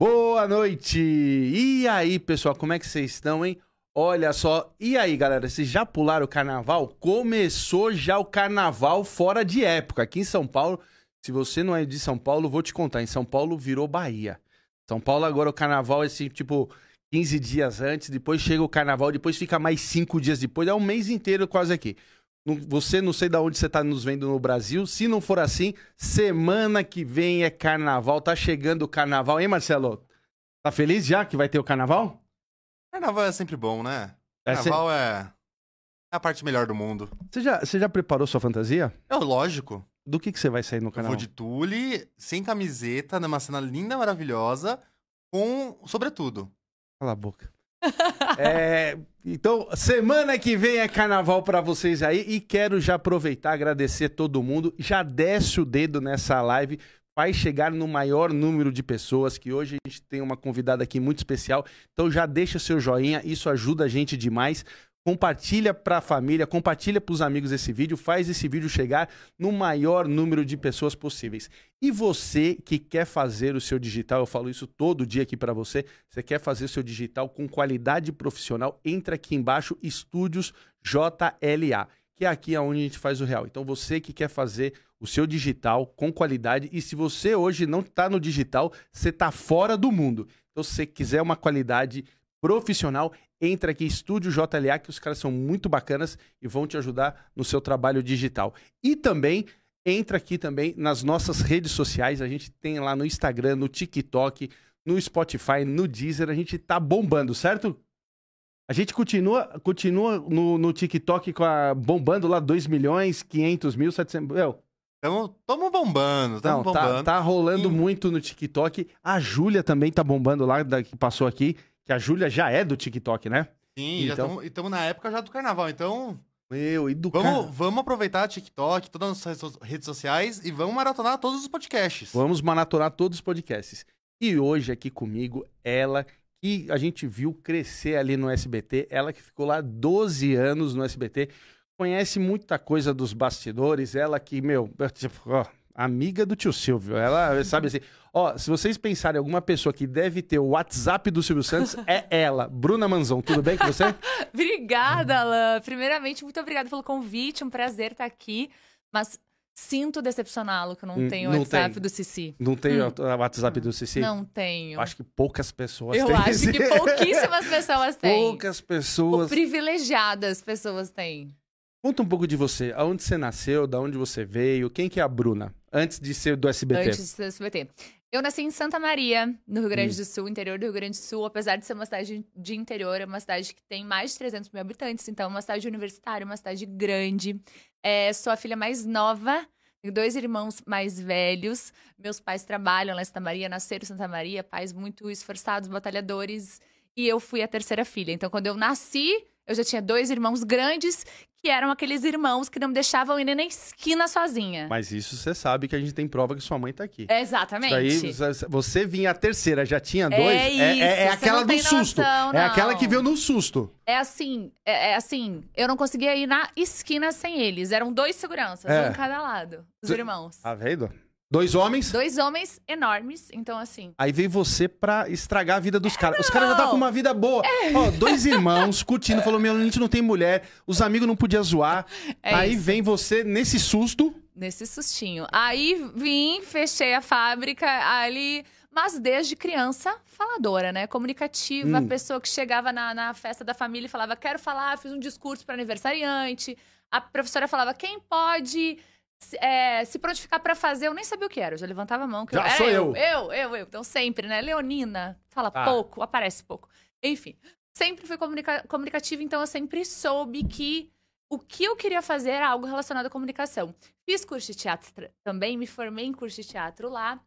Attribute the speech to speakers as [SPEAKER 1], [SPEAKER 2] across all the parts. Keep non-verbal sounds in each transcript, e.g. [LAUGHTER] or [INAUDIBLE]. [SPEAKER 1] Boa noite! E aí, pessoal, como é que vocês estão, hein? Olha só, e aí, galera, vocês já pularam o carnaval? Começou já o carnaval fora de época. Aqui em São Paulo, se você não é de São Paulo, vou te contar. Em São Paulo virou Bahia. São Paulo agora o carnaval é assim, tipo, 15 dias antes, depois chega o carnaval, depois fica mais 5 dias depois, é um mês inteiro quase aqui. Não- Você não sei de onde você está nos vendo no Brasil. Se não for assim, semana que vem é carnaval. Tá chegando o carnaval, hein, Marcelo? Tá feliz já que vai ter o carnaval?
[SPEAKER 2] Carnaval é sempre bom, né?
[SPEAKER 1] É, cê-
[SPEAKER 2] Carnaval é... é a parte melhor do mundo.
[SPEAKER 1] Você já, você já preparou sua fantasia?
[SPEAKER 2] É lógico.
[SPEAKER 1] Do que, que você vai sair no
[SPEAKER 2] Eu
[SPEAKER 1] carnaval?
[SPEAKER 2] vou de tule, sem camiseta, numa cena linda, maravilhosa, com sobretudo.
[SPEAKER 1] Cala a boca. É, então, semana que vem é carnaval pra vocês aí e quero já aproveitar, agradecer todo mundo. Já desce o dedo nessa live, vai chegar no maior número de pessoas, que hoje a gente tem uma convidada aqui muito especial. Então já deixa seu joinha, isso ajuda a gente demais. Compartilha pra família, compartilha pros amigos esse vídeo, faz esse vídeo chegar no maior número de pessoas possíveis. E você que quer fazer o seu digital, eu falo isso todo dia aqui pra você, você quer fazer o seu digital com qualidade profissional, entra aqui embaixo, Estúdios JLA, que é aqui onde a gente faz o real. Então você que quer fazer o seu digital com qualidade e se você hoje não está no digital, você está fora do mundo. Então se você quiser uma qualidade profissional, entra aqui Estúdio JLA, que os caras são muito bacanas e vão te ajudar no seu trabalho digital. E também entra aqui também nas nossas redes sociais, a gente tem lá no Instagram, no TikTok, no Spotify, no Deezer, a gente tá bombando, certo? A gente continua, continua no, no TikTok com a, bombando lá 2 milhões, 500 mil, 700 mil.
[SPEAKER 2] Então, tamo bombando, tamo
[SPEAKER 1] Não, tá,
[SPEAKER 2] bombando.
[SPEAKER 1] tá rolando
[SPEAKER 2] E-
[SPEAKER 1] muito no TikTok. A Júlia também tá bombando lá, da, que passou aqui, que a Júlia já é do TikTok, né?
[SPEAKER 2] Sim, já
[SPEAKER 1] Então-
[SPEAKER 2] tamo, e tamo na época já do carnaval, então
[SPEAKER 1] Meu, e do
[SPEAKER 2] vamos,
[SPEAKER 1] cara-
[SPEAKER 2] vamos aproveitar TikTok, todas as nossas redes- redes sociais e vamos maratonar todos os podcasts.
[SPEAKER 1] Vamos maratonar todos os podcasts. E hoje aqui comigo, ela que a gente viu crescer ali no SBT, ela que ficou lá 12 anos no SBT, conhece muita coisa dos bastidores, ela que, meu, tipo, ó, amiga do tio Silvio, ela sabe assim, ó, se vocês pensarem em alguma pessoa que deve ter o WhatsApp do Silvio Santos, é ela, Bruna Manzon, tudo bem com você?
[SPEAKER 3] Obrigada, Alan. Primeiramente, muito obrigada pelo convite. Um prazer estar aqui. Mas sinto decepcioná-lo que eu
[SPEAKER 1] Hum,
[SPEAKER 3] não tenho o
[SPEAKER 1] não
[SPEAKER 3] WhatsApp
[SPEAKER 1] tem.
[SPEAKER 3] do Cici.
[SPEAKER 1] Não tem o WhatsApp do Cici?
[SPEAKER 3] Hum. Não tenho.
[SPEAKER 1] Eu acho que poucas pessoas
[SPEAKER 3] eu
[SPEAKER 1] têm.
[SPEAKER 3] acho
[SPEAKER 1] esse- [LAUGHS]
[SPEAKER 3] que pouquíssimas pessoas têm.
[SPEAKER 1] Poucas
[SPEAKER 3] Ou
[SPEAKER 1] pessoas.
[SPEAKER 3] privilegiadas pessoas têm.
[SPEAKER 1] Conta um pouco de você. Aonde você nasceu? Da onde você veio? Quem que é a Bruna? Antes de ser do SBT.
[SPEAKER 3] Antes né? de ser SBT. Eu nasci em Santa Maria, no Rio Grande do Sul, interior do Rio Grande do Sul. Apesar de ser uma cidade de interior, é uma cidade que tem mais de 300 mil habitantes. Então, é uma cidade universitária, uma cidade grande. É, sou a filha mais nova. Tenho dois irmãos mais velhos. Meus pais trabalham lá em Santa Maria, nasceram em Santa Maria. Pais muito esforçados, batalhadores. E eu fui a terceira filha. Então, quando eu nasci, eu já tinha dois irmãos grandes... Que eram aqueles irmãos que não me deixavam ir nem na esquina sozinha.
[SPEAKER 1] Mas isso você sabe que a gente tem prova que sua mãe tá aqui.
[SPEAKER 3] Exatamente.
[SPEAKER 1] Isso aí, você- você vinha a terceira, já tinha dois.
[SPEAKER 3] É isso,
[SPEAKER 1] é
[SPEAKER 3] você
[SPEAKER 1] aquela
[SPEAKER 3] não
[SPEAKER 1] do
[SPEAKER 3] tem
[SPEAKER 1] susto.
[SPEAKER 3] noção,
[SPEAKER 1] É
[SPEAKER 3] não.
[SPEAKER 1] aquela que veio no susto.
[SPEAKER 3] É assim, é, é assim, eu não conseguia ir na esquina sem eles. Eram dois seguranças,
[SPEAKER 1] É.
[SPEAKER 3] um em cada lado, os
[SPEAKER 1] Tu-
[SPEAKER 3] irmãos.
[SPEAKER 1] Tá vendo? Dois homens.
[SPEAKER 3] Dois homens enormes, então assim.
[SPEAKER 1] Aí veio você pra estragar a vida dos caras. Os caras já estavam
[SPEAKER 3] É, não. É.
[SPEAKER 1] com uma vida boa. Ó, dois irmãos curtindo, falou: meu, a gente não tem mulher, os amigos não podiam zoar.
[SPEAKER 3] É
[SPEAKER 1] Aí
[SPEAKER 3] isso,
[SPEAKER 1] vem você nesse susto.
[SPEAKER 3] nesse sustinho. Aí vim, fechei a fábrica ali, mas desde criança, faladora, né? Comunicativa,
[SPEAKER 1] Hum.
[SPEAKER 3] pessoa que chegava na, na festa da família e falava: quero falar, fiz um discurso para aniversariante. A professora falava: quem pode. se- é, se prontificar pra fazer, eu nem sabia o que era. Eu já levantava a mão. Que
[SPEAKER 1] Já
[SPEAKER 3] era
[SPEAKER 1] sou eu.
[SPEAKER 3] eu. Eu, eu, eu. Então sempre, né? Leonina fala
[SPEAKER 1] Tá.
[SPEAKER 3] pouco, aparece pouco. Enfim, sempre fui comunica- comunicativa, então eu sempre soube que o que eu queria fazer era algo relacionado à comunicação. Fiz curso de teatro tra- também, me formei em curso de teatro lá.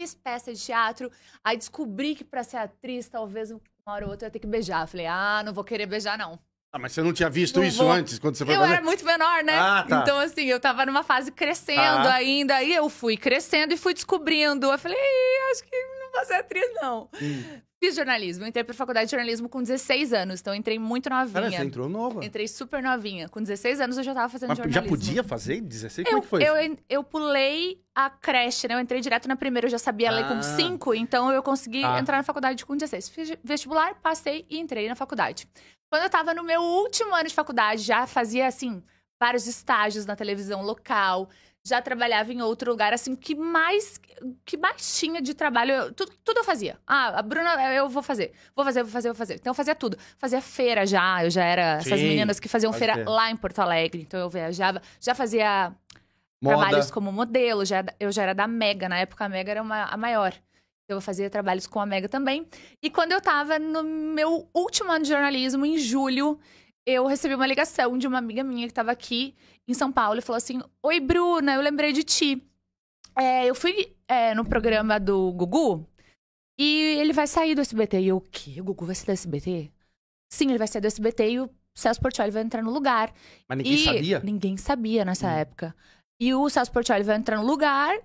[SPEAKER 3] Fiz peça de teatro, aí descobri que pra ser atriz, talvez uma hora ou outra eu ia ter que beijar. Falei, ah, não vou querer beijar, não.
[SPEAKER 1] Ah, mas você não tinha visto
[SPEAKER 3] Não
[SPEAKER 1] isso
[SPEAKER 3] vou.
[SPEAKER 1] antes, quando você foi
[SPEAKER 3] Eu
[SPEAKER 1] fazer?
[SPEAKER 3] era muito menor, né?
[SPEAKER 1] Ah, tá.
[SPEAKER 3] Então, assim, eu tava numa fase crescendo
[SPEAKER 1] Tá.
[SPEAKER 3] ainda. Aí eu fui crescendo e fui descobrindo. Eu falei, "Ih, acho que não vai pra ser atriz, não.
[SPEAKER 1] Hum.
[SPEAKER 3] Fiz jornalismo, entrei pra faculdade de jornalismo com 16 anos, então eu entrei muito
[SPEAKER 1] Cara, você
[SPEAKER 3] novinha.
[SPEAKER 1] entrou nova.
[SPEAKER 3] Entrei super novinha. Com 16 anos eu já tava fazendo
[SPEAKER 1] então, Mas já
[SPEAKER 3] jornalismo.
[SPEAKER 1] podia fazer? 16?
[SPEAKER 3] Eu,
[SPEAKER 1] Como é que foi?
[SPEAKER 3] eu, en- eu pulei a creche, né? Eu entrei direto na primeira, eu já sabia ler
[SPEAKER 1] Ah.
[SPEAKER 3] com 5, então eu consegui
[SPEAKER 1] Tá.
[SPEAKER 3] entrar na faculdade com 16. Fiz vestibular, passei e entrei na faculdade. Quando eu tava no meu último ano de faculdade, já fazia, assim, vários estágios na televisão local, já trabalhava em outro lugar, assim, que mais que mais tinha de trabalho, eu- tudo, tudo eu fazia. Ah, a Bruna, eu- eu vou fazer, vou fazer, vou fazer, vou fazer. Então eu fazia tudo. Fazia feira já, eu já era essas
[SPEAKER 1] Sim,
[SPEAKER 3] meninas que faziam
[SPEAKER 1] faz
[SPEAKER 3] feira
[SPEAKER 1] feira.
[SPEAKER 3] lá em Porto Alegre, então eu viajava, já fazia
[SPEAKER 1] Moda.
[SPEAKER 3] trabalhos como modelo. Já, eu já era da Mega, na época a Mega era uma- a maior. Eu fazia trabalhos com a Mega também. E quando eu tava no meu último ano de jornalismo, em julho, eu recebi uma ligação de uma amiga minha que tava aqui em São Paulo e falou assim: Oi, Bruna, eu lembrei de ti. É, eu fui é, no programa do Gugu e ele vai sair do SBT. E eu, o quê? O Gugu vai sair do SBT? Sim, ele vai sair do SBT e o Celso Portioli vai entrar no lugar.
[SPEAKER 1] Mas ninguém
[SPEAKER 3] assim, E
[SPEAKER 1] sabia?
[SPEAKER 3] Ninguém sabia nessa
[SPEAKER 1] Hum.
[SPEAKER 3] época. E o Celso Portioli vai entrar no lugar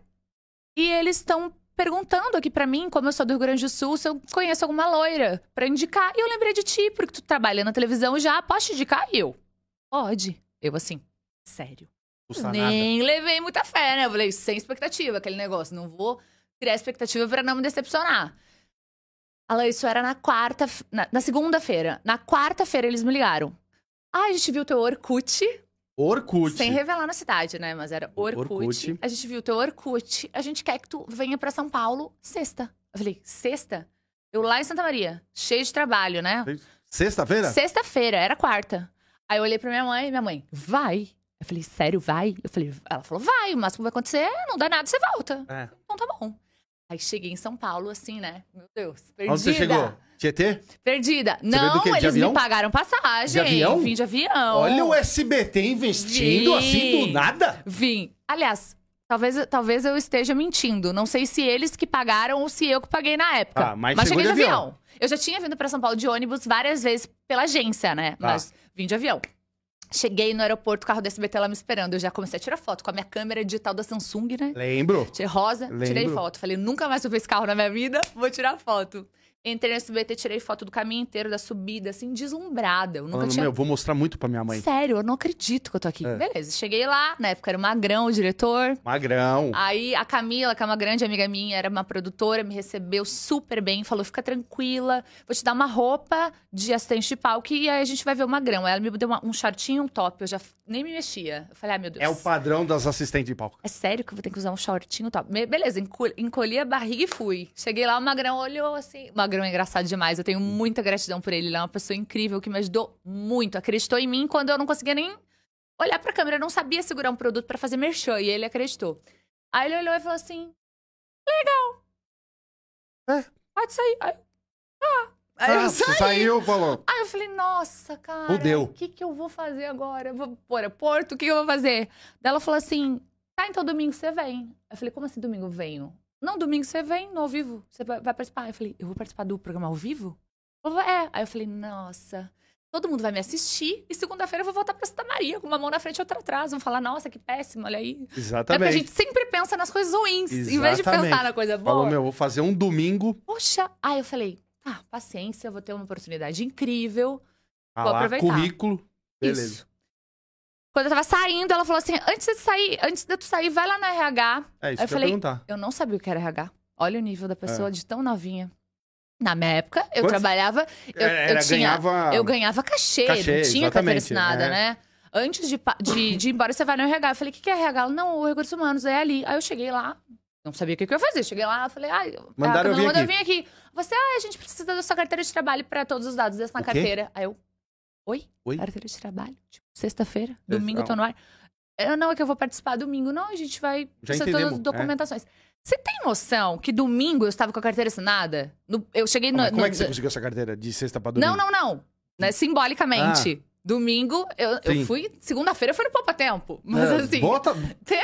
[SPEAKER 3] e eles estão perguntando aqui pra mim, como eu sou do Rio Grande do Sul, se eu conheço alguma loira pra indicar. E eu lembrei de ti, porque tu trabalha na televisão já, posso te indicar? E eu, pode. Eu assim, sério.
[SPEAKER 1] Custa nada.
[SPEAKER 3] Nem levei muita fé, né? Eu falei, sem expectativa, aquele negócio. Não vou criar expectativa pra não me decepcionar. Ela, isso era na quarta... Na, na segunda-feira. Na quarta-feira eles me ligaram. Ah, a gente viu teu Orkut.
[SPEAKER 1] Orkut.
[SPEAKER 3] Sem revelar na cidade, né? Mas era Orkut.
[SPEAKER 1] Orkut.
[SPEAKER 3] A gente viu teu Orkut. A gente quer que tu venha pra São Paulo sexta. Eu falei, sexta? Eu lá em Santa Maria, cheio de trabalho, né?
[SPEAKER 1] Sexta-feira?
[SPEAKER 3] Sexta-feira, era quarta. Aí eu olhei pra minha mãe, minha mãe, vai. Eu falei, sério, vai? Eu falei, ela falou, vai, o máximo que vai acontecer é não dá nada, você volta.
[SPEAKER 1] É.
[SPEAKER 3] Então tá bom. Aí cheguei em São Paulo, assim, né? Meu Deus, perdida.
[SPEAKER 1] Onde você chegou? Tietê?
[SPEAKER 3] Perdida.
[SPEAKER 1] veio do
[SPEAKER 3] Não,
[SPEAKER 1] quê? De
[SPEAKER 3] eles
[SPEAKER 1] avião?
[SPEAKER 3] me pagaram passagem.
[SPEAKER 1] De avião?
[SPEAKER 3] Vim de avião.
[SPEAKER 1] Olha o SBT investindo
[SPEAKER 3] Vi.
[SPEAKER 1] assim do nada.
[SPEAKER 3] Vim. Aliás, talvez, talvez eu esteja mentindo. Não sei se eles que pagaram ou se eu que paguei na época.
[SPEAKER 1] Ah, mas chegou de avião.
[SPEAKER 3] Eu já tinha vindo pra São Paulo de ônibus várias vezes pela agência, né?
[SPEAKER 1] Tá.
[SPEAKER 3] Mas vim de avião. Cheguei no aeroporto, o carro da SBT lá me esperando. Eu já comecei a tirar foto com a minha câmera digital da Samsung, né?
[SPEAKER 1] Lembro.
[SPEAKER 3] Tirei rosa, tirei
[SPEAKER 1] Lembro.
[SPEAKER 3] foto. Falei, nunca mais vou ver esse carro na minha vida, vou tirar foto. Entrei no SBT, tirei foto do caminho inteiro, da subida, assim, deslumbrada. Eu nunca
[SPEAKER 1] Falando,
[SPEAKER 3] tinha
[SPEAKER 1] meu, vou mostrar muito pra minha mãe.
[SPEAKER 3] Sério, eu não acredito que eu tô aqui.
[SPEAKER 1] É.
[SPEAKER 3] Beleza, cheguei lá, na época era o Magrão, o diretor.
[SPEAKER 1] Magrão.
[SPEAKER 3] Aí a Camila, que é uma grande amiga minha, era uma produtora, me recebeu super bem, falou: fica tranquila, vou te dar uma roupa de assistente de palco e aí a gente vai ver o Magrão. Aí ela me deu uma- um shortinho e um top, eu já f- nem me mexia. Eu falei: ah, meu Deus.
[SPEAKER 1] É o padrão das assistentes de palco.
[SPEAKER 3] É sério que eu vou ter que usar um shortinho top? Me- Beleza, enco- encolhi a barriga e fui. Cheguei lá, o Magrão olhou assim. O Magrão é engraçado demais, eu tenho muita gratidão por ele. Ele é uma pessoa incrível que me ajudou muito. Acreditou em mim quando eu não conseguia nem olhar pra câmera. Eu não sabia segurar um produto pra fazer merchan e ele acreditou. Aí ele olhou e falou assim: Legal.
[SPEAKER 1] É.
[SPEAKER 3] Pode sair. Aí, eu, ah. Aí eu
[SPEAKER 1] você
[SPEAKER 3] saí.
[SPEAKER 1] saiu, falou.
[SPEAKER 3] Aí eu falei, nossa, cara,
[SPEAKER 1] Fudeu.
[SPEAKER 3] o que, que eu vou fazer agora? Eu vou pôr aeroporto, o que, que eu vou fazer? Daí ela falou assim, tá, então domingo você vem. Eu falei, como assim domingo eu venho? Não, domingo você vem no ao vivo, você vai, vai participar. Eu falei, eu vou participar do programa ao vivo? Eu vou- É. Aí eu falei, nossa, todo mundo vai me assistir e segunda-feira eu vou voltar pra Santa Maria, com uma mão na frente e outra atrás. Vão falar, nossa, que péssimo, olha aí. É porque a
[SPEAKER 1] Exatamente.
[SPEAKER 3] gente sempre pensa nas coisas ruins, em vez de
[SPEAKER 1] Exatamente.
[SPEAKER 3] pensar na coisa boa.
[SPEAKER 1] Falou, meu, vou fazer um domingo.
[SPEAKER 3] Poxa, aí eu falei, tá, paciência, eu vou ter uma oportunidade incrível.
[SPEAKER 1] Ah,
[SPEAKER 3] Vou
[SPEAKER 1] lá,
[SPEAKER 3] aproveitar.
[SPEAKER 1] currículo. Beleza. É
[SPEAKER 3] Isso. Quando eu tava saindo, ela falou assim: antes de sair, antes de tu sair, vai lá na RH.
[SPEAKER 1] É isso
[SPEAKER 3] Eu
[SPEAKER 1] que
[SPEAKER 3] falei,
[SPEAKER 1] eu ia perguntar.
[SPEAKER 3] Eu não sabia o que era RH. Olha o nível da pessoa de tão novinha. Na minha época, eu
[SPEAKER 1] É. Quantos-
[SPEAKER 3] trabalhava, eu, eu
[SPEAKER 1] É, Era-
[SPEAKER 3] tinha.
[SPEAKER 1] ganhava...
[SPEAKER 3] Eu ganhava cachê,
[SPEAKER 1] Cachê,
[SPEAKER 3] não tinha
[SPEAKER 1] exatamente,
[SPEAKER 3] carteira assinada,
[SPEAKER 1] é.
[SPEAKER 3] né? Antes de, pa- de, de ir embora, você vai no RH. Eu falei, o que, que é RH? Ela, não, o Recursos Humanos é ali. Aí eu cheguei lá, não sabia o que, que eu ia fazer. Cheguei lá, falei, ai, a
[SPEAKER 1] Mandaram eu
[SPEAKER 3] Camila
[SPEAKER 1] vir
[SPEAKER 3] mandou
[SPEAKER 1] aqui.
[SPEAKER 3] eu vir aqui. Você, ah, a gente precisa da sua carteira de trabalho pra todos os dados dessa
[SPEAKER 1] O quê?
[SPEAKER 3] carteira. Aí eu, oi?
[SPEAKER 1] Oi?
[SPEAKER 3] Carteira de trabalho? Tipo, sexta-feira?
[SPEAKER 1] Eles-
[SPEAKER 3] Domingo eu tô
[SPEAKER 1] ah.
[SPEAKER 3] no ar. Eu, não, é que eu vou participar domingo. Não, a gente vai...
[SPEAKER 1] Já
[SPEAKER 3] precisa de todas as
[SPEAKER 1] entendemos, é.
[SPEAKER 3] documentações. Você tem noção que domingo eu estava com a carteira assinada? No- eu cheguei
[SPEAKER 1] Ah,
[SPEAKER 3] no...
[SPEAKER 1] mas como
[SPEAKER 3] no-
[SPEAKER 1] é que você conseguiu essa carteira de sexta pra Tipo, domingo? Ah.
[SPEAKER 3] não, não, não. Né, simbolicamente. Domingo, eu, eu
[SPEAKER 1] Sim.
[SPEAKER 3] fui. Segunda-feira eu fui no Poupa Tempo. Mas
[SPEAKER 1] É,
[SPEAKER 3] assim,
[SPEAKER 1] Bota...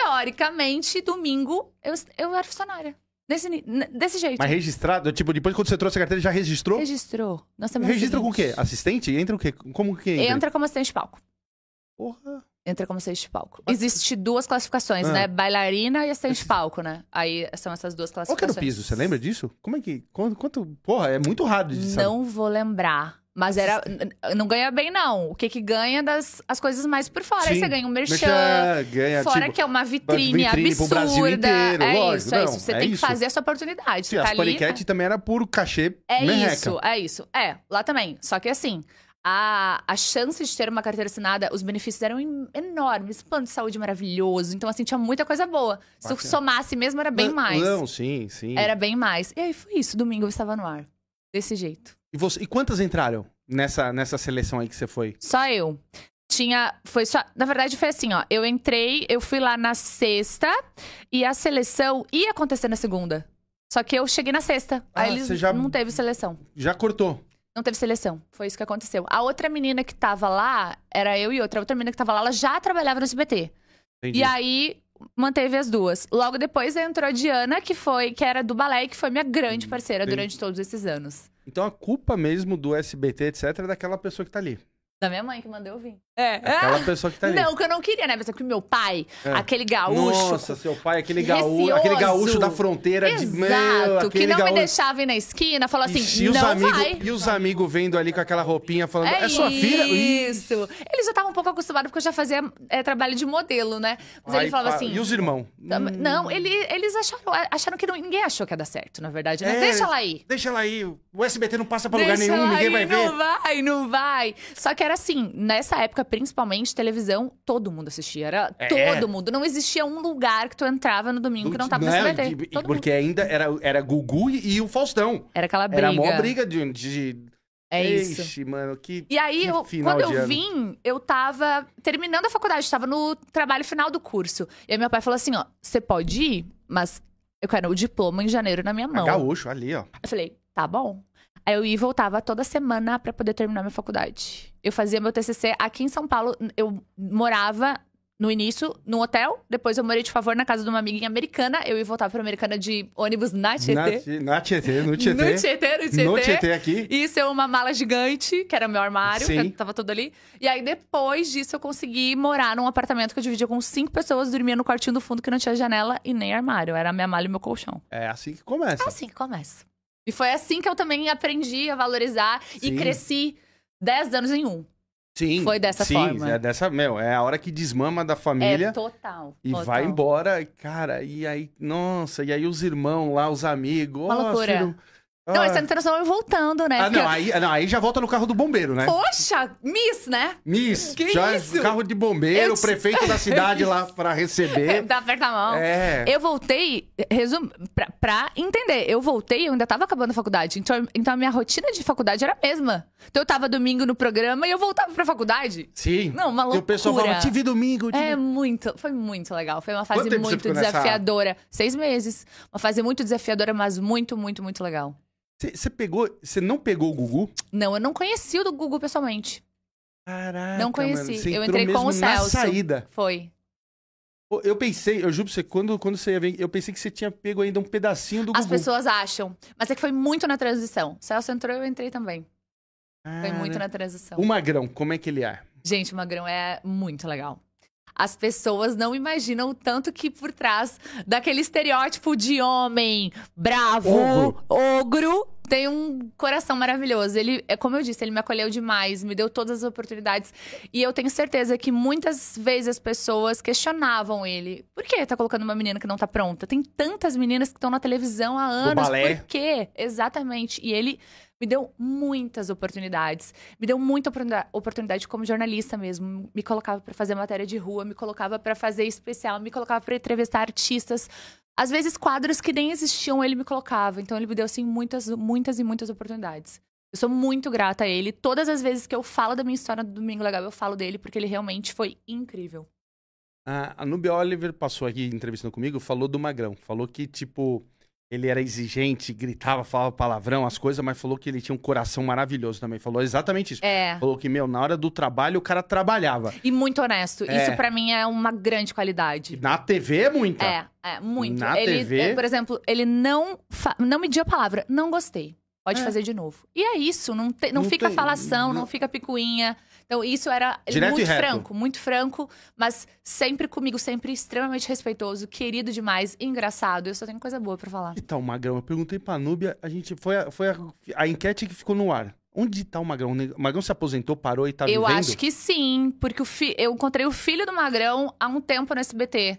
[SPEAKER 3] teoricamente, domingo eu, eu era funcionária. Nesse, ni- n- desse jeito.
[SPEAKER 1] Mas registrado? Tipo, depois quando você trouxe a carteira, já registrou?
[SPEAKER 3] Registrou. assim, Na semana
[SPEAKER 1] Registra com o
[SPEAKER 3] seguinte.
[SPEAKER 1] quê? Assistente? Entra o quê? Como que entra?
[SPEAKER 3] Entra como assistente de palco.
[SPEAKER 1] Porra.
[SPEAKER 3] Entra como assistente de palco. Existe duas classificações,
[SPEAKER 1] Ah.
[SPEAKER 3] né? Bailarina e assistente de palco, né? Aí são essas duas
[SPEAKER 1] Qual que era
[SPEAKER 3] classificações.
[SPEAKER 1] o piso? Você lembra disso? Como é que. Quanto. quanto- porra, é muito raro de saber.
[SPEAKER 3] Não vou lembrar. Mas era. n- n- Não ganha bem, não. O que que ganha das as coisas mais por fora. Aí
[SPEAKER 1] Sim.
[SPEAKER 3] você ganha um merchan.
[SPEAKER 1] Merchan, ganha,
[SPEAKER 3] Fora
[SPEAKER 1] tipo,
[SPEAKER 3] que é uma vitrine,
[SPEAKER 1] vitrine pro
[SPEAKER 3] absurda.
[SPEAKER 1] Brasil inteiro,
[SPEAKER 3] é
[SPEAKER 1] lógico,
[SPEAKER 3] isso, é
[SPEAKER 1] não,
[SPEAKER 3] isso. Você
[SPEAKER 1] é
[SPEAKER 3] tem
[SPEAKER 1] isso.
[SPEAKER 3] que fazer a sua oportunidade.
[SPEAKER 1] Sim,
[SPEAKER 3] tá
[SPEAKER 1] as
[SPEAKER 3] ali,
[SPEAKER 1] paniquete também era por cachê
[SPEAKER 3] É
[SPEAKER 1] merreca.
[SPEAKER 3] isso, é isso. É, lá também. Só que assim, a, a chance de ter uma carteira assinada, os benefícios eram em- enormes. Plano de saúde maravilhoso. Então, assim, tinha muita coisa boa. Se tu
[SPEAKER 1] Bacana.
[SPEAKER 3] somasse mesmo, era é bem
[SPEAKER 1] Não,
[SPEAKER 3] mais.
[SPEAKER 1] Não, sim, sim.
[SPEAKER 3] Era bem mais. E aí foi isso. Domingo eu estava no ar. Desse jeito.
[SPEAKER 1] E, você- e quantas entraram nessa, nessa seleção aí que você foi?
[SPEAKER 3] Só eu. Tinha. Foi só. Na verdade, foi assim, ó. Eu entrei, eu fui lá na sexta e a seleção ia acontecer na segunda. Só que eu cheguei na sexta.
[SPEAKER 1] Ah,
[SPEAKER 3] aí eles
[SPEAKER 1] você já-
[SPEAKER 3] não teve seleção.
[SPEAKER 1] Já cortou.
[SPEAKER 3] Não teve seleção. Foi isso que aconteceu. A outra menina que tava lá, era eu e outra. A outra menina que tava lá, ela já trabalhava no SBT.
[SPEAKER 1] Entendi.
[SPEAKER 3] E aí, manteve as duas. Logo depois entrou a Diana, que foi, que era do balé e que foi minha grande parceira
[SPEAKER 1] Hum, Entendi.
[SPEAKER 3] durante todos esses anos.
[SPEAKER 1] Então a culpa mesmo do SBT, etc., é daquela pessoa que tá ali.
[SPEAKER 3] Da minha mãe que mandou eu vir. É.
[SPEAKER 1] Aquela pessoa que tá ali.
[SPEAKER 3] Não, que eu não queria, né? Mas é porque meu pai,
[SPEAKER 1] É.
[SPEAKER 3] aquele gaúcho.
[SPEAKER 1] Nossa, seu pai, aquele gaúcho,
[SPEAKER 3] Receoso.
[SPEAKER 1] aquele gaúcho da fronteira
[SPEAKER 3] Exato,
[SPEAKER 1] de meu,
[SPEAKER 3] que
[SPEAKER 1] aquele
[SPEAKER 3] não
[SPEAKER 1] gaúcho.
[SPEAKER 3] me deixava ir na esquina, falou assim,
[SPEAKER 1] Ixi, e os
[SPEAKER 3] não
[SPEAKER 1] amigos,
[SPEAKER 3] vai.
[SPEAKER 1] E os amigos vendo ali com aquela roupinha falando, é, sua filha? Ih,
[SPEAKER 3] Isso. Ele já tava um pouco acostumado, porque eu já fazia é, trabalho de modelo, né? Mas
[SPEAKER 1] pai,
[SPEAKER 3] ele falava
[SPEAKER 1] pá.
[SPEAKER 3] assim.
[SPEAKER 1] E os irmãos?
[SPEAKER 3] "Tam-
[SPEAKER 1] Hum,
[SPEAKER 3] Não, ele- eles acharam, é, acharam que não- ninguém achou que ia dar certo, na verdade. né?
[SPEAKER 1] É,
[SPEAKER 3] Deixa ela aí.
[SPEAKER 1] Deixa ela aí, o SBT não passa pra
[SPEAKER 3] Deixa
[SPEAKER 1] lugar nenhum,
[SPEAKER 3] ela
[SPEAKER 1] ninguém vai
[SPEAKER 3] aí,
[SPEAKER 1] ver.
[SPEAKER 3] Não vai, não vai. Só que era assim, nessa época, principalmente, televisão, todo mundo assistia. Era
[SPEAKER 1] É.
[SPEAKER 3] todo mundo. Não existia um lugar que tu entrava no domingo que não tá tava no
[SPEAKER 1] Não,
[SPEAKER 3] SBT.
[SPEAKER 1] Né? e- e
[SPEAKER 3] Todo mundo.
[SPEAKER 1] porque ainda era, era Gugu e, e o Faustão.
[SPEAKER 3] Era aquela briga.
[SPEAKER 1] Era a maior briga de. de...
[SPEAKER 3] É isso.
[SPEAKER 1] Ixi, mano, que.
[SPEAKER 3] E aí,
[SPEAKER 1] Que
[SPEAKER 3] eu-
[SPEAKER 1] final
[SPEAKER 3] quando
[SPEAKER 1] de
[SPEAKER 3] eu
[SPEAKER 1] ano.
[SPEAKER 3] vim, eu tava terminando a faculdade, tava no trabalho final do curso. E aí meu pai falou assim: ó, você pode ir, mas eu quero o diploma em janeiro na minha
[SPEAKER 1] Ah,
[SPEAKER 3] mão.
[SPEAKER 1] gaúcho, ali, ó.
[SPEAKER 3] Eu falei, tá bom. Aí eu ia e voltava toda semana pra poder terminar minha faculdade. Eu fazia meu TCC aqui em São Paulo. Eu morava no início num hotel, depois eu morei de favor na casa de uma amiga em americana. Eu ia e voltava pra americana de ônibus na
[SPEAKER 1] Na,
[SPEAKER 3] Tietê.
[SPEAKER 1] Ti- na Tietê, no Tietê.
[SPEAKER 3] No Tietê, no Tietê.
[SPEAKER 1] No Tietê aqui.
[SPEAKER 3] Isso é uma mala gigante, que era meu armário,
[SPEAKER 1] Sim.
[SPEAKER 3] que eu tava todo ali. E aí, depois disso, eu consegui morar num apartamento que eu dividia com cinco pessoas, dormia no quartinho do fundo que não tinha janela e nem armário. Era a minha mala e meu colchão.
[SPEAKER 1] É assim que começa.
[SPEAKER 3] É assim que começa. E foi assim que eu também aprendi a valorizar
[SPEAKER 1] Sim.
[SPEAKER 3] e cresci 10 anos em um.
[SPEAKER 1] Sim.
[SPEAKER 3] Foi dessa
[SPEAKER 1] sim,
[SPEAKER 3] forma.
[SPEAKER 1] É dessa, meu, é a hora que desmama da
[SPEAKER 3] é
[SPEAKER 1] família
[SPEAKER 3] total.
[SPEAKER 1] e
[SPEAKER 3] total.
[SPEAKER 1] vai embora, e, cara. E aí, nossa, e aí os irmãos lá, os amigos.
[SPEAKER 3] Uma
[SPEAKER 1] ó,
[SPEAKER 3] loucura.
[SPEAKER 1] filho,
[SPEAKER 3] Não,
[SPEAKER 1] ah,
[SPEAKER 3] essa transformou eu voltando, né?
[SPEAKER 1] ah,
[SPEAKER 3] Porque
[SPEAKER 1] não, aí, ah, não, aí já volta no carro do bombeiro, né?
[SPEAKER 3] eu- Poxa, Miss, né?
[SPEAKER 1] Miss,
[SPEAKER 3] Que
[SPEAKER 1] já
[SPEAKER 3] isso?
[SPEAKER 1] carro de bombeiro,
[SPEAKER 3] Eu
[SPEAKER 1] o
[SPEAKER 3] te-
[SPEAKER 1] prefeito da cidade
[SPEAKER 3] [LAUGHS]
[SPEAKER 1] lá pra receber.
[SPEAKER 3] Dá aperta a mão.
[SPEAKER 1] É.
[SPEAKER 3] Eu voltei, resumo, pra, pra entender, eu voltei, eu ainda tava acabando a faculdade. Então, então a minha rotina de faculdade era a mesma. Então eu tava domingo no programa e eu voltava pra faculdade.
[SPEAKER 1] Sim.
[SPEAKER 3] Não, uma
[SPEAKER 1] E o pessoal
[SPEAKER 3] loucura.
[SPEAKER 1] fala, te vi domingo, te vi
[SPEAKER 3] É muito, foi muito legal. Foi uma
[SPEAKER 1] Quanto
[SPEAKER 3] fase
[SPEAKER 1] tempo você
[SPEAKER 3] muito
[SPEAKER 1] ficou nessa-
[SPEAKER 3] desafiadora. Seis meses. Uma fase muito desafiadora, mas muito, muito, muito legal.
[SPEAKER 1] Você pegou. Você não pegou o Gugu?
[SPEAKER 3] Não, eu não conheci o do Google pessoalmente.
[SPEAKER 1] Caraca.
[SPEAKER 3] Não conheci.
[SPEAKER 1] mano, cê
[SPEAKER 3] Eu
[SPEAKER 1] entrou
[SPEAKER 3] entrei com
[SPEAKER 1] mesmo
[SPEAKER 3] o
[SPEAKER 1] na
[SPEAKER 3] Celso.
[SPEAKER 1] saída.
[SPEAKER 3] Foi.
[SPEAKER 1] Pô, Eu pensei, eu juro pra você, quando, quando você ia vir, eu pensei que você tinha pego ainda um pedacinho do
[SPEAKER 3] As
[SPEAKER 1] Gugu.
[SPEAKER 3] pessoas acham. Mas é que foi muito na transição. Celso entrou, eu entrei também. Foi
[SPEAKER 1] Cara.
[SPEAKER 3] muito na transição.
[SPEAKER 1] O Magrão, como é que ele é?
[SPEAKER 3] Gente, o Magrão é muito legal. As pessoas não imaginam o tanto que por trás daquele estereótipo de homem bravo,
[SPEAKER 1] Ogro.
[SPEAKER 3] ogro, tem um coração maravilhoso. Ele, é como eu disse, ele me acolheu demais, me deu todas as oportunidades. E eu tenho certeza que muitas vezes as pessoas questionavam ele. Por que tá colocando uma menina que não tá pronta? Tem tantas meninas que estão na televisão há anos.
[SPEAKER 1] balé.
[SPEAKER 3] Por quê? Exatamente. E ele me deu muitas oportunidades me deu muita oportuni- oportunidade como jornalista mesmo. Me colocava pra fazer matéria de rua, me colocava pra fazer especial, me colocava pra entrevistar artistas. Às vezes quadros que nem existiam, ele me colocava. Então ele me deu assim muitas, muitas e muitas oportunidades. Eu sou muito grata a ele. Todas as vezes que eu falo da minha história do Domingo Legal, eu falo dele porque ele realmente foi incrível.
[SPEAKER 1] A a Nubia Oliver passou aqui entrevistando comigo, falou do Magrão. Falou que, tipo, ele era exigente, gritava, falava palavrão, as coisas, mas falou que ele tinha um coração maravilhoso também. Falou exatamente isso.
[SPEAKER 3] É.
[SPEAKER 1] Falou que, meu, na hora do trabalho o cara trabalhava.
[SPEAKER 3] E muito honesto.
[SPEAKER 1] É.
[SPEAKER 3] Isso pra mim é uma grande qualidade.
[SPEAKER 1] E Na TV é muita.
[SPEAKER 3] É, é, muito.
[SPEAKER 1] Na
[SPEAKER 3] ele,
[SPEAKER 1] TV?
[SPEAKER 3] é, Por exemplo, ele não, fa- não mediu a palavra, não gostei. Pode
[SPEAKER 1] É.
[SPEAKER 3] fazer de novo. E é isso, não, te- não,
[SPEAKER 1] Não
[SPEAKER 3] fica
[SPEAKER 1] tem-
[SPEAKER 3] falação, não...
[SPEAKER 1] não-
[SPEAKER 3] fica picuinha. Então, isso era
[SPEAKER 1] Direto e
[SPEAKER 3] muito
[SPEAKER 1] reto.
[SPEAKER 3] franco, muito franco, mas sempre comigo, sempre extremamente respeitoso, querido demais, engraçado. Eu só tenho coisa boa pra falar.
[SPEAKER 1] Onde tá o Magrão? Eu perguntei pra Núbia, a gente, foi, a, foi a, a enquete que ficou no ar. Onde tá o Magrão? O Magrão se aposentou, parou e tá
[SPEAKER 3] eu
[SPEAKER 1] vivendo?
[SPEAKER 3] acho que sim, porque o fi- eu encontrei o filho do Magrão há um tempo no SBT.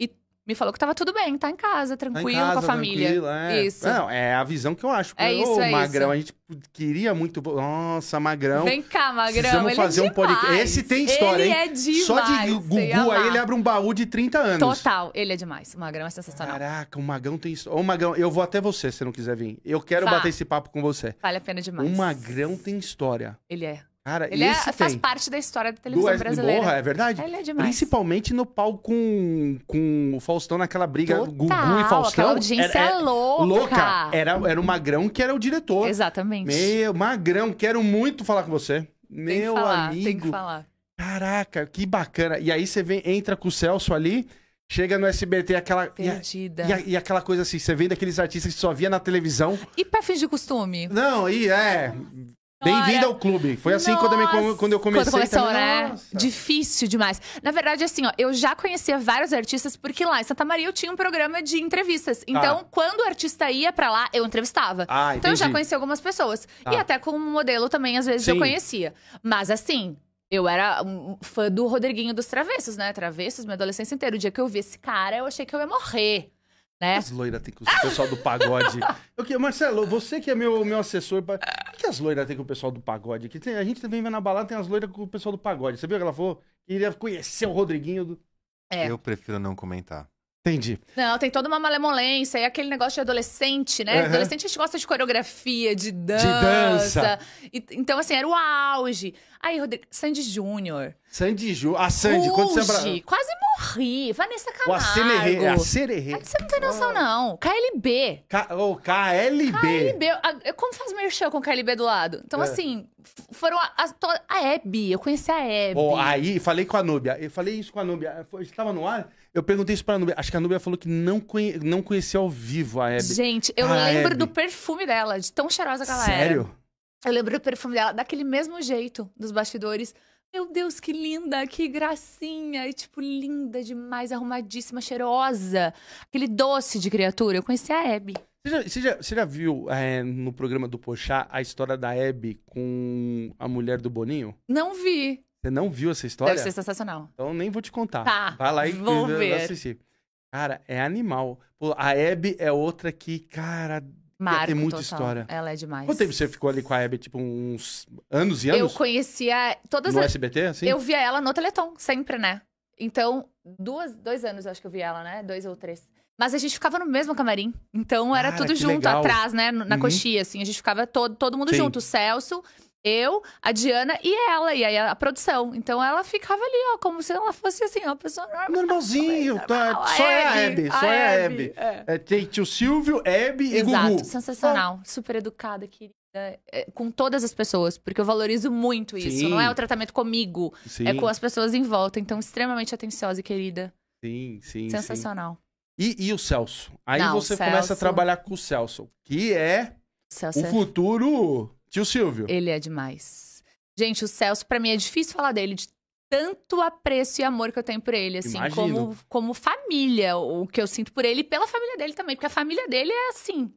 [SPEAKER 3] E me falou que tava tudo bem, tá em casa,
[SPEAKER 1] Tá em
[SPEAKER 3] tranquilo
[SPEAKER 1] casa,
[SPEAKER 3] com a família.
[SPEAKER 1] tranquilo, É.
[SPEAKER 3] Isso.
[SPEAKER 1] Não, é a visão que eu acho.
[SPEAKER 3] É isso,
[SPEAKER 1] Ô,
[SPEAKER 3] é
[SPEAKER 1] Magrão, a gente queria muito... Nossa, Magrão...
[SPEAKER 3] Vem cá, Magrão.
[SPEAKER 1] Então, Precisamos
[SPEAKER 3] ele
[SPEAKER 1] fazer
[SPEAKER 3] é
[SPEAKER 1] um podcast.
[SPEAKER 3] demais.
[SPEAKER 1] Esse tem história,
[SPEAKER 3] ele
[SPEAKER 1] hein?
[SPEAKER 3] é demais.
[SPEAKER 1] Só de
[SPEAKER 3] você ia
[SPEAKER 1] Gugu aí
[SPEAKER 3] amar.
[SPEAKER 1] ele abre um baú de 30 anos.
[SPEAKER 3] Total, ele é demais. O Magrão é sensacional.
[SPEAKER 1] Caraca, o Magrão tem história. Ô, Magrão, eu vou até você se não quiser vir. Eu quero
[SPEAKER 3] Vá.
[SPEAKER 1] bater esse papo com você.
[SPEAKER 3] Vale a pena demais.
[SPEAKER 1] O Magrão tem história.
[SPEAKER 3] Ele é.
[SPEAKER 1] Cara,
[SPEAKER 3] Ele é-
[SPEAKER 1] esse tem.
[SPEAKER 3] faz parte da história da televisão
[SPEAKER 1] Do-
[SPEAKER 3] brasileira.
[SPEAKER 1] Porra, é verdade?
[SPEAKER 3] Ele é demais.
[SPEAKER 1] Principalmente no palco com, com o Faustão, naquela briga
[SPEAKER 3] Total,
[SPEAKER 1] é Gugu e Faustão.
[SPEAKER 3] Aquela audiência
[SPEAKER 1] Era- é-
[SPEAKER 3] louca.
[SPEAKER 1] louca. é Era, era o Magrão que era o diretor.
[SPEAKER 3] Exatamente.
[SPEAKER 1] Meu, Magrão, quero muito falar com você.
[SPEAKER 3] tem que
[SPEAKER 1] Meu
[SPEAKER 3] falar,
[SPEAKER 1] amigo.
[SPEAKER 3] Tem que falar.
[SPEAKER 1] Caraca, que bacana. E aí você vem, entra com o Celso ali, chega no SBT, aquela. E, a-
[SPEAKER 3] Perdida.
[SPEAKER 1] e a- e aquela coisa assim, você vem daqueles artistas que só via na televisão.
[SPEAKER 3] E pra fim de costume?
[SPEAKER 1] Não, e é. Bem-vindo ao clube. Foi assim quando eu, me-
[SPEAKER 3] Nossa.
[SPEAKER 1] quando eu comecei.
[SPEAKER 3] Quando começou,
[SPEAKER 1] também.
[SPEAKER 3] né?
[SPEAKER 1] Nossa.
[SPEAKER 3] Difícil demais. Na verdade, assim, ó, eu já conhecia vários artistas, porque lá em Santa Maria eu tinha um programa de entrevistas. Então, quando o artista ia pra lá, eu entrevistava.
[SPEAKER 1] Tá. Ah,
[SPEAKER 3] Então eu já
[SPEAKER 1] entendi.
[SPEAKER 3] conheci algumas pessoas.
[SPEAKER 1] Tá.
[SPEAKER 3] E até como modelo também, às vezes, eu
[SPEAKER 1] Sim.
[SPEAKER 3] conhecia. Mas assim, eu era um fã do Rodriguinho dos Travessos, né? Travessos, minha adolescência inteira. O dia que eu vi esse cara, eu achei que eu ia morrer. Né?
[SPEAKER 1] As loiras têm com o pessoal do pagode. Eu que- Marcelo, você que é meu, meu assessor. pra- O que as loiras têm com o pessoal do pagode? Que tem- a gente também vai na balada, tem as loiras com o pessoal do pagode. Você viu que ela falou? Queria conhecer o Rodriguinho do.
[SPEAKER 3] É.
[SPEAKER 2] Eu prefiro não comentar.
[SPEAKER 1] Entendi.
[SPEAKER 3] Não, tem toda uma malemolência e aquele negócio de adolescente, né?
[SPEAKER 1] Aham.
[SPEAKER 3] Adolescente a gente gosta de coreografia, de dança.
[SPEAKER 1] dança.
[SPEAKER 3] E- então, assim, era o auge. Aí, Rodrigo, Sandy Júnior.
[SPEAKER 1] Sandy Ju. A Sandy, quando você abra...
[SPEAKER 3] Ruge, Quase morri. Vanessa
[SPEAKER 1] O é Acererê.
[SPEAKER 3] Camargo.
[SPEAKER 1] Acererê.
[SPEAKER 3] Aí Você não tem noção,
[SPEAKER 1] Ah.
[SPEAKER 3] não. KLB.
[SPEAKER 1] K... O KLB.
[SPEAKER 3] KLB, a- eu- como faz merchan com KLB do lado? Então,
[SPEAKER 1] É.
[SPEAKER 3] assim, f- foram a- as to- a Hebe, eu conheci a Hebe.
[SPEAKER 1] Ó, aí, falei com Oh, a Núbia. Eu falei isso com a Núbia. Foi- Estava no ar? Eu perguntei isso pra Núbia. Acho que a Núbia falou que não, conhe... não conhecia ao vivo a Hebe.
[SPEAKER 3] Gente, eu
[SPEAKER 1] A
[SPEAKER 3] lembro
[SPEAKER 1] Hebe.
[SPEAKER 3] do perfume dela, de tão cheirosa que ela era.
[SPEAKER 1] Sério?
[SPEAKER 3] Eu lembro do perfume dela, daquele mesmo jeito, dos bastidores. Meu Deus, que linda, que gracinha. E, tipo, linda demais, arrumadíssima, cheirosa. Aquele doce de criatura. Eu conheci a Hebe.
[SPEAKER 1] Você já, você já- você já viu é, no programa do Pochá a história da Hebe com a mulher do Boninho?
[SPEAKER 3] Não vi.
[SPEAKER 1] Você não viu essa história?
[SPEAKER 3] Deve ser sensacional.
[SPEAKER 1] Então nem vou te contar.
[SPEAKER 3] Tá,
[SPEAKER 1] Vai lá e
[SPEAKER 3] vou
[SPEAKER 1] e-
[SPEAKER 3] ver.
[SPEAKER 1] assistir. Cara, é animal. Pô, a Hebe é outra que, cara.
[SPEAKER 3] Marco
[SPEAKER 1] tem muita
[SPEAKER 3] total.
[SPEAKER 1] história.
[SPEAKER 3] Ela é demais.
[SPEAKER 1] Quanto tempo você ficou ali com a Hebe? Tipo, uns anos e
[SPEAKER 3] Eu
[SPEAKER 1] anos?
[SPEAKER 3] conhecia todas
[SPEAKER 1] no
[SPEAKER 3] as...
[SPEAKER 1] SBT, assim?
[SPEAKER 3] Eu via ela no Teleton, sempre, né? Então, duas, dois anos eu acho que eu vi ela, né? Dois ou três. Mas a gente ficava no mesmo camarim. Então era
[SPEAKER 1] Cara,
[SPEAKER 3] tudo
[SPEAKER 1] que
[SPEAKER 3] junto
[SPEAKER 1] legal.
[SPEAKER 3] atrás, né? No- Na
[SPEAKER 1] Uhum.
[SPEAKER 3] coxinha, assim. A gente ficava todo, todo mundo
[SPEAKER 1] Sim.
[SPEAKER 3] junto. O Celso, eu, a Diana e ela. E aí a produção. Então ela ficava ali, ó, como se ela fosse assim, uma pessoa normal.
[SPEAKER 1] Um Normalzinho, tá?
[SPEAKER 3] normal.
[SPEAKER 1] só é a Hebe, só é a Hebe.
[SPEAKER 3] é.
[SPEAKER 1] É, tem tio Silvio, Hebe
[SPEAKER 3] Exato,
[SPEAKER 1] e Gugu.
[SPEAKER 3] sensacional. Super educada, querida. É, Com todas as pessoas, porque eu valorizo muito isso.
[SPEAKER 1] Sim.
[SPEAKER 3] Não é o tratamento comigo.
[SPEAKER 1] Sim,
[SPEAKER 3] É com as pessoas em volta, então extremamente atenciosa e querida.
[SPEAKER 1] sim, sim. sim.
[SPEAKER 3] Sensacional.
[SPEAKER 1] E, e o Celso? Aí
[SPEAKER 3] Não, o
[SPEAKER 1] você começa a
[SPEAKER 3] Celso-
[SPEAKER 1] trabalhar com o Celso, que é
[SPEAKER 3] Celso,
[SPEAKER 1] o
[SPEAKER 3] é-
[SPEAKER 1] futuro tio Silvio.
[SPEAKER 3] ele é demais. Gente, o Celso, pra mim, é difícil falar dele, de tanto apreço e amor que eu tenho por ele, assim,
[SPEAKER 1] Imagino.
[SPEAKER 3] como, como família, o que eu sinto por ele e pela família dele também, porque a família dele é assim.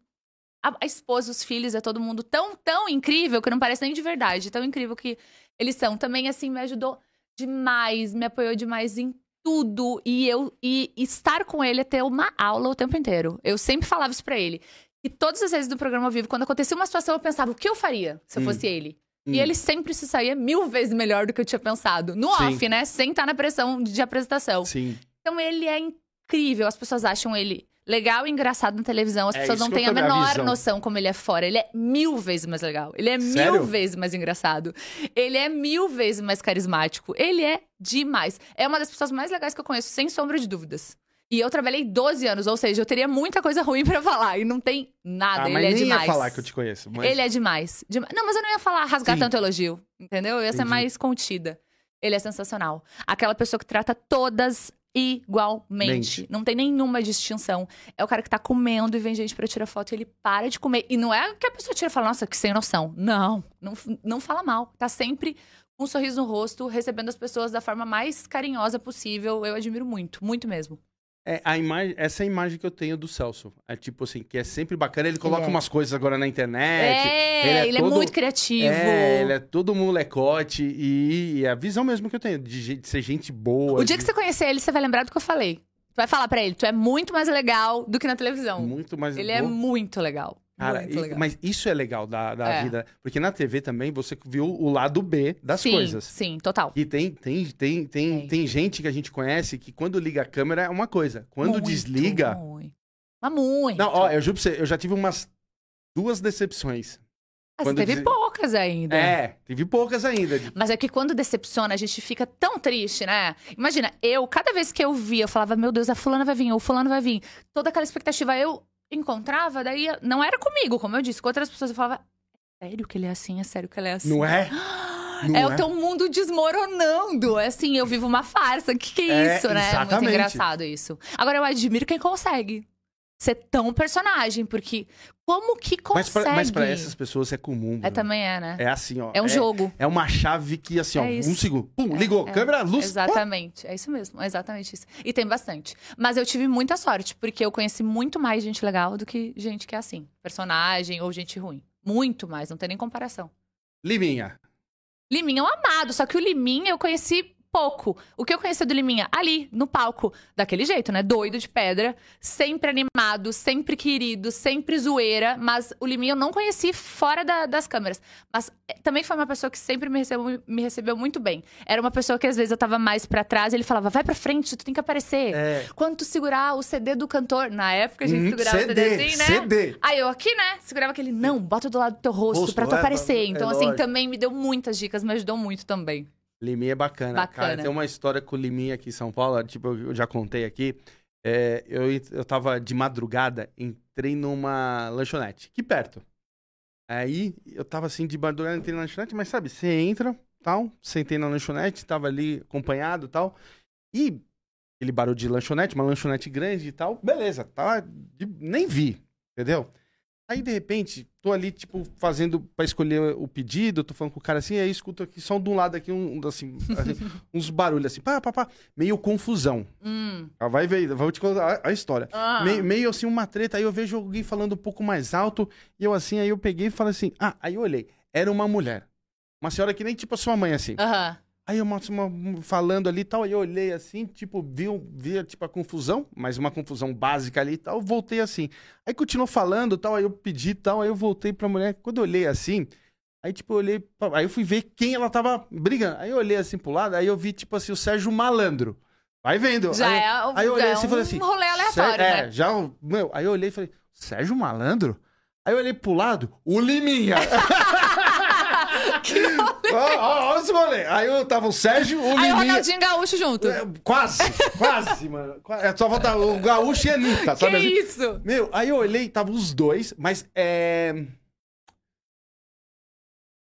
[SPEAKER 3] A, a esposa, os filhos, é todo mundo tão, tão incrível que não parece nem de verdade, tão incrível que eles são. Também, assim, me ajudou demais, me apoiou demais em tudo. E eu e estar com ele é ter uma aula o tempo inteiro. Eu sempre falava isso pra ele. E todas as vezes do programa ao vivo, quando acontecia uma situação, eu pensava, o que eu faria se eu
[SPEAKER 1] Hum.
[SPEAKER 3] fosse ele?
[SPEAKER 1] Hum.
[SPEAKER 3] E ele sempre se saía mil vezes melhor do que eu tinha pensado. No
[SPEAKER 1] Sim.
[SPEAKER 3] off, né? Sem estar na pressão de apresentação.
[SPEAKER 1] Sim.
[SPEAKER 3] Então ele é incrível. As pessoas acham ele legal e engraçado na televisão. As
[SPEAKER 1] É
[SPEAKER 3] pessoas
[SPEAKER 1] isso
[SPEAKER 3] não
[SPEAKER 1] que eu
[SPEAKER 3] têm a
[SPEAKER 1] também, a
[SPEAKER 3] menor
[SPEAKER 1] visão.
[SPEAKER 3] noção como ele é fora. Ele é mil vezes mais legal. Ele é
[SPEAKER 1] Sério?
[SPEAKER 3] mil vezes mais engraçado. Ele é mil vezes mais carismático. Ele é demais. É uma das pessoas mais legais que eu conheço, sem sombra de dúvidas. E eu trabalhei 12 anos, ou seja, eu teria muita coisa ruim pra falar. E não tem nada.
[SPEAKER 1] Ah,
[SPEAKER 3] ele
[SPEAKER 1] mas
[SPEAKER 3] é
[SPEAKER 1] nem
[SPEAKER 3] demais.
[SPEAKER 1] ia falar que eu te conheço. Mas...
[SPEAKER 3] Ele é demais. Dema- Não, mas eu não ia falar rasgar
[SPEAKER 1] Sim.
[SPEAKER 3] tanto elogio, entendeu? Eu ia ser
[SPEAKER 1] Entendi.
[SPEAKER 3] mais contida. Ele é sensacional. Aquela pessoa que trata todas igualmente.
[SPEAKER 1] Mente.
[SPEAKER 3] Não tem nenhuma distinção. É o cara que tá comendo e vem gente pra tirar foto e ele para de comer. E não é que a pessoa tira e fala, nossa, que sem noção. Não, não, f- não fala mal. Tá sempre um sorriso no rosto, recebendo as pessoas da forma mais carinhosa possível. Eu admiro muito, muito mesmo.
[SPEAKER 1] É, a imagem, essa é a imagem que eu tenho do Celso. É tipo assim, que é sempre bacana. Ele coloca
[SPEAKER 3] é.
[SPEAKER 1] umas coisas agora na internet.
[SPEAKER 3] É,
[SPEAKER 1] ele
[SPEAKER 3] ele
[SPEAKER 1] é
[SPEAKER 3] é,
[SPEAKER 1] todo-
[SPEAKER 3] muito criativo.
[SPEAKER 1] É, ele é todo molecote e, e a visão mesmo que eu tenho de, ge- de ser gente boa.
[SPEAKER 3] O dia que
[SPEAKER 1] de-
[SPEAKER 3] você conhecer ele, você vai lembrar do que eu falei. Tu vai falar pra ele, tu é muito mais legal do que na televisão.
[SPEAKER 1] Muito mais
[SPEAKER 3] Ele é
[SPEAKER 1] boa.
[SPEAKER 3] muito legal.
[SPEAKER 1] Cara,
[SPEAKER 3] muito
[SPEAKER 1] e-
[SPEAKER 3] legal.
[SPEAKER 1] mas isso é legal da, da
[SPEAKER 3] É.
[SPEAKER 1] vida. Porque na TV também você viu o lado B das
[SPEAKER 3] sim,
[SPEAKER 1] coisas.
[SPEAKER 3] Sim, total.
[SPEAKER 1] E tem, tem, tem, tem,
[SPEAKER 3] Tem.
[SPEAKER 1] tem gente que a gente conhece que quando liga a câmera é uma coisa. Quando
[SPEAKER 3] Muito,
[SPEAKER 1] desliga.
[SPEAKER 3] Muito. Mas muito.
[SPEAKER 1] Não, ó, eu juro pra você, eu já tive umas duas decepções.
[SPEAKER 3] Ah, você
[SPEAKER 1] quando
[SPEAKER 3] teve
[SPEAKER 1] des-
[SPEAKER 3] poucas ainda.
[SPEAKER 1] É, tive poucas ainda. de-
[SPEAKER 3] Mas é que quando decepciona, a gente fica tão triste, né? Imagina, eu, cada vez que eu via, eu falava, meu Deus, a fulana vai vir, ou o fulano vai vir. Toda aquela expectativa eu encontrava, daí não era comigo, como eu disse, com outras pessoas eu falava, é sério que ele é assim, é sério que ele é assim.
[SPEAKER 1] Não [GASPS] é? Não
[SPEAKER 3] é,
[SPEAKER 1] é?
[SPEAKER 3] o teu mundo desmoronando. É assim, eu vivo uma farsa. Que que
[SPEAKER 1] É,
[SPEAKER 3] é isso, né? É
[SPEAKER 1] exatamente.
[SPEAKER 3] muito engraçado isso. Agora, eu admiro quem consegue ser tão personagem, porque como que
[SPEAKER 1] Mas
[SPEAKER 3] um consegue?
[SPEAKER 1] pra, mas pra essas pessoas é comum.
[SPEAKER 3] É,
[SPEAKER 1] Bruno.
[SPEAKER 3] também é, né?
[SPEAKER 1] É assim, ó.
[SPEAKER 3] É, um jogo.
[SPEAKER 1] É uma chave que, assim, ó,
[SPEAKER 3] É isso.
[SPEAKER 1] um segundo. Pum, ligou,
[SPEAKER 3] é,
[SPEAKER 1] câmera, luz.
[SPEAKER 3] Exatamente, é isso mesmo, é exatamente isso. E tem bastante. Mas eu tive muita sorte, porque eu conheci muito mais gente legal do que gente que é assim, personagem ou gente ruim. Muito mais, não tem nem comparação.
[SPEAKER 1] Liminha.
[SPEAKER 3] Liminha é um amado, só que o Liminha eu conheci pouco. O que eu conheci do Liminha? Ali, no palco, daquele jeito, né? Doido de pedra, sempre animado, sempre querido, sempre zoeira. Mas o Liminha eu não conheci fora da- das câmeras. Mas eh, também foi uma pessoa que sempre me recebeu, me recebeu muito bem. Era uma pessoa que às vezes eu tava mais pra trás e ele falava, vai pra frente, tu tem que aparecer.
[SPEAKER 1] É.
[SPEAKER 3] Quando tu segurar o CD do cantor, na época a gente
[SPEAKER 1] Hum,
[SPEAKER 3] segurava o CD assim, né?
[SPEAKER 1] CD.
[SPEAKER 3] Aí eu aqui, né? Segurava aquele, não, bota do lado do teu rosto,
[SPEAKER 1] Rosto,
[SPEAKER 3] pra tu
[SPEAKER 1] é,
[SPEAKER 3] aparecer.
[SPEAKER 1] é
[SPEAKER 3] Então, assim,
[SPEAKER 1] lógico.
[SPEAKER 3] também me deu muitas dicas, me ajudou muito também.
[SPEAKER 1] Liminha é bacana.
[SPEAKER 3] Bacana.
[SPEAKER 1] Cara, tem uma história com o Liminha aqui em São Paulo, tipo, eu já contei aqui. É, eu, en- eu tava de madrugada, entrei numa lanchonete, aqui perto. Aí eu tava assim, de madrugada, entrei na lanchonete, mas sabe, você entra, tal, sentei na lanchonete, tava ali acompanhado tal. E aquele barulho de lanchonete, uma lanchonete grande e tal, beleza, tava de- nem vi, entendeu? Aí, de repente, tô ali, tipo, fazendo pra escolher o pedido, tô falando com o cara assim, aí escuto aqui só de um lado aqui, um, um, assim, assim, [LAUGHS] uns barulhos assim, pá, pá, pá, meio confusão.
[SPEAKER 3] Hum.
[SPEAKER 1] Ah, Vai ver, vou te contar a, a história.
[SPEAKER 3] Ah.
[SPEAKER 1] Meio, meio assim, uma treta, aí eu vejo alguém falando um pouco mais alto, e eu assim, aí eu peguei e falei assim, ah, aí eu olhei, era uma mulher. Uma senhora que nem tipo a sua mãe, assim.
[SPEAKER 3] Aham.
[SPEAKER 1] Aí eu mostro uma, um, falando ali e tal, aí eu olhei assim, tipo, vi, um- vi tipo, a confusão, mas uma confusão básica ali e tal, voltei assim. Aí continuou falando e tal, aí eu pedi e tal, aí eu voltei pra mulher. Quando eu olhei assim, aí tipo, eu olhei, pra- aí eu fui ver quem ela tava brigando. Aí eu olhei assim pro lado, aí eu vi, tipo assim, o Sérgio Malandro. Vai vendo.
[SPEAKER 3] Já
[SPEAKER 1] aí,
[SPEAKER 3] é,
[SPEAKER 1] aí eu olhei
[SPEAKER 3] já é
[SPEAKER 1] assim e
[SPEAKER 3] um
[SPEAKER 1] falei assim,
[SPEAKER 3] rolê aleatório,
[SPEAKER 1] Sé- É,
[SPEAKER 3] né?
[SPEAKER 1] já, o- meu, aí eu olhei e falei, Sérgio Malandro? Aí eu olhei pro lado, o Liminha.
[SPEAKER 3] [LAUGHS]
[SPEAKER 1] [LAUGHS]
[SPEAKER 3] que rolê. é
[SPEAKER 1] Ó, ó, ó esse rolê. Aí eu tava o Sérgio, o
[SPEAKER 3] Aí o
[SPEAKER 1] Liminha.
[SPEAKER 3] Ronaldinho Gaúcho junto.
[SPEAKER 1] É, Quase, quase, mano. Qua- É só falta o Gaúcho e a Anitta,
[SPEAKER 3] que
[SPEAKER 1] sabe? assim?
[SPEAKER 3] isso?
[SPEAKER 1] Meu, aí eu olhei, tava os dois, mas é.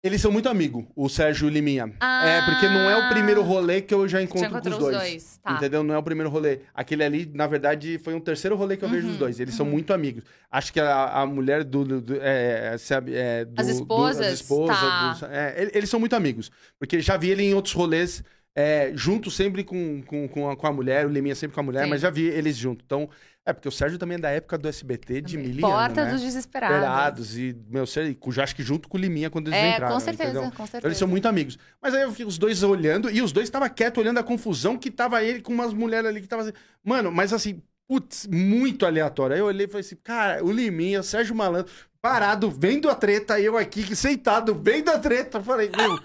[SPEAKER 1] Eles são muito amigos, o Sérgio e o Liminha.
[SPEAKER 3] Ah.
[SPEAKER 1] É, porque não é o primeiro rolê que eu já
[SPEAKER 3] Já
[SPEAKER 1] encontro com os
[SPEAKER 3] encontrou
[SPEAKER 1] dois.
[SPEAKER 3] Tá.
[SPEAKER 1] Entendeu? Não é o primeiro rolê. Aquele ali, na verdade, foi um terceiro rolê que eu vejo
[SPEAKER 3] Uhum,
[SPEAKER 1] os dois. Eles são
[SPEAKER 3] uhum.
[SPEAKER 1] muito amigos. Acho que a, a mulher do. do- do- é, sabe, é, do-
[SPEAKER 3] As
[SPEAKER 1] do-
[SPEAKER 3] esposas,
[SPEAKER 1] as esposas.
[SPEAKER 3] tá.
[SPEAKER 1] dos- é, ele- eles são muito amigos. Porque já vi ele em outros rolês, é, junto sempre com, com, com, a, com a mulher, o Leminha sempre com a mulher,
[SPEAKER 3] Sim.
[SPEAKER 1] mas já vi eles juntos. Então, é, porque o Sérgio também é da época do SBT de Miliano.
[SPEAKER 3] Porta
[SPEAKER 1] né?
[SPEAKER 3] dos desesperados.
[SPEAKER 1] Esperados. E, meu, sei, já acho que junto com o Liminha quando eles
[SPEAKER 3] é,
[SPEAKER 1] entraram.
[SPEAKER 3] com certeza,
[SPEAKER 1] entendeu?
[SPEAKER 3] com certeza.
[SPEAKER 1] Então, eles são muito amigos. Mas aí eu fico os dois olhando, e os dois estavam quietos, olhando a confusão que tava ele com umas mulheres ali que tava assim. Mano, mas assim, putz, muito aleatório. Aí eu olhei e falei assim, cara, o Liminha, o Sérgio Malandro, parado, vendo a treta, eu aqui, que sentado, vendo a treta. Eu Falei, meu,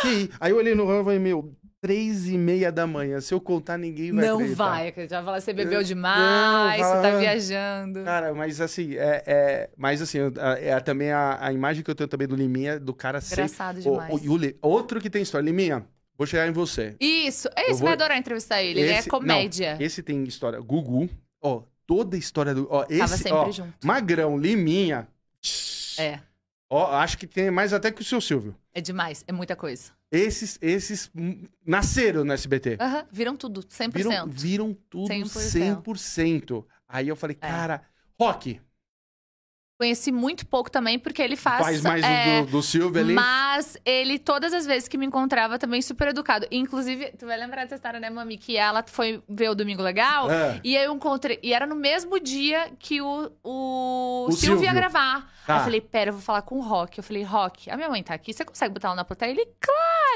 [SPEAKER 1] que... Aí eu olhei no ramo e falei, meu, três e meia da manhã, se eu contar, ninguém vai
[SPEAKER 3] Não
[SPEAKER 1] acreditar.
[SPEAKER 3] vai, acreditar. vai falar, você bebeu
[SPEAKER 1] Não, "Ah,
[SPEAKER 3] demais, você tá
[SPEAKER 1] vai.
[SPEAKER 3] viajando.
[SPEAKER 1] Cara, mas assim, é, é- mas assim, eu- é, é também a, a imagem que eu tenho também do Liminha, do cara sempre.
[SPEAKER 3] Engraçado
[SPEAKER 1] O-
[SPEAKER 3] demais.
[SPEAKER 1] o- e o Li- outro que tem história, Liminha, vou chegar em você.
[SPEAKER 3] Isso, é
[SPEAKER 1] Eu
[SPEAKER 3] esse
[SPEAKER 1] vou-
[SPEAKER 3] vai adorar entrevistar ele, ele
[SPEAKER 1] Esse-
[SPEAKER 3] é comédia.
[SPEAKER 1] Esse tem história. Gugu, ó, toda a história do. Ó,
[SPEAKER 3] Tava
[SPEAKER 1] esse,
[SPEAKER 3] sempre
[SPEAKER 1] ó,
[SPEAKER 3] junto.
[SPEAKER 1] Magrão, Liminha.
[SPEAKER 3] É,
[SPEAKER 1] Ó, acho que tem mais até que o seu Silvio.
[SPEAKER 3] é demais, é muita coisa.
[SPEAKER 1] Esses, esses hum, nasceram no SBT.
[SPEAKER 3] Aham, viram tudo, 100%.
[SPEAKER 1] Viram, viram tudo 100%.
[SPEAKER 3] 100%.
[SPEAKER 1] Aí eu falei,
[SPEAKER 3] É.
[SPEAKER 1] cara, Rock.
[SPEAKER 3] Conheci muito pouco também, porque ele faz.
[SPEAKER 1] Faz mais
[SPEAKER 3] é,
[SPEAKER 1] o do, do Silvio ali.
[SPEAKER 3] Mas ele, todas as vezes que me encontrava, também super educado. Inclusive, tu vai lembrar dessa história, né, Mami? Que ela foi ver o Domingo Legal.
[SPEAKER 1] É.
[SPEAKER 3] E aí eu encontrei. E era no mesmo dia que o, o,
[SPEAKER 1] O
[SPEAKER 3] Silvio ia
[SPEAKER 1] Silvio.
[SPEAKER 3] gravar.
[SPEAKER 1] Tá.
[SPEAKER 3] Aí eu falei, pera, eu vou falar com o Rock. Eu falei, Rock, a minha mãe tá aqui, você consegue botar ela na plateia? Ele,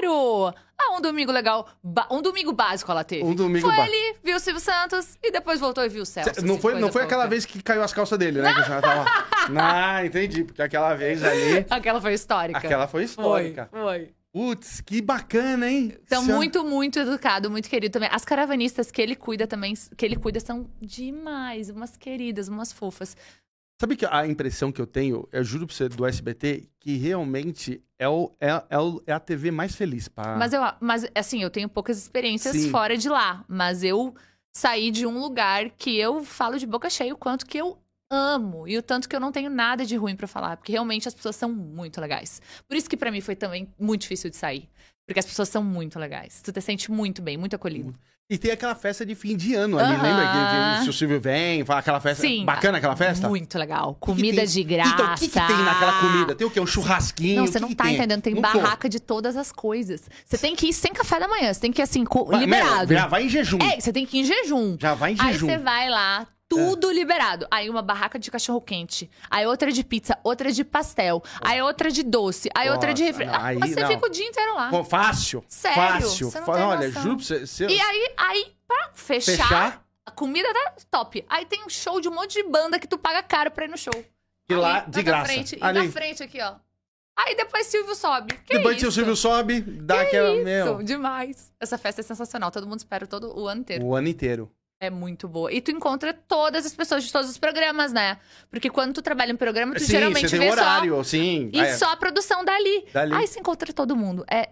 [SPEAKER 3] claro! Ah, um domingo legal. ba- Um domingo básico ela teve.
[SPEAKER 1] Um domingo
[SPEAKER 3] foi
[SPEAKER 1] ba-
[SPEAKER 3] ali, viu o Silvio Santos e depois voltou e viu o Celso.
[SPEAKER 1] Cê- Não
[SPEAKER 3] assim,
[SPEAKER 1] foi,
[SPEAKER 3] coisa
[SPEAKER 1] não foi aquela
[SPEAKER 3] pouca.
[SPEAKER 1] vez que caiu as calças dele, né? Que a senhora
[SPEAKER 3] [LAUGHS]
[SPEAKER 1] tava... Ah, entendi. Porque aquela vez ali,
[SPEAKER 3] Aquela foi histórica.
[SPEAKER 1] aquela foi
[SPEAKER 3] foi.
[SPEAKER 1] histórica.
[SPEAKER 3] Foi.
[SPEAKER 1] Putz, que bacana, hein?
[SPEAKER 3] Então,
[SPEAKER 1] Senhora-
[SPEAKER 3] muito, muito educado, muito querido também. As caravanistas que ele cuida também, que ele cuida são demais, umas queridas, umas fofas.
[SPEAKER 1] Sabe que a impressão que eu tenho, eu juro pra você, do SBT, que realmente é, o, é, é, o- é a TV mais feliz. Pra...
[SPEAKER 3] Mas eu, mas assim, eu tenho poucas experiências
[SPEAKER 1] Sim.
[SPEAKER 3] fora de lá, mas eu saí de um lugar que eu falo de boca cheia o quanto que eu amo e o tanto que eu não tenho nada de ruim pra falar, porque realmente as pessoas são muito legais. Por isso que pra mim foi também muito difícil de sair, porque as pessoas são muito legais. Tu te sente muito bem, muito acolhido.
[SPEAKER 1] E tem aquela festa de fim de ano ali,
[SPEAKER 3] Aham.
[SPEAKER 1] lembra? Que, que, se o Silvio vem, fala aquela festa.
[SPEAKER 3] Sim.
[SPEAKER 1] É, Bacana aquela festa?
[SPEAKER 3] Muito legal.
[SPEAKER 1] que
[SPEAKER 3] Comida
[SPEAKER 1] tem?
[SPEAKER 3] de graça.
[SPEAKER 1] Então, o que, que tem naquela comida? Tem o quê? Um churrasquinho?
[SPEAKER 3] Não,
[SPEAKER 1] O
[SPEAKER 3] você
[SPEAKER 1] que
[SPEAKER 3] não
[SPEAKER 1] que Um
[SPEAKER 3] tá entendendo. Tem
[SPEAKER 1] Não tô.
[SPEAKER 3] barraca de todas as coisas. Você tem que ir sem café da manhã. Você tem que ir assim, co-
[SPEAKER 1] Vai-
[SPEAKER 3] liberado.
[SPEAKER 1] Meu, já vai em jejum.
[SPEAKER 3] É, você tem que ir em jejum.
[SPEAKER 1] Já vai em
[SPEAKER 3] Aí
[SPEAKER 1] jejum. É.
[SPEAKER 3] você vai lá, tudo liberado. Aí uma barraca de cachorro quente, aí outra de pizza, outra de pastel, aí outra de doce, aí outra de
[SPEAKER 1] Nossa,
[SPEAKER 3] refri.
[SPEAKER 1] não,
[SPEAKER 3] Ah,
[SPEAKER 1] aí
[SPEAKER 3] [LAUGHS] você
[SPEAKER 1] não.
[SPEAKER 3] fica o dia inteiro lá.
[SPEAKER 1] Pô, fácil.
[SPEAKER 3] Sério,
[SPEAKER 1] Fácil.
[SPEAKER 3] você não
[SPEAKER 1] Fa-
[SPEAKER 3] tem
[SPEAKER 1] Olha,
[SPEAKER 3] noção.
[SPEAKER 1] juro pra você. se eu-
[SPEAKER 3] E aí, aí pra fechar,
[SPEAKER 1] fechar,
[SPEAKER 3] a comida tá top. Aí tem um show de um monte de banda que tu paga caro pra ir no show.
[SPEAKER 1] e lá,
[SPEAKER 3] Ali,
[SPEAKER 1] de
[SPEAKER 3] na
[SPEAKER 1] graça.
[SPEAKER 3] Frente, e
[SPEAKER 1] Ali.
[SPEAKER 3] na frente aqui, ó. Aí depois Silvio sobe. Que é
[SPEAKER 1] Depois
[SPEAKER 3] isso?
[SPEAKER 1] o Silvio sobe, dá aquela.
[SPEAKER 3] Isso,
[SPEAKER 1] Meu,
[SPEAKER 3] demais. Essa festa é sensacional. Todo mundo espera todo o ano inteiro.
[SPEAKER 1] o ano inteiro.
[SPEAKER 3] É muito boa. E tu encontra todas as pessoas de todos os programas, né? Porque quando tu trabalha em programa, tu
[SPEAKER 1] sim,
[SPEAKER 3] geralmente
[SPEAKER 1] você tem um
[SPEAKER 3] vê
[SPEAKER 1] horário, sim.
[SPEAKER 3] só. E
[SPEAKER 1] é.
[SPEAKER 3] só a produção dali.
[SPEAKER 1] Dali.
[SPEAKER 3] Aí se encontra todo mundo. É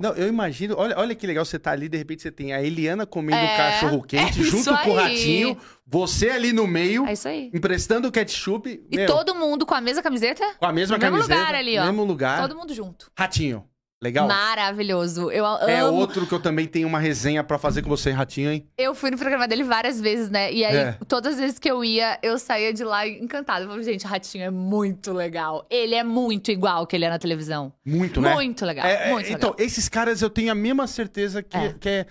[SPEAKER 1] Meu, não, eu imagino, olha, olha que legal, você tá ali, de repente você tem a Eliana comendo
[SPEAKER 3] É,
[SPEAKER 1] cachorro quente
[SPEAKER 3] é isso
[SPEAKER 1] junto com o
[SPEAKER 3] aí.
[SPEAKER 1] ratinho, você ali no meio,
[SPEAKER 3] É isso aí.
[SPEAKER 1] emprestando ketchup,
[SPEAKER 3] E
[SPEAKER 1] meu,
[SPEAKER 3] todo mundo com a mesma camiseta?
[SPEAKER 1] com a mesma
[SPEAKER 3] no mesmo
[SPEAKER 1] camiseta,
[SPEAKER 3] lugar ali, ó.
[SPEAKER 1] mesmo lugar,
[SPEAKER 3] Todo mundo junto.
[SPEAKER 1] ratinho. Ah. Legal?
[SPEAKER 3] Maravilhoso. Eu amo.
[SPEAKER 1] É outro que eu também tenho uma resenha pra fazer com você, ratinho, hein?
[SPEAKER 3] Eu fui no programa dele várias vezes, né? E aí,
[SPEAKER 1] É.
[SPEAKER 3] todas as vezes que eu ia, eu saía de lá encantada. Eu falei, gente, o Ratinho é muito legal. Ele é muito igual que ele é na televisão.
[SPEAKER 1] Muito, né?
[SPEAKER 3] Muito legal.
[SPEAKER 1] É, é,
[SPEAKER 3] muito
[SPEAKER 1] então,
[SPEAKER 3] legal.
[SPEAKER 1] esses caras eu tenho a mesma certeza que é,
[SPEAKER 3] É.
[SPEAKER 1] que é,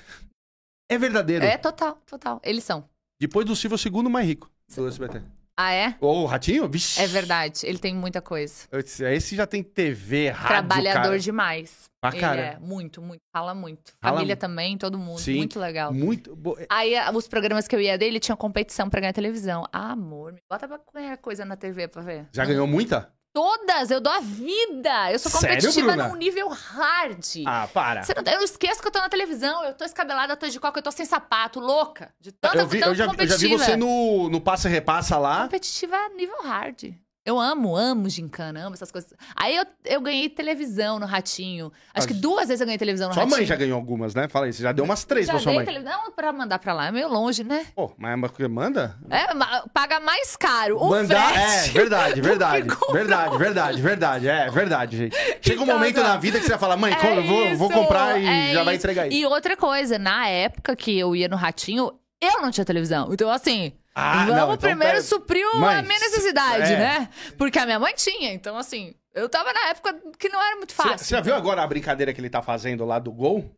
[SPEAKER 1] é verdadeiro.
[SPEAKER 3] É total, total. Eles são.
[SPEAKER 1] Depois do Silvio, o segundo mais rico do SBT.
[SPEAKER 3] Ah, é?
[SPEAKER 1] Ô, o Ratinho? Vixe.
[SPEAKER 3] É verdade. Ele tem muita coisa.
[SPEAKER 1] Eu disse, "É, Esse já tem TV, rádio,
[SPEAKER 3] Trabalhador
[SPEAKER 1] cara.
[SPEAKER 3] demais.
[SPEAKER 1] Pra
[SPEAKER 3] ele
[SPEAKER 1] cara.
[SPEAKER 3] é muito, muito. Fala muito.
[SPEAKER 1] Fala
[SPEAKER 3] Família
[SPEAKER 1] mu-
[SPEAKER 3] também, todo mundo.
[SPEAKER 1] Sim.
[SPEAKER 3] Muito legal.
[SPEAKER 1] Muito bo... é,
[SPEAKER 3] Aí, a- os programas que eu ia dele tinham competição pra ganhar televisão. Ah, amor, me bota pra qualquer coisa na TV pra ver.
[SPEAKER 1] Já ganhou muita?
[SPEAKER 3] Todas, eu dou a vida. Eu sou
[SPEAKER 1] Sério,
[SPEAKER 3] competitiva
[SPEAKER 1] Bruna?
[SPEAKER 3] num nível hard.
[SPEAKER 1] Ah, para.
[SPEAKER 3] Você não- eu esqueço que eu tô na televisão, eu tô escabelada, eu tô de coca, eu tô sem sapato, louca. De tanta,
[SPEAKER 1] eu, vi,
[SPEAKER 3] tanta
[SPEAKER 1] eu, já, eu já
[SPEAKER 3] tá
[SPEAKER 1] vi
[SPEAKER 3] competitiva.
[SPEAKER 1] você no, no Passa e Repassa lá.
[SPEAKER 3] Competitiva é nível hard. Eu amo, amo gincana, amo essas coisas. Aí eu, eu ganhei televisão no Ratinho. Acho
[SPEAKER 1] Ah,
[SPEAKER 3] que duas vezes eu ganhei televisão no
[SPEAKER 1] Sua
[SPEAKER 3] Ratinho.
[SPEAKER 1] mãe já ganhou algumas, né? Fala aí, você já deu umas três
[SPEAKER 3] Já
[SPEAKER 1] pra sua
[SPEAKER 3] dei
[SPEAKER 1] mãe.
[SPEAKER 3] televisão pra mandar pra lá, é meio longe, né?
[SPEAKER 1] Pô, mas mas que manda?
[SPEAKER 3] É, ma- paga mais caro. O
[SPEAKER 1] Hum. Mandar. É,
[SPEAKER 3] frete. [LAUGHS]
[SPEAKER 1] verdade, verdade.
[SPEAKER 3] do que comprar
[SPEAKER 1] Verdade, verdade, verdade. É, verdade, gente. Chega um
[SPEAKER 3] Então,
[SPEAKER 1] momento
[SPEAKER 3] agora-
[SPEAKER 1] na vida que você vai falar,
[SPEAKER 3] [LAUGHS]
[SPEAKER 1] mãe,
[SPEAKER 3] É
[SPEAKER 1] como eu vou, vou
[SPEAKER 3] isso,
[SPEAKER 1] comprar e
[SPEAKER 3] é
[SPEAKER 1] já vai
[SPEAKER 3] isso.
[SPEAKER 1] entregar isso.
[SPEAKER 3] E outra coisa, na época que eu ia no Ratinho, eu não tinha televisão. Então, assim,
[SPEAKER 1] Ah,
[SPEAKER 3] vamos
[SPEAKER 1] não, então
[SPEAKER 3] primeiro
[SPEAKER 1] pera-
[SPEAKER 3] suprir o-
[SPEAKER 1] Mãe,
[SPEAKER 3] a minha necessidade,
[SPEAKER 1] é.
[SPEAKER 3] né? Porque a minha mãe tinha. Então, assim, eu tava na época que não era muito
[SPEAKER 1] Você
[SPEAKER 3] fácil.
[SPEAKER 1] você já viu agora a brincadeira que ele tá fazendo lá do gol?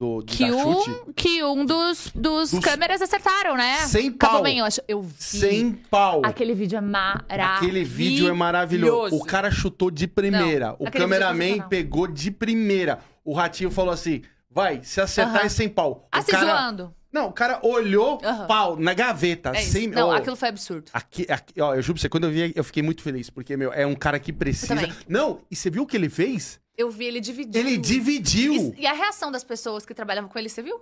[SPEAKER 1] Do, do
[SPEAKER 3] que
[SPEAKER 1] da chute?
[SPEAKER 3] um, que um dos, dos,
[SPEAKER 1] Dos-
[SPEAKER 3] câmeras acertaram, né?
[SPEAKER 1] Sem
[SPEAKER 3] Acabou
[SPEAKER 1] pau.
[SPEAKER 3] bem, eu acho. Eu vi.
[SPEAKER 1] Sem pau.
[SPEAKER 3] Aquele vídeo é maravilhoso.
[SPEAKER 1] Aquele vídeo é maravilhoso. O cara chutou de primeira.
[SPEAKER 3] Não,
[SPEAKER 1] o
[SPEAKER 3] aquele vídeo é
[SPEAKER 1] cameraman
[SPEAKER 3] sensacional.
[SPEAKER 1] pegou de primeira. O ratinho falou assim: vai, se acertar
[SPEAKER 3] Aham.
[SPEAKER 1] é sem pau.
[SPEAKER 3] Ah,
[SPEAKER 1] o
[SPEAKER 3] se
[SPEAKER 1] cara...
[SPEAKER 3] zoando.
[SPEAKER 1] Não, o cara olhou
[SPEAKER 3] Aham.
[SPEAKER 1] pau na gaveta.
[SPEAKER 3] É isso.
[SPEAKER 1] sem...
[SPEAKER 3] Não,
[SPEAKER 1] Ó,
[SPEAKER 3] aquilo foi absurdo.
[SPEAKER 1] aqui- aqui- ó, eu juro pra você, quando eu vi, eu fiquei muito feliz, porque, meu, é um cara que precisa.
[SPEAKER 3] também.
[SPEAKER 1] Não, e você viu o que ele fez?
[SPEAKER 3] Eu vi ele dividindo.
[SPEAKER 1] Ele dividiu.
[SPEAKER 3] E, e a reação das pessoas que trabalhavam com ele, você viu?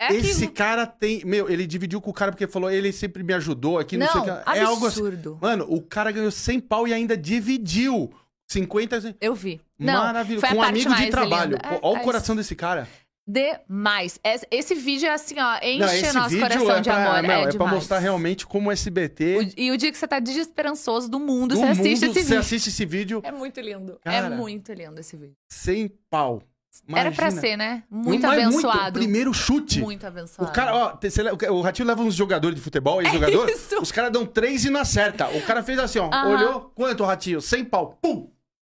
[SPEAKER 3] É aquilo.
[SPEAKER 1] Esse cara tem. Meu, ele dividiu com o cara porque falou, ele sempre me ajudou aqui, não, sei o que.
[SPEAKER 3] absurdo.
[SPEAKER 1] É algo assim. Mano, o cara ganhou 100 pau e ainda dividiu. 50.
[SPEAKER 3] Eu vi. Não,
[SPEAKER 1] Maravilhoso.
[SPEAKER 3] foi a
[SPEAKER 1] Com um
[SPEAKER 3] parte
[SPEAKER 1] amigo
[SPEAKER 3] mais
[SPEAKER 1] de trabalho.
[SPEAKER 3] linda. É,
[SPEAKER 1] Olha
[SPEAKER 3] é
[SPEAKER 1] o coração desse cara.
[SPEAKER 3] isso. Demais. Es- Esse vídeo é assim, ó, enche
[SPEAKER 1] esse
[SPEAKER 3] nosso
[SPEAKER 1] vídeo
[SPEAKER 3] coração
[SPEAKER 1] é
[SPEAKER 3] de
[SPEAKER 1] pra,
[SPEAKER 3] amor.
[SPEAKER 1] não, é pra
[SPEAKER 3] demais.
[SPEAKER 1] mostrar realmente como o SBT
[SPEAKER 3] O- e o dia que você tá desesperançoso do mundo,
[SPEAKER 1] do
[SPEAKER 3] você
[SPEAKER 1] mundo,
[SPEAKER 3] assiste esse
[SPEAKER 1] você
[SPEAKER 3] vídeo.
[SPEAKER 1] assiste esse vídeo
[SPEAKER 3] É muito lindo.
[SPEAKER 1] Cara.
[SPEAKER 3] É muito lindo esse vídeo.
[SPEAKER 1] sem pau.
[SPEAKER 3] Era pra ser, né? Muito
[SPEAKER 1] Mas
[SPEAKER 3] abençoado.
[SPEAKER 1] o Um primeiro chute.
[SPEAKER 3] Muito abençoado. É
[SPEAKER 1] O cara, ó, te- você le- o Ratinho leva uns jogadores de futebol, ex-jogador.
[SPEAKER 3] isso.
[SPEAKER 1] Os caras dão três e não acerta. O cara fez assim, ó.
[SPEAKER 3] Aham.
[SPEAKER 1] Olhou, quanto, Ratinho? Sem pau. Pum!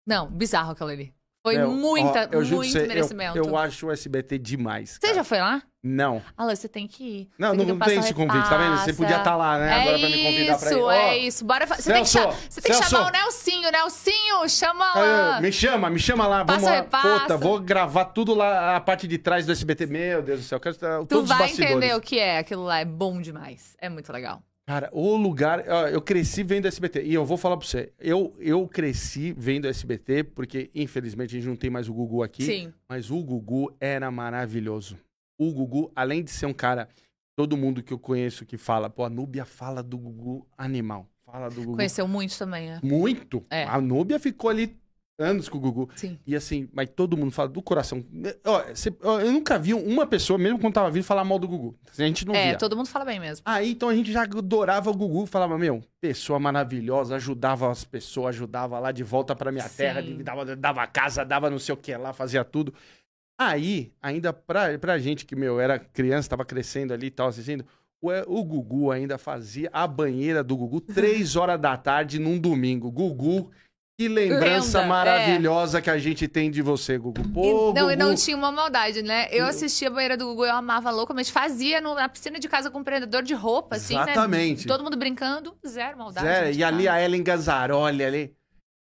[SPEAKER 3] Não, bizarro aquilo ali. Foi
[SPEAKER 1] Meu,
[SPEAKER 3] muita,
[SPEAKER 1] É, ó, eu juro
[SPEAKER 3] muito
[SPEAKER 1] pra você, eu-
[SPEAKER 3] merecimento.
[SPEAKER 1] Eu, acho o SBT demais.
[SPEAKER 3] Você
[SPEAKER 1] cara.
[SPEAKER 3] já foi lá?
[SPEAKER 1] Não.
[SPEAKER 3] Alan, você tem que ir.
[SPEAKER 1] Não,
[SPEAKER 3] Você
[SPEAKER 1] não,
[SPEAKER 3] que
[SPEAKER 1] não
[SPEAKER 3] passar
[SPEAKER 1] tem esse convite, tá vendo? Você
[SPEAKER 3] repassa.
[SPEAKER 1] podia estar lá, né?
[SPEAKER 3] É
[SPEAKER 1] agora pra me convidar pra ir.
[SPEAKER 3] isso,
[SPEAKER 1] Ó,
[SPEAKER 3] é isso. Bora fa- você, tem que
[SPEAKER 1] Celso,
[SPEAKER 3] cha- você tem que
[SPEAKER 1] Celso.
[SPEAKER 3] chamar o Nelsinho. Nelsinho, chama
[SPEAKER 1] ah,
[SPEAKER 3] lá.
[SPEAKER 1] Me chama, me chama lá, vamos
[SPEAKER 3] Passa
[SPEAKER 1] lá.
[SPEAKER 3] repassa.
[SPEAKER 1] Puta, vou gravar tudo lá, a parte de trás do SBT. Meu Deus do céu, eu quero estar-
[SPEAKER 3] Tu
[SPEAKER 1] todos os
[SPEAKER 3] vai
[SPEAKER 1] bastidores.
[SPEAKER 3] entender o que é. Aquilo lá é bom demais. É muito legal.
[SPEAKER 1] Cara, o lugar. ó, Eu cresci vendo SBT. E eu vou falar pra você. Eu, eu cresci vendo SBT, porque infelizmente a gente não tem mais o Gugu aqui.
[SPEAKER 3] Sim.
[SPEAKER 1] Mas o Gugu era maravilhoso. O Gugu, além de ser um cara. Todo mundo que eu conheço que fala, pô, a Núbia fala do Gugu animal. Fala do Gugu.
[SPEAKER 3] Conheceu muito também, né?
[SPEAKER 1] Muito.
[SPEAKER 3] É.
[SPEAKER 1] A Núbia ficou ali anos com o Gugu.
[SPEAKER 3] Sim.
[SPEAKER 1] E assim, mas todo mundo fala do coração. Ó, cê- ó, eu nunca vi uma pessoa, mesmo quando tava vindo, falar mal do Gugu. A gente não
[SPEAKER 3] é,
[SPEAKER 1] via.
[SPEAKER 3] todo mundo fala bem mesmo.
[SPEAKER 1] Aí então a gente já adorava o Gugu, falava, meu, pessoa maravilhosa, ajudava as pessoas, ajudava lá de volta pra minha
[SPEAKER 3] Sim.
[SPEAKER 1] terra, de- dava, dava casa, dava não sei o que lá, fazia tudo. Aí, ainda pra, pra gente que, meu, era criança, tava crescendo ali e tal, assistindo, o, é, o Gugu ainda fazia a banheira do
[SPEAKER 3] [LAUGHS]
[SPEAKER 1] Gugu três horas da tarde num domingo. Gugu, que lembrança
[SPEAKER 3] Lenda, é.
[SPEAKER 1] maravilhosa que a gente tem de você, Gugu.
[SPEAKER 3] E-
[SPEAKER 1] Pô,
[SPEAKER 3] não, e
[SPEAKER 1] Gugu.
[SPEAKER 3] não tinha uma maldade, né? Eu assistia a banheira do Gugu, eu amava loucamente. Fazia no- na piscina de casa com um prendedor de roupa, assim,
[SPEAKER 1] Exatamente.
[SPEAKER 3] né? Todo mundo brincando, zero maldade.
[SPEAKER 1] Zé,
[SPEAKER 3] gente,
[SPEAKER 1] e ali
[SPEAKER 3] nada.
[SPEAKER 1] a Ellen Gazzaroli ali.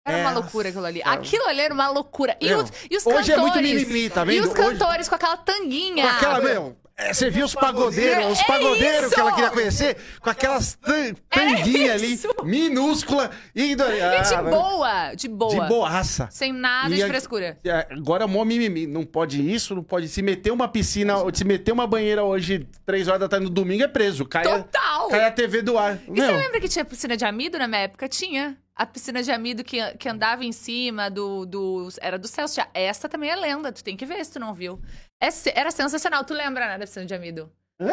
[SPEAKER 3] Era uma
[SPEAKER 1] É,
[SPEAKER 3] loucura aquilo ali.
[SPEAKER 1] cara.
[SPEAKER 3] Aquilo ali era uma loucura. E,
[SPEAKER 1] Meu,
[SPEAKER 3] os, e os
[SPEAKER 1] Hoje é
[SPEAKER 3] cantores.
[SPEAKER 1] muito mimimi, tá vendo?
[SPEAKER 3] E os
[SPEAKER 1] Hoje-
[SPEAKER 3] cantores com aquela tanguinha.
[SPEAKER 1] Com aquela, meu. é, Você viu os pagodeiros,
[SPEAKER 3] Pagodeiro.
[SPEAKER 1] os
[SPEAKER 3] É
[SPEAKER 1] pagodeiros que ela
[SPEAKER 3] isso! É
[SPEAKER 1] queria conhecer, com aquelas tan- tanguinhas ali, minúscula, e, indo-
[SPEAKER 3] E de
[SPEAKER 1] ah,
[SPEAKER 3] boa, de boa.
[SPEAKER 1] De boaça.
[SPEAKER 3] Sem nada
[SPEAKER 1] E
[SPEAKER 3] de
[SPEAKER 1] a-
[SPEAKER 3] frescura.
[SPEAKER 1] É, Agora é mó mimimi. Não pode isso, não pode. Se meter uma piscina, ou se meter uma banheira hoje, três horas da tarde no domingo, é preso. Cai, a-
[SPEAKER 3] Total! é
[SPEAKER 1] cai a TV do ar.
[SPEAKER 3] E você
[SPEAKER 1] Meu,
[SPEAKER 3] lembra que tinha piscina de amido na minha época? Tinha. A piscina de amido que, que andava em cima do, do. Era do Celso. Tinha- Essa também é lenda, tu tem que ver se tu não viu. É se- era sensacional. Tu lembra, né, da piscina de amido?
[SPEAKER 1] hã?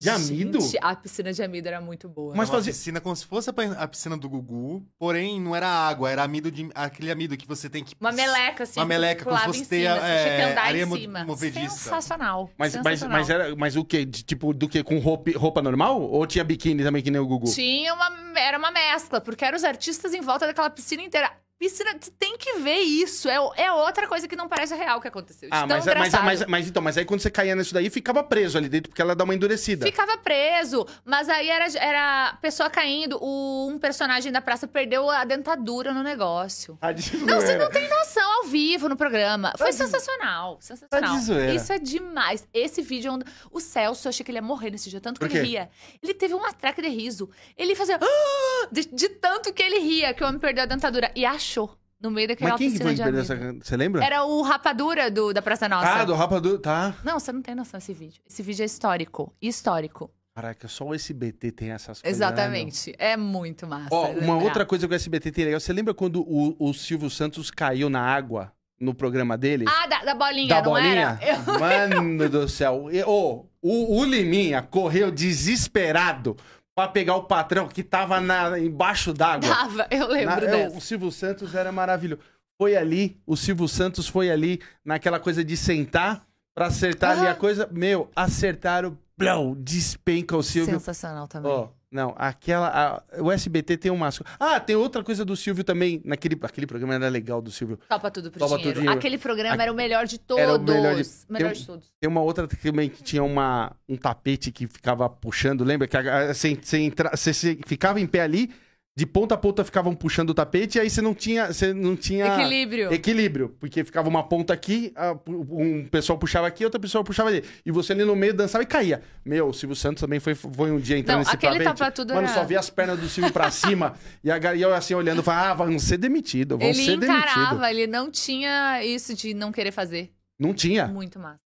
[SPEAKER 1] De amido?
[SPEAKER 3] Gente, é a piscina de amido era muito boa.
[SPEAKER 1] Mas
[SPEAKER 2] Mas
[SPEAKER 1] fazia-
[SPEAKER 2] fazia piscina como se fosse a pan- a piscina do Gugu, porém não era água, era amido de aquele amido que você tem que
[SPEAKER 3] Uma meleca, assim.
[SPEAKER 2] Uma
[SPEAKER 3] que
[SPEAKER 2] meleca,
[SPEAKER 3] pulava
[SPEAKER 2] como se
[SPEAKER 3] em
[SPEAKER 2] fosse ter,
[SPEAKER 3] cima, assim, tinha que
[SPEAKER 2] é,
[SPEAKER 3] andar
[SPEAKER 2] areia
[SPEAKER 3] em
[SPEAKER 2] mo-
[SPEAKER 3] cima.
[SPEAKER 2] movediça.
[SPEAKER 3] Sensacional.
[SPEAKER 1] Mas, mas,
[SPEAKER 3] sensacional.
[SPEAKER 1] mas, era, mas o quê? De- tipo, do que? Com roupa, roupa normal? Ou tinha biquíni também, que nem o Gugu?
[SPEAKER 3] Tinha uma. Era uma mescla, porque eram os artistas em volta daquela piscina inteira. Piscina, tu tem que ver isso. É, é outra coisa que não parece real que aconteceu. De
[SPEAKER 1] Ah,
[SPEAKER 3] tão
[SPEAKER 1] mas, mas,
[SPEAKER 3] engraçado.
[SPEAKER 1] mas, mas então, mas aí quando você caía nisso daí, ficava preso ali dentro, porque ela dá uma endurecida.
[SPEAKER 3] Ficava preso, mas aí era, era a pessoa caindo. O, um personagem da praça perdeu a dentadura no negócio.
[SPEAKER 1] Tá de
[SPEAKER 3] Não, você
[SPEAKER 1] zoeira.
[SPEAKER 3] não tem noção ao vivo no programa.
[SPEAKER 1] Tá
[SPEAKER 3] Foi sensacional. Sensacional.
[SPEAKER 1] zoeira.
[SPEAKER 3] Isso é demais. Esse vídeo é um. do- O Celso, eu achei que ele ia morrer nesse dia, tanto que
[SPEAKER 1] Por
[SPEAKER 3] ele
[SPEAKER 1] quê?
[SPEAKER 3] ria. Ele teve um ataque de riso. Ele fazia. "Ah!" De, de tanto que ele ria, que o homem perdeu a dentadura. E achou. No meio daquela
[SPEAKER 1] Mas quem que
[SPEAKER 3] piscina
[SPEAKER 1] foi que
[SPEAKER 3] de
[SPEAKER 1] perdeu
[SPEAKER 3] amido.
[SPEAKER 1] essa... Você lembra?
[SPEAKER 3] Era o Rapadura do, da Praça Nossa.
[SPEAKER 1] Ah, do rapadura. Tá.
[SPEAKER 3] Não, você não tem noção desse vídeo. Esse vídeo é histórico. Histórico.
[SPEAKER 1] Caraca, só o SBT tem essas coisas. né, meu?
[SPEAKER 3] Exatamente. é muito massa.
[SPEAKER 1] Ó, uma
[SPEAKER 3] lembrar.
[SPEAKER 1] outra coisa que o SBT tem legal. Você lembra quando o, o Silvio Santos caiu na água no programa dele?
[SPEAKER 3] Ah, da, da bolinha,
[SPEAKER 1] da
[SPEAKER 3] não
[SPEAKER 1] bolinha?
[SPEAKER 3] era? [LAUGHS] Eu-
[SPEAKER 1] Mano do céu. E, ô, o, o Liminha correu desesperado pra pegar o patrão que tava na- embaixo d'água.
[SPEAKER 3] Tava, eu
[SPEAKER 1] Na-
[SPEAKER 3] [LAUGHS] lembro
[SPEAKER 1] é,
[SPEAKER 3] dessa.
[SPEAKER 1] o Silvio Santos era maravilhoso. Foi ali, o Silvio Santos foi ali naquela coisa de sentar pra acertar ali a
[SPEAKER 3] Aham.
[SPEAKER 1] coisa. Meu, acertaram, blau, despenca o Silvio.
[SPEAKER 3] Sensacional também.
[SPEAKER 1] Ó, não, aquela. a- o SBT tem umas. co- Ah, tem outra coisa do Silvio também. Naquele, aquele programa era legal do Silvio.
[SPEAKER 3] Topa tudo pro
[SPEAKER 1] Topa
[SPEAKER 3] dinheiro.
[SPEAKER 1] tudo dinheiro.
[SPEAKER 3] Aquele programa
[SPEAKER 1] Aque-
[SPEAKER 3] era o melhor de todos.
[SPEAKER 1] Era o melhor de-
[SPEAKER 3] Melhor
[SPEAKER 1] Tem um-
[SPEAKER 3] de todos.
[SPEAKER 1] Tem uma outra também que tinha uma, um tapete que ficava puxando, lembra? Que a- a- você, você, entra- você- você ficava em pé ali, de ponta a ponta ficavam puxando o tapete, e aí você não tinha. Você não tinha.
[SPEAKER 3] Equilíbrio.
[SPEAKER 1] Equilíbrio, porque ficava uma ponta aqui, a- um pessoal puxava aqui, outra pessoa puxava ali. E você ali no meio dançava e caía. Meu, o Silvio Santos também foi, foi um dia entrando
[SPEAKER 3] Não,
[SPEAKER 1] nesse
[SPEAKER 3] aquele tá
[SPEAKER 1] tapete.
[SPEAKER 3] tapa tudo
[SPEAKER 1] Mano,
[SPEAKER 3] era-
[SPEAKER 1] só via as pernas do Silvio pra cima e, a, gar- e eu assim olhando, falava, ah, vão ser é demitido, vão
[SPEAKER 3] Ele
[SPEAKER 1] ser
[SPEAKER 3] encarava,
[SPEAKER 1] demitido.
[SPEAKER 3] ele não tinha isso de não querer fazer.
[SPEAKER 1] Não tinha,
[SPEAKER 3] Muito massa.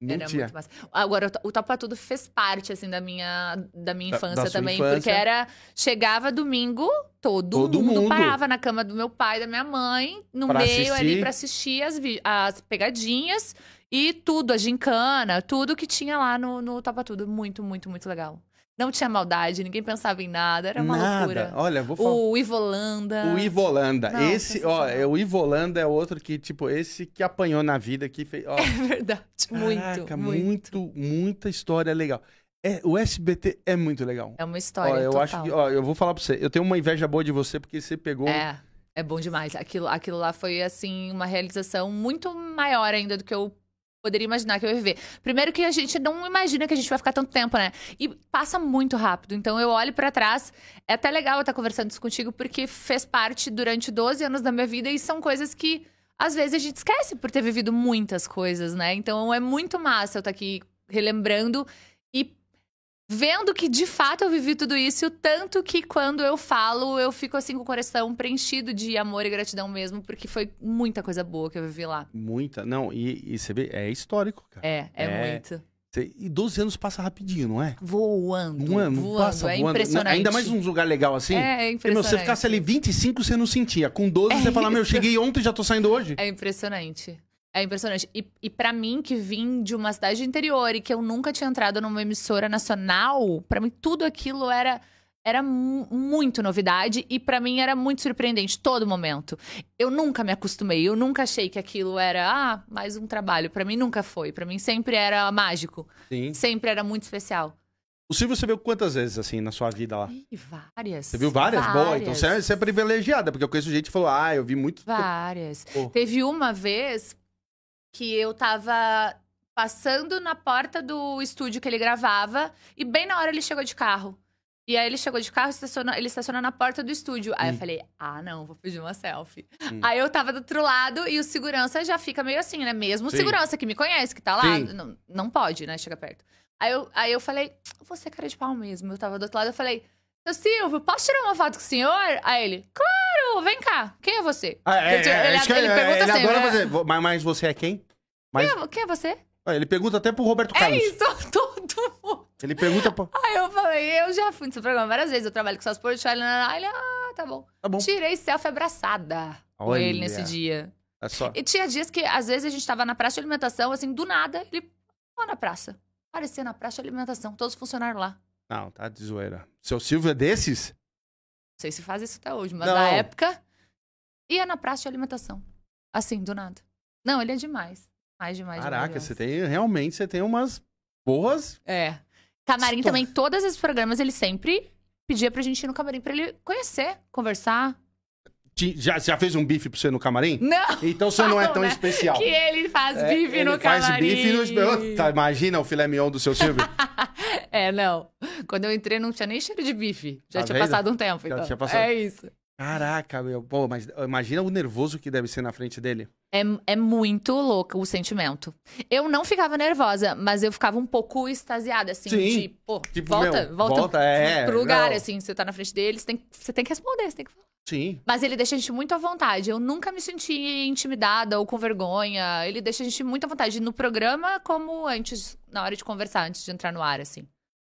[SPEAKER 1] não
[SPEAKER 3] era
[SPEAKER 1] tinha.
[SPEAKER 3] muito massa. Agora, o To- o Topa Tudo fez parte, assim, da minha, da minha
[SPEAKER 1] Da- da
[SPEAKER 3] infância
[SPEAKER 1] sua
[SPEAKER 3] também.
[SPEAKER 1] infância.
[SPEAKER 3] Porque era. Chegava domingo, todo,
[SPEAKER 1] Todo
[SPEAKER 3] mundo,
[SPEAKER 1] mundo.
[SPEAKER 3] parava na cama do meu pai, da minha mãe, no
[SPEAKER 1] Pra
[SPEAKER 3] meio
[SPEAKER 1] assistir.
[SPEAKER 3] ali pra assistir as, vi- as pegadinhas e tudo, a gincana, tudo que tinha lá no, no Topa Tudo. Muito, muito, muito legal. Não tinha maldade, ninguém pensava em nada, era uma
[SPEAKER 1] Nada.
[SPEAKER 3] loucura.
[SPEAKER 1] Olha, vou falar.
[SPEAKER 3] O Ivolanda.
[SPEAKER 1] O Ivolanda.
[SPEAKER 3] Não,
[SPEAKER 1] esse, ó,
[SPEAKER 3] sensacional.
[SPEAKER 1] é o Ivolanda é outro que, tipo, esse que apanhou na vida, que fez. Ó,
[SPEAKER 3] [LAUGHS] É verdade. [LAUGHS] muito,
[SPEAKER 1] caraca,
[SPEAKER 3] muito.
[SPEAKER 1] muito, muita história legal. É, o SBT é muito legal.
[SPEAKER 3] É uma história.
[SPEAKER 1] Ó, eu
[SPEAKER 3] total.
[SPEAKER 1] acho que, ó, eu vou falar pra você, eu tenho uma inveja boa de você, porque você pegou.
[SPEAKER 3] É, é bom demais. Aquilo, aquilo lá foi, assim, uma realização muito maior ainda do que eu poderia imaginar que eu ia viver. Primeiro que a gente não imagina que a gente vai ficar tanto tempo, né? E passa muito rápido. Então eu olho pra trás, é até legal eu estar conversando isso contigo, porque fez parte durante 12 anos da minha vida e são coisas que às vezes a gente esquece por ter vivido muitas coisas, né? Então é muito massa eu estar aqui relembrando e vendo que de fato eu vivi tudo isso, e o tanto que quando eu falo, eu fico assim com o coração preenchido de amor e gratidão mesmo, porque foi muita coisa boa que eu vivi lá.
[SPEAKER 1] Muita. Não, e, e você vê, é histórico, cara.
[SPEAKER 3] É, é,
[SPEAKER 1] É.
[SPEAKER 3] muito.
[SPEAKER 1] Você- e 12 anos passa rapidinho, não é?
[SPEAKER 3] Voando.
[SPEAKER 1] Um ano
[SPEAKER 3] voando.
[SPEAKER 1] passa,
[SPEAKER 3] é
[SPEAKER 1] voando.
[SPEAKER 3] impressionante.
[SPEAKER 1] Ainda mais num lugar legal assim.
[SPEAKER 3] É, é
[SPEAKER 1] Porque, meu,
[SPEAKER 3] impressionante.
[SPEAKER 1] se você ficasse ali 25, você não sentia. Com 12,
[SPEAKER 3] É
[SPEAKER 1] você fala, meu, eu
[SPEAKER 3] isso.
[SPEAKER 1] cheguei ontem e já tô saindo hoje.
[SPEAKER 3] É impressionante. É impressionante. E, e para mim, que vim de uma cidade do interior e que eu nunca tinha entrado numa emissora nacional, pra mim tudo aquilo era era mu- muito novidade e pra mim era muito surpreendente todo momento. Eu nunca me acostumei, eu nunca achei que aquilo era ah, mais um trabalho. Pra mim nunca foi, Pra mim sempre era mágico,
[SPEAKER 1] Sim.
[SPEAKER 3] sempre era muito especial.
[SPEAKER 1] O Silvio, você viu quantas vezes, assim, na sua vida lá?
[SPEAKER 3] E várias.
[SPEAKER 1] Você viu várias? Boa, então você é, você é privilegiada, porque eu conheço gente que falou, ah, eu vi muito.
[SPEAKER 3] Várias.
[SPEAKER 1] Pô.
[SPEAKER 3] Teve uma vez que eu tava passando na porta do estúdio que ele gravava e bem na hora ele chegou de carro. E aí ele chegou de carro, estacionou- ele estaciona na porta do estúdio. Aí
[SPEAKER 1] Hum.
[SPEAKER 3] eu falei, ah, não, vou pedir uma selfie.
[SPEAKER 1] Hum.
[SPEAKER 3] Aí eu tava do outro lado e o segurança já fica meio assim, né? Mesmo o
[SPEAKER 1] Sim.
[SPEAKER 3] segurança que me conhece, que tá lá,
[SPEAKER 1] Sim.
[SPEAKER 3] não, não pode, né? Chega perto. Aí eu, aí eu falei, você é cara de pau mesmo. Eu tava do outro lado, eu falei, seu Silvio, posso tirar uma foto com o senhor? Aí ele, claro, vem cá, quem é você?
[SPEAKER 1] Ah, é,
[SPEAKER 3] Ele-
[SPEAKER 1] é,
[SPEAKER 3] ele-
[SPEAKER 1] isso que eu-
[SPEAKER 3] ele pergunta
[SPEAKER 1] ele
[SPEAKER 3] assim,
[SPEAKER 1] adora
[SPEAKER 3] né?
[SPEAKER 1] fazer. "Vo- Mas, mas você é quem? Mas,
[SPEAKER 3] Quem é, quem é você?
[SPEAKER 1] Olha, ele pergunta até pro Roberto
[SPEAKER 3] É
[SPEAKER 1] Carlos. [LAUGHS]
[SPEAKER 3] isso, todo mundo.
[SPEAKER 1] Ele pergunta
[SPEAKER 3] [LAUGHS]
[SPEAKER 1] pro.
[SPEAKER 3] Aí eu falei, eu já fui nesse programa várias vezes, eu trabalho com suas portas, aí ele, ah, tá bom.
[SPEAKER 1] Tá bom.
[SPEAKER 3] Tirei selfie abraçada com
[SPEAKER 1] Olha.
[SPEAKER 3] ele nesse dia.
[SPEAKER 1] É
[SPEAKER 3] [LAUGHS]
[SPEAKER 1] só.
[SPEAKER 3] E tinha dias que, às vezes, a gente tava na praça de alimentação, assim, do nada, ele lá na praça. Aparecia na praça de alimentação, todos funcionaram lá. Não
[SPEAKER 1] Não, tá de zoeira. Seu Silvio é desses?
[SPEAKER 3] sei se faz isso até hoje, mas
[SPEAKER 1] Não.
[SPEAKER 3] na época, ia na praça de alimentação. Assim, do nada. Não, ele é demais. Mais demais.
[SPEAKER 1] Caraca,
[SPEAKER 3] demais,
[SPEAKER 1] você
[SPEAKER 3] demais.
[SPEAKER 1] tem. Realmente, você tem umas boas.
[SPEAKER 3] É. Camarim
[SPEAKER 1] Estou-
[SPEAKER 3] também, todos esses programas, ele sempre pedia pra gente ir no camarim pra ele conhecer, conversar.
[SPEAKER 1] Ti- Já, já fez um bife pra você no camarim?
[SPEAKER 3] Não!
[SPEAKER 1] Então você não é
[SPEAKER 3] [LAUGHS] Não,
[SPEAKER 1] tão
[SPEAKER 3] né?
[SPEAKER 1] especial.
[SPEAKER 3] Que ele faz
[SPEAKER 1] É,
[SPEAKER 3] bife
[SPEAKER 1] ele
[SPEAKER 3] no
[SPEAKER 1] faz
[SPEAKER 3] camarim.
[SPEAKER 1] bife no espelho. Tá, imagina o filé mignon do seu Silvio. [LAUGHS]
[SPEAKER 3] É, não. Quando eu entrei, não tinha nem cheiro de bife. Já
[SPEAKER 1] Tá
[SPEAKER 3] tinha
[SPEAKER 1] vendo?
[SPEAKER 3] passado um tempo,
[SPEAKER 1] Já
[SPEAKER 3] então.
[SPEAKER 1] tinha passado.
[SPEAKER 3] É isso.
[SPEAKER 1] Caraca, meu. Pô, mas ó, imagina o nervoso que deve ser na frente dele.
[SPEAKER 3] É, é muito louco o sentimento. Eu não ficava nervosa, mas eu ficava um pouco extasiada, assim,
[SPEAKER 1] Sim.
[SPEAKER 3] de, pô,
[SPEAKER 1] Tipo,
[SPEAKER 3] volta,
[SPEAKER 1] meu,
[SPEAKER 3] volta,
[SPEAKER 1] volta, é,
[SPEAKER 3] pro lugar,
[SPEAKER 1] não.
[SPEAKER 3] assim, você tá na frente dele, você tem, que- você tem que responder, você tem que
[SPEAKER 1] Sim.
[SPEAKER 3] Mas ele deixa a gente muito à vontade. Eu nunca me senti intimidada ou com vergonha. Ele deixa a gente muito à vontade no programa, como antes, na hora de conversar, antes de entrar no ar, assim.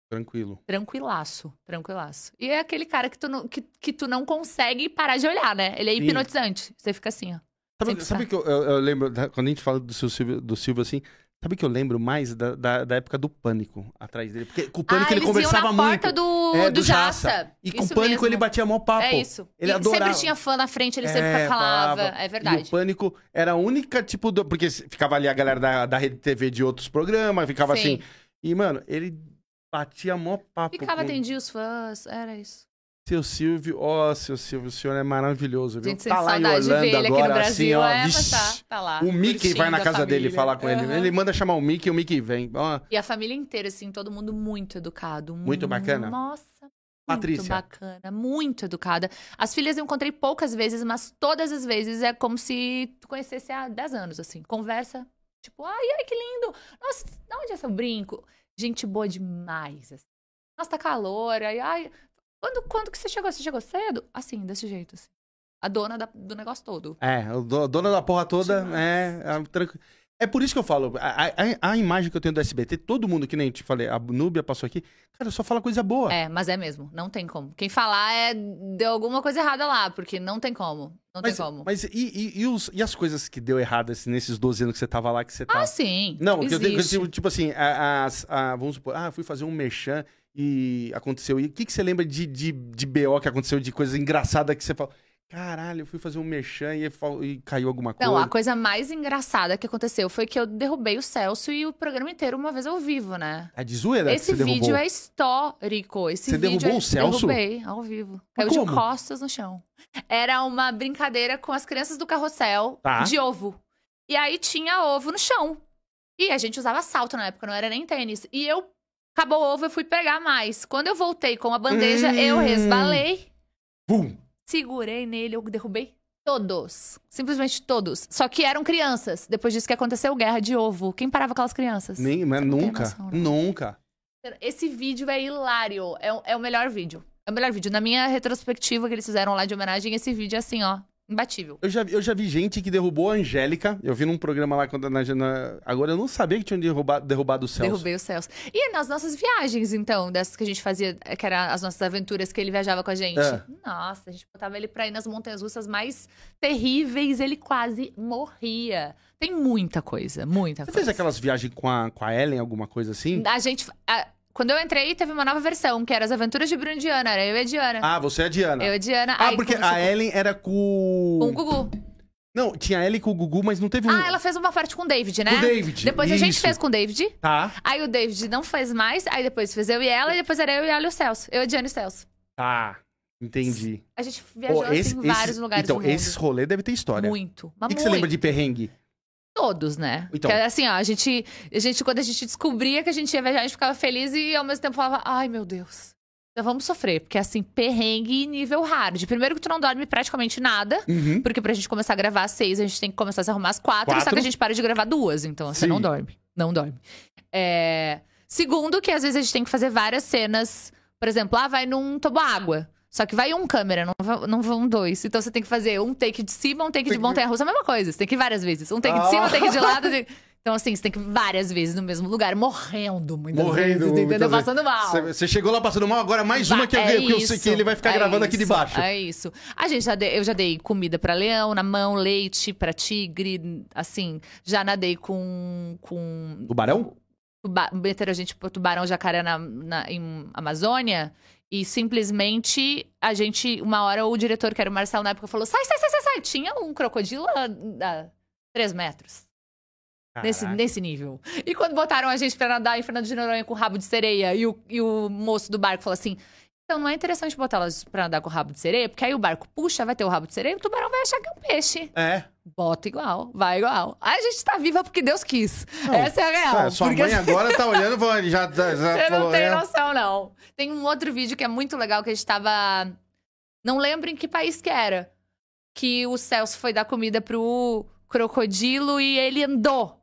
[SPEAKER 1] Tranquilo.
[SPEAKER 3] Tranquilaço, tranquilaço. E é aquele cara que tu não, que, que tu não consegue parar de olhar, né? Ele é
[SPEAKER 1] Sim.
[SPEAKER 3] hipnotizante. Você fica assim, ó.
[SPEAKER 1] Sabe,
[SPEAKER 3] Sempre
[SPEAKER 1] sabe
[SPEAKER 3] tá.
[SPEAKER 1] que eu, eu- eu lembro, da- quando a gente fala do seu Silvio, do Silvio assim, sabe que eu lembro mais da, da, da época do Pânico atrás dele? Porque com o Pânico
[SPEAKER 3] ah,
[SPEAKER 1] ele
[SPEAKER 3] eles iam na
[SPEAKER 1] conversava muito.
[SPEAKER 3] porta do,
[SPEAKER 1] É,
[SPEAKER 3] do
[SPEAKER 1] do Jaça.
[SPEAKER 3] Jaça.
[SPEAKER 1] E com o
[SPEAKER 3] Isso
[SPEAKER 1] Pânico
[SPEAKER 3] mesmo.
[SPEAKER 1] ele batia mó papo.
[SPEAKER 3] É isso.
[SPEAKER 1] Ele
[SPEAKER 3] e
[SPEAKER 1] adorava.
[SPEAKER 3] sempre tinha fã na frente, ele
[SPEAKER 1] É,
[SPEAKER 3] sempre falava.
[SPEAKER 1] falava.
[SPEAKER 3] É
[SPEAKER 1] E o
[SPEAKER 3] verdade.
[SPEAKER 1] Pânico era a única, tipo, do- porque se- ficava ali a galera da, da Rede TV de outros programas, ficava
[SPEAKER 3] Sim.
[SPEAKER 1] assim. E, mano, ele batia mó papo
[SPEAKER 3] Ficava,
[SPEAKER 1] com
[SPEAKER 3] atendia os fãs. Era isso.
[SPEAKER 1] seu Silvio. Ó, seu Silvio, o senhor é maravilhoso, viu? Tá
[SPEAKER 3] Gente, sente saudade de ver ele aqui no Brasil. é, mas
[SPEAKER 1] vixi.
[SPEAKER 3] tá, tá lá.
[SPEAKER 1] assim, O Mickey vai
[SPEAKER 3] curtindo
[SPEAKER 1] na
[SPEAKER 3] a
[SPEAKER 1] casa dele
[SPEAKER 3] família.
[SPEAKER 1] falar com ele. né?
[SPEAKER 3] Aham.
[SPEAKER 1] Ele manda chamar o Mickey, o Mickey vem. Ó,
[SPEAKER 3] E a família inteira, assim, todo mundo muito educado.
[SPEAKER 1] Muito
[SPEAKER 3] mu-
[SPEAKER 1] bacana?
[SPEAKER 3] Nossa, muito
[SPEAKER 1] Patrícia.
[SPEAKER 3] bacana, muito educada. As filhas eu encontrei poucas vezes, mas todas as vezes é como se tu conhecesse há 10 anos, assim. Conversa, tipo, ai, ai, que lindo. Nossa, de onde é seu brinco? Gente boa demais, assim. Nossa, tá calor, ai, ai. Quando, quando que você chegou? Você chegou cedo? Assim, desse jeito, assim. A dona da- do negócio todo.
[SPEAKER 1] É, o do- dona da porra toda é, é tranquilo. É por isso que eu falo, a, a- a imagem que eu tenho do SBT, todo mundo, que nem te falei, a Núbia passou aqui, cara, só fala coisa boa.
[SPEAKER 3] É, mas é mesmo, não tem como. Quem falar é deu alguma coisa errada lá, porque não tem como. Não
[SPEAKER 1] mas
[SPEAKER 3] tem como.
[SPEAKER 1] mas e, e- e os- e as coisas que deu errado assim, nesses 12 anos que você tava lá, que você tá...
[SPEAKER 3] Ah, sim.
[SPEAKER 1] Não, o que eu digo,
[SPEAKER 3] existe.
[SPEAKER 1] tipo, tipo assim, a- as- a- vamos supor, ah, fui fazer um merchan e aconteceu. E o que, que você lembra de, de, de BO que aconteceu, de coisa engraçada que você falou? Caralho, eu fui fazer um merchan e, fal- e caiu alguma coisa.
[SPEAKER 3] Não, a coisa mais engraçada que aconteceu foi que eu derrubei o Celso e o programa inteiro uma vez ao vivo, né?
[SPEAKER 1] É de zoeira
[SPEAKER 3] Esse
[SPEAKER 1] que você
[SPEAKER 3] vídeo
[SPEAKER 1] derrubou.
[SPEAKER 3] é histórico. Esse
[SPEAKER 1] Você
[SPEAKER 3] vídeo
[SPEAKER 1] derrubou
[SPEAKER 3] é-
[SPEAKER 1] o Celso?
[SPEAKER 3] Derrubei, ao vivo. Caiu de
[SPEAKER 1] como?
[SPEAKER 3] costas no chão. Era uma brincadeira com as crianças do carrossel
[SPEAKER 1] Tá.
[SPEAKER 3] de ovo. E aí tinha ovo no chão. E a gente usava salto na época, não era nem tênis. E eu, acabou o ovo, eu fui pegar mais. Quando eu voltei com a bandeja, eu
[SPEAKER 1] Hum.
[SPEAKER 3] resbalei.
[SPEAKER 1] Pum!
[SPEAKER 3] Segurei nele, eu derrubei todos. Simplesmente todos. Só que eram crianças. Depois disso que aconteceu, guerra de ovo. Quem parava aquelas crianças?
[SPEAKER 1] Nem, mas
[SPEAKER 3] Você não tem
[SPEAKER 1] nunca,
[SPEAKER 3] noção, né?
[SPEAKER 1] nunca.
[SPEAKER 3] Esse vídeo é hilário. É, o- é o melhor vídeo. É o melhor vídeo. Na minha retrospectiva que eles fizeram lá de homenagem, esse vídeo é assim, ó, imbatível.
[SPEAKER 1] Eu já, eu já vi gente que derrubou a Angélica. Eu vi num programa lá quando na, na- Agora eu não sabia que tinham derrubado, derrubado o Celso.
[SPEAKER 3] Derrubei o Celso. E é nas nossas viagens, então, dessas que a gente fazia, eh, que eram as nossas aventuras que ele viajava com a gente.
[SPEAKER 1] É.
[SPEAKER 3] Nossa, a gente botava ele pra ir nas montanhas russas mais terríveis, ele quase morria. Tem muita coisa, muita
[SPEAKER 1] Você
[SPEAKER 3] coisa.
[SPEAKER 1] fez aquelas viagens com a, com a Ellen, alguma coisa assim?
[SPEAKER 3] A gente. a- quando eu entrei, teve uma nova versão, que era as aventuras de Bruno e Diana. Era eu e a Diana.
[SPEAKER 1] Ah, você é a Diana.
[SPEAKER 3] eu e a Diana.
[SPEAKER 1] Ah,
[SPEAKER 3] aí
[SPEAKER 1] porque
[SPEAKER 3] começou
[SPEAKER 1] a Ellen era com.
[SPEAKER 3] Com o Gugu.
[SPEAKER 1] Não, tinha a Ellen com o Gugu, mas não teve um.
[SPEAKER 3] Ah, ela fez uma parte com o David, né?
[SPEAKER 1] Com o David.
[SPEAKER 3] Depois a gente
[SPEAKER 1] isso.
[SPEAKER 3] fez com o David.
[SPEAKER 1] Tá,
[SPEAKER 3] Aí o David não fez mais. Aí depois fez eu e ela. E depois era eu e ela e o Celso. Eu, a Diana e o Celso.
[SPEAKER 1] tá. Entendi.
[SPEAKER 3] A gente viajou
[SPEAKER 1] Pô,
[SPEAKER 3] assim, em vários lugares
[SPEAKER 1] Então,
[SPEAKER 3] do mundo.
[SPEAKER 1] esses rolês devem ter história.
[SPEAKER 3] Muito.
[SPEAKER 1] O
[SPEAKER 3] Mas
[SPEAKER 1] que, que
[SPEAKER 3] muito.
[SPEAKER 1] você lembra de perrengue?
[SPEAKER 3] Todos, né?
[SPEAKER 1] Então.
[SPEAKER 3] Que era assim, ó, a gente, a gente, quando a gente descobria que a gente ia viajar, a gente ficava feliz e ao mesmo tempo falava, ai meu Deus, já vamos sofrer. Porque assim, perrengue nível hard. Primeiro que tu não dorme praticamente nada,
[SPEAKER 1] Uhum.
[SPEAKER 3] porque pra gente começar a gravar às seis, a gente tem que começar a se arrumar às quatro, só
[SPEAKER 1] Quatro.
[SPEAKER 3] que a gente para de gravar duas, então você
[SPEAKER 1] Sim.
[SPEAKER 3] não dorme. Não dorme. É, Segundo, que às vezes a gente tem que fazer várias cenas. Por exemplo, ah, vai num água. Só que vai um câmera, não va- não vão dois. Então você tem que fazer um take de cima, um
[SPEAKER 1] Tem
[SPEAKER 3] take de
[SPEAKER 1] que- Ah.
[SPEAKER 3] montanha russa, a mesma coisa. Você tem que ir várias vezes. Um take de cima, um take de
[SPEAKER 1] [LAUGHS]
[SPEAKER 3] lado. um take- Então, assim, você tem que ir várias vezes no mesmo lugar, morrendo muitas
[SPEAKER 1] Morrendo,
[SPEAKER 3] vezes, entendeu?
[SPEAKER 1] muitas vezes.
[SPEAKER 3] Passando mal.
[SPEAKER 1] Você- Você chegou lá passando mal, agora mais uma
[SPEAKER 3] Vai-
[SPEAKER 1] que eu,
[SPEAKER 3] é
[SPEAKER 1] vi, que eu sei
[SPEAKER 3] isso,
[SPEAKER 1] que ele vai ficar
[SPEAKER 3] é
[SPEAKER 1] gravando aqui de
[SPEAKER 3] isso,
[SPEAKER 1] baixo.
[SPEAKER 3] É isso. A gente já dei- eu já dei comida pra leão na mão, leite pra tigre, assim, já nadei com com
[SPEAKER 1] Tubarão?
[SPEAKER 3] tuba, meteram a gente pro tubarão jacaré na, na- em Amazônia e simplesmente a gente uma hora o diretor que era o Marcelo na época falou: "Sai, sai, sai, sai, sai". Tinha um crocodilo a, a 3 metros. Nesse,
[SPEAKER 1] Caraca.
[SPEAKER 3] nesse nível. E quando botaram a gente pra nadar em Fernando de Noronha com o rabo de sereia, e o, e o moço do barco falou assim: então não é interessante botar elas pra nadar com o rabo de sereia, porque aí o barco puxa, vai ter o rabo de sereia, e o tubarão vai achar que é um peixe.
[SPEAKER 1] É.
[SPEAKER 3] Bota igual, vai igual. A gente tá viva porque Deus quis.
[SPEAKER 1] Não,
[SPEAKER 3] Essa é a real.
[SPEAKER 1] É, sua
[SPEAKER 3] porque
[SPEAKER 1] mãe
[SPEAKER 2] assim
[SPEAKER 1] agora tá olhando, vó, já, já
[SPEAKER 3] [LAUGHS] você não
[SPEAKER 1] falou,
[SPEAKER 3] tem
[SPEAKER 1] é.
[SPEAKER 3] noção, não. Tem um outro vídeo que é muito legal que a gente tava. Não lembro em que país que era. Que o Celso foi dar comida pro crocodilo e ele andou.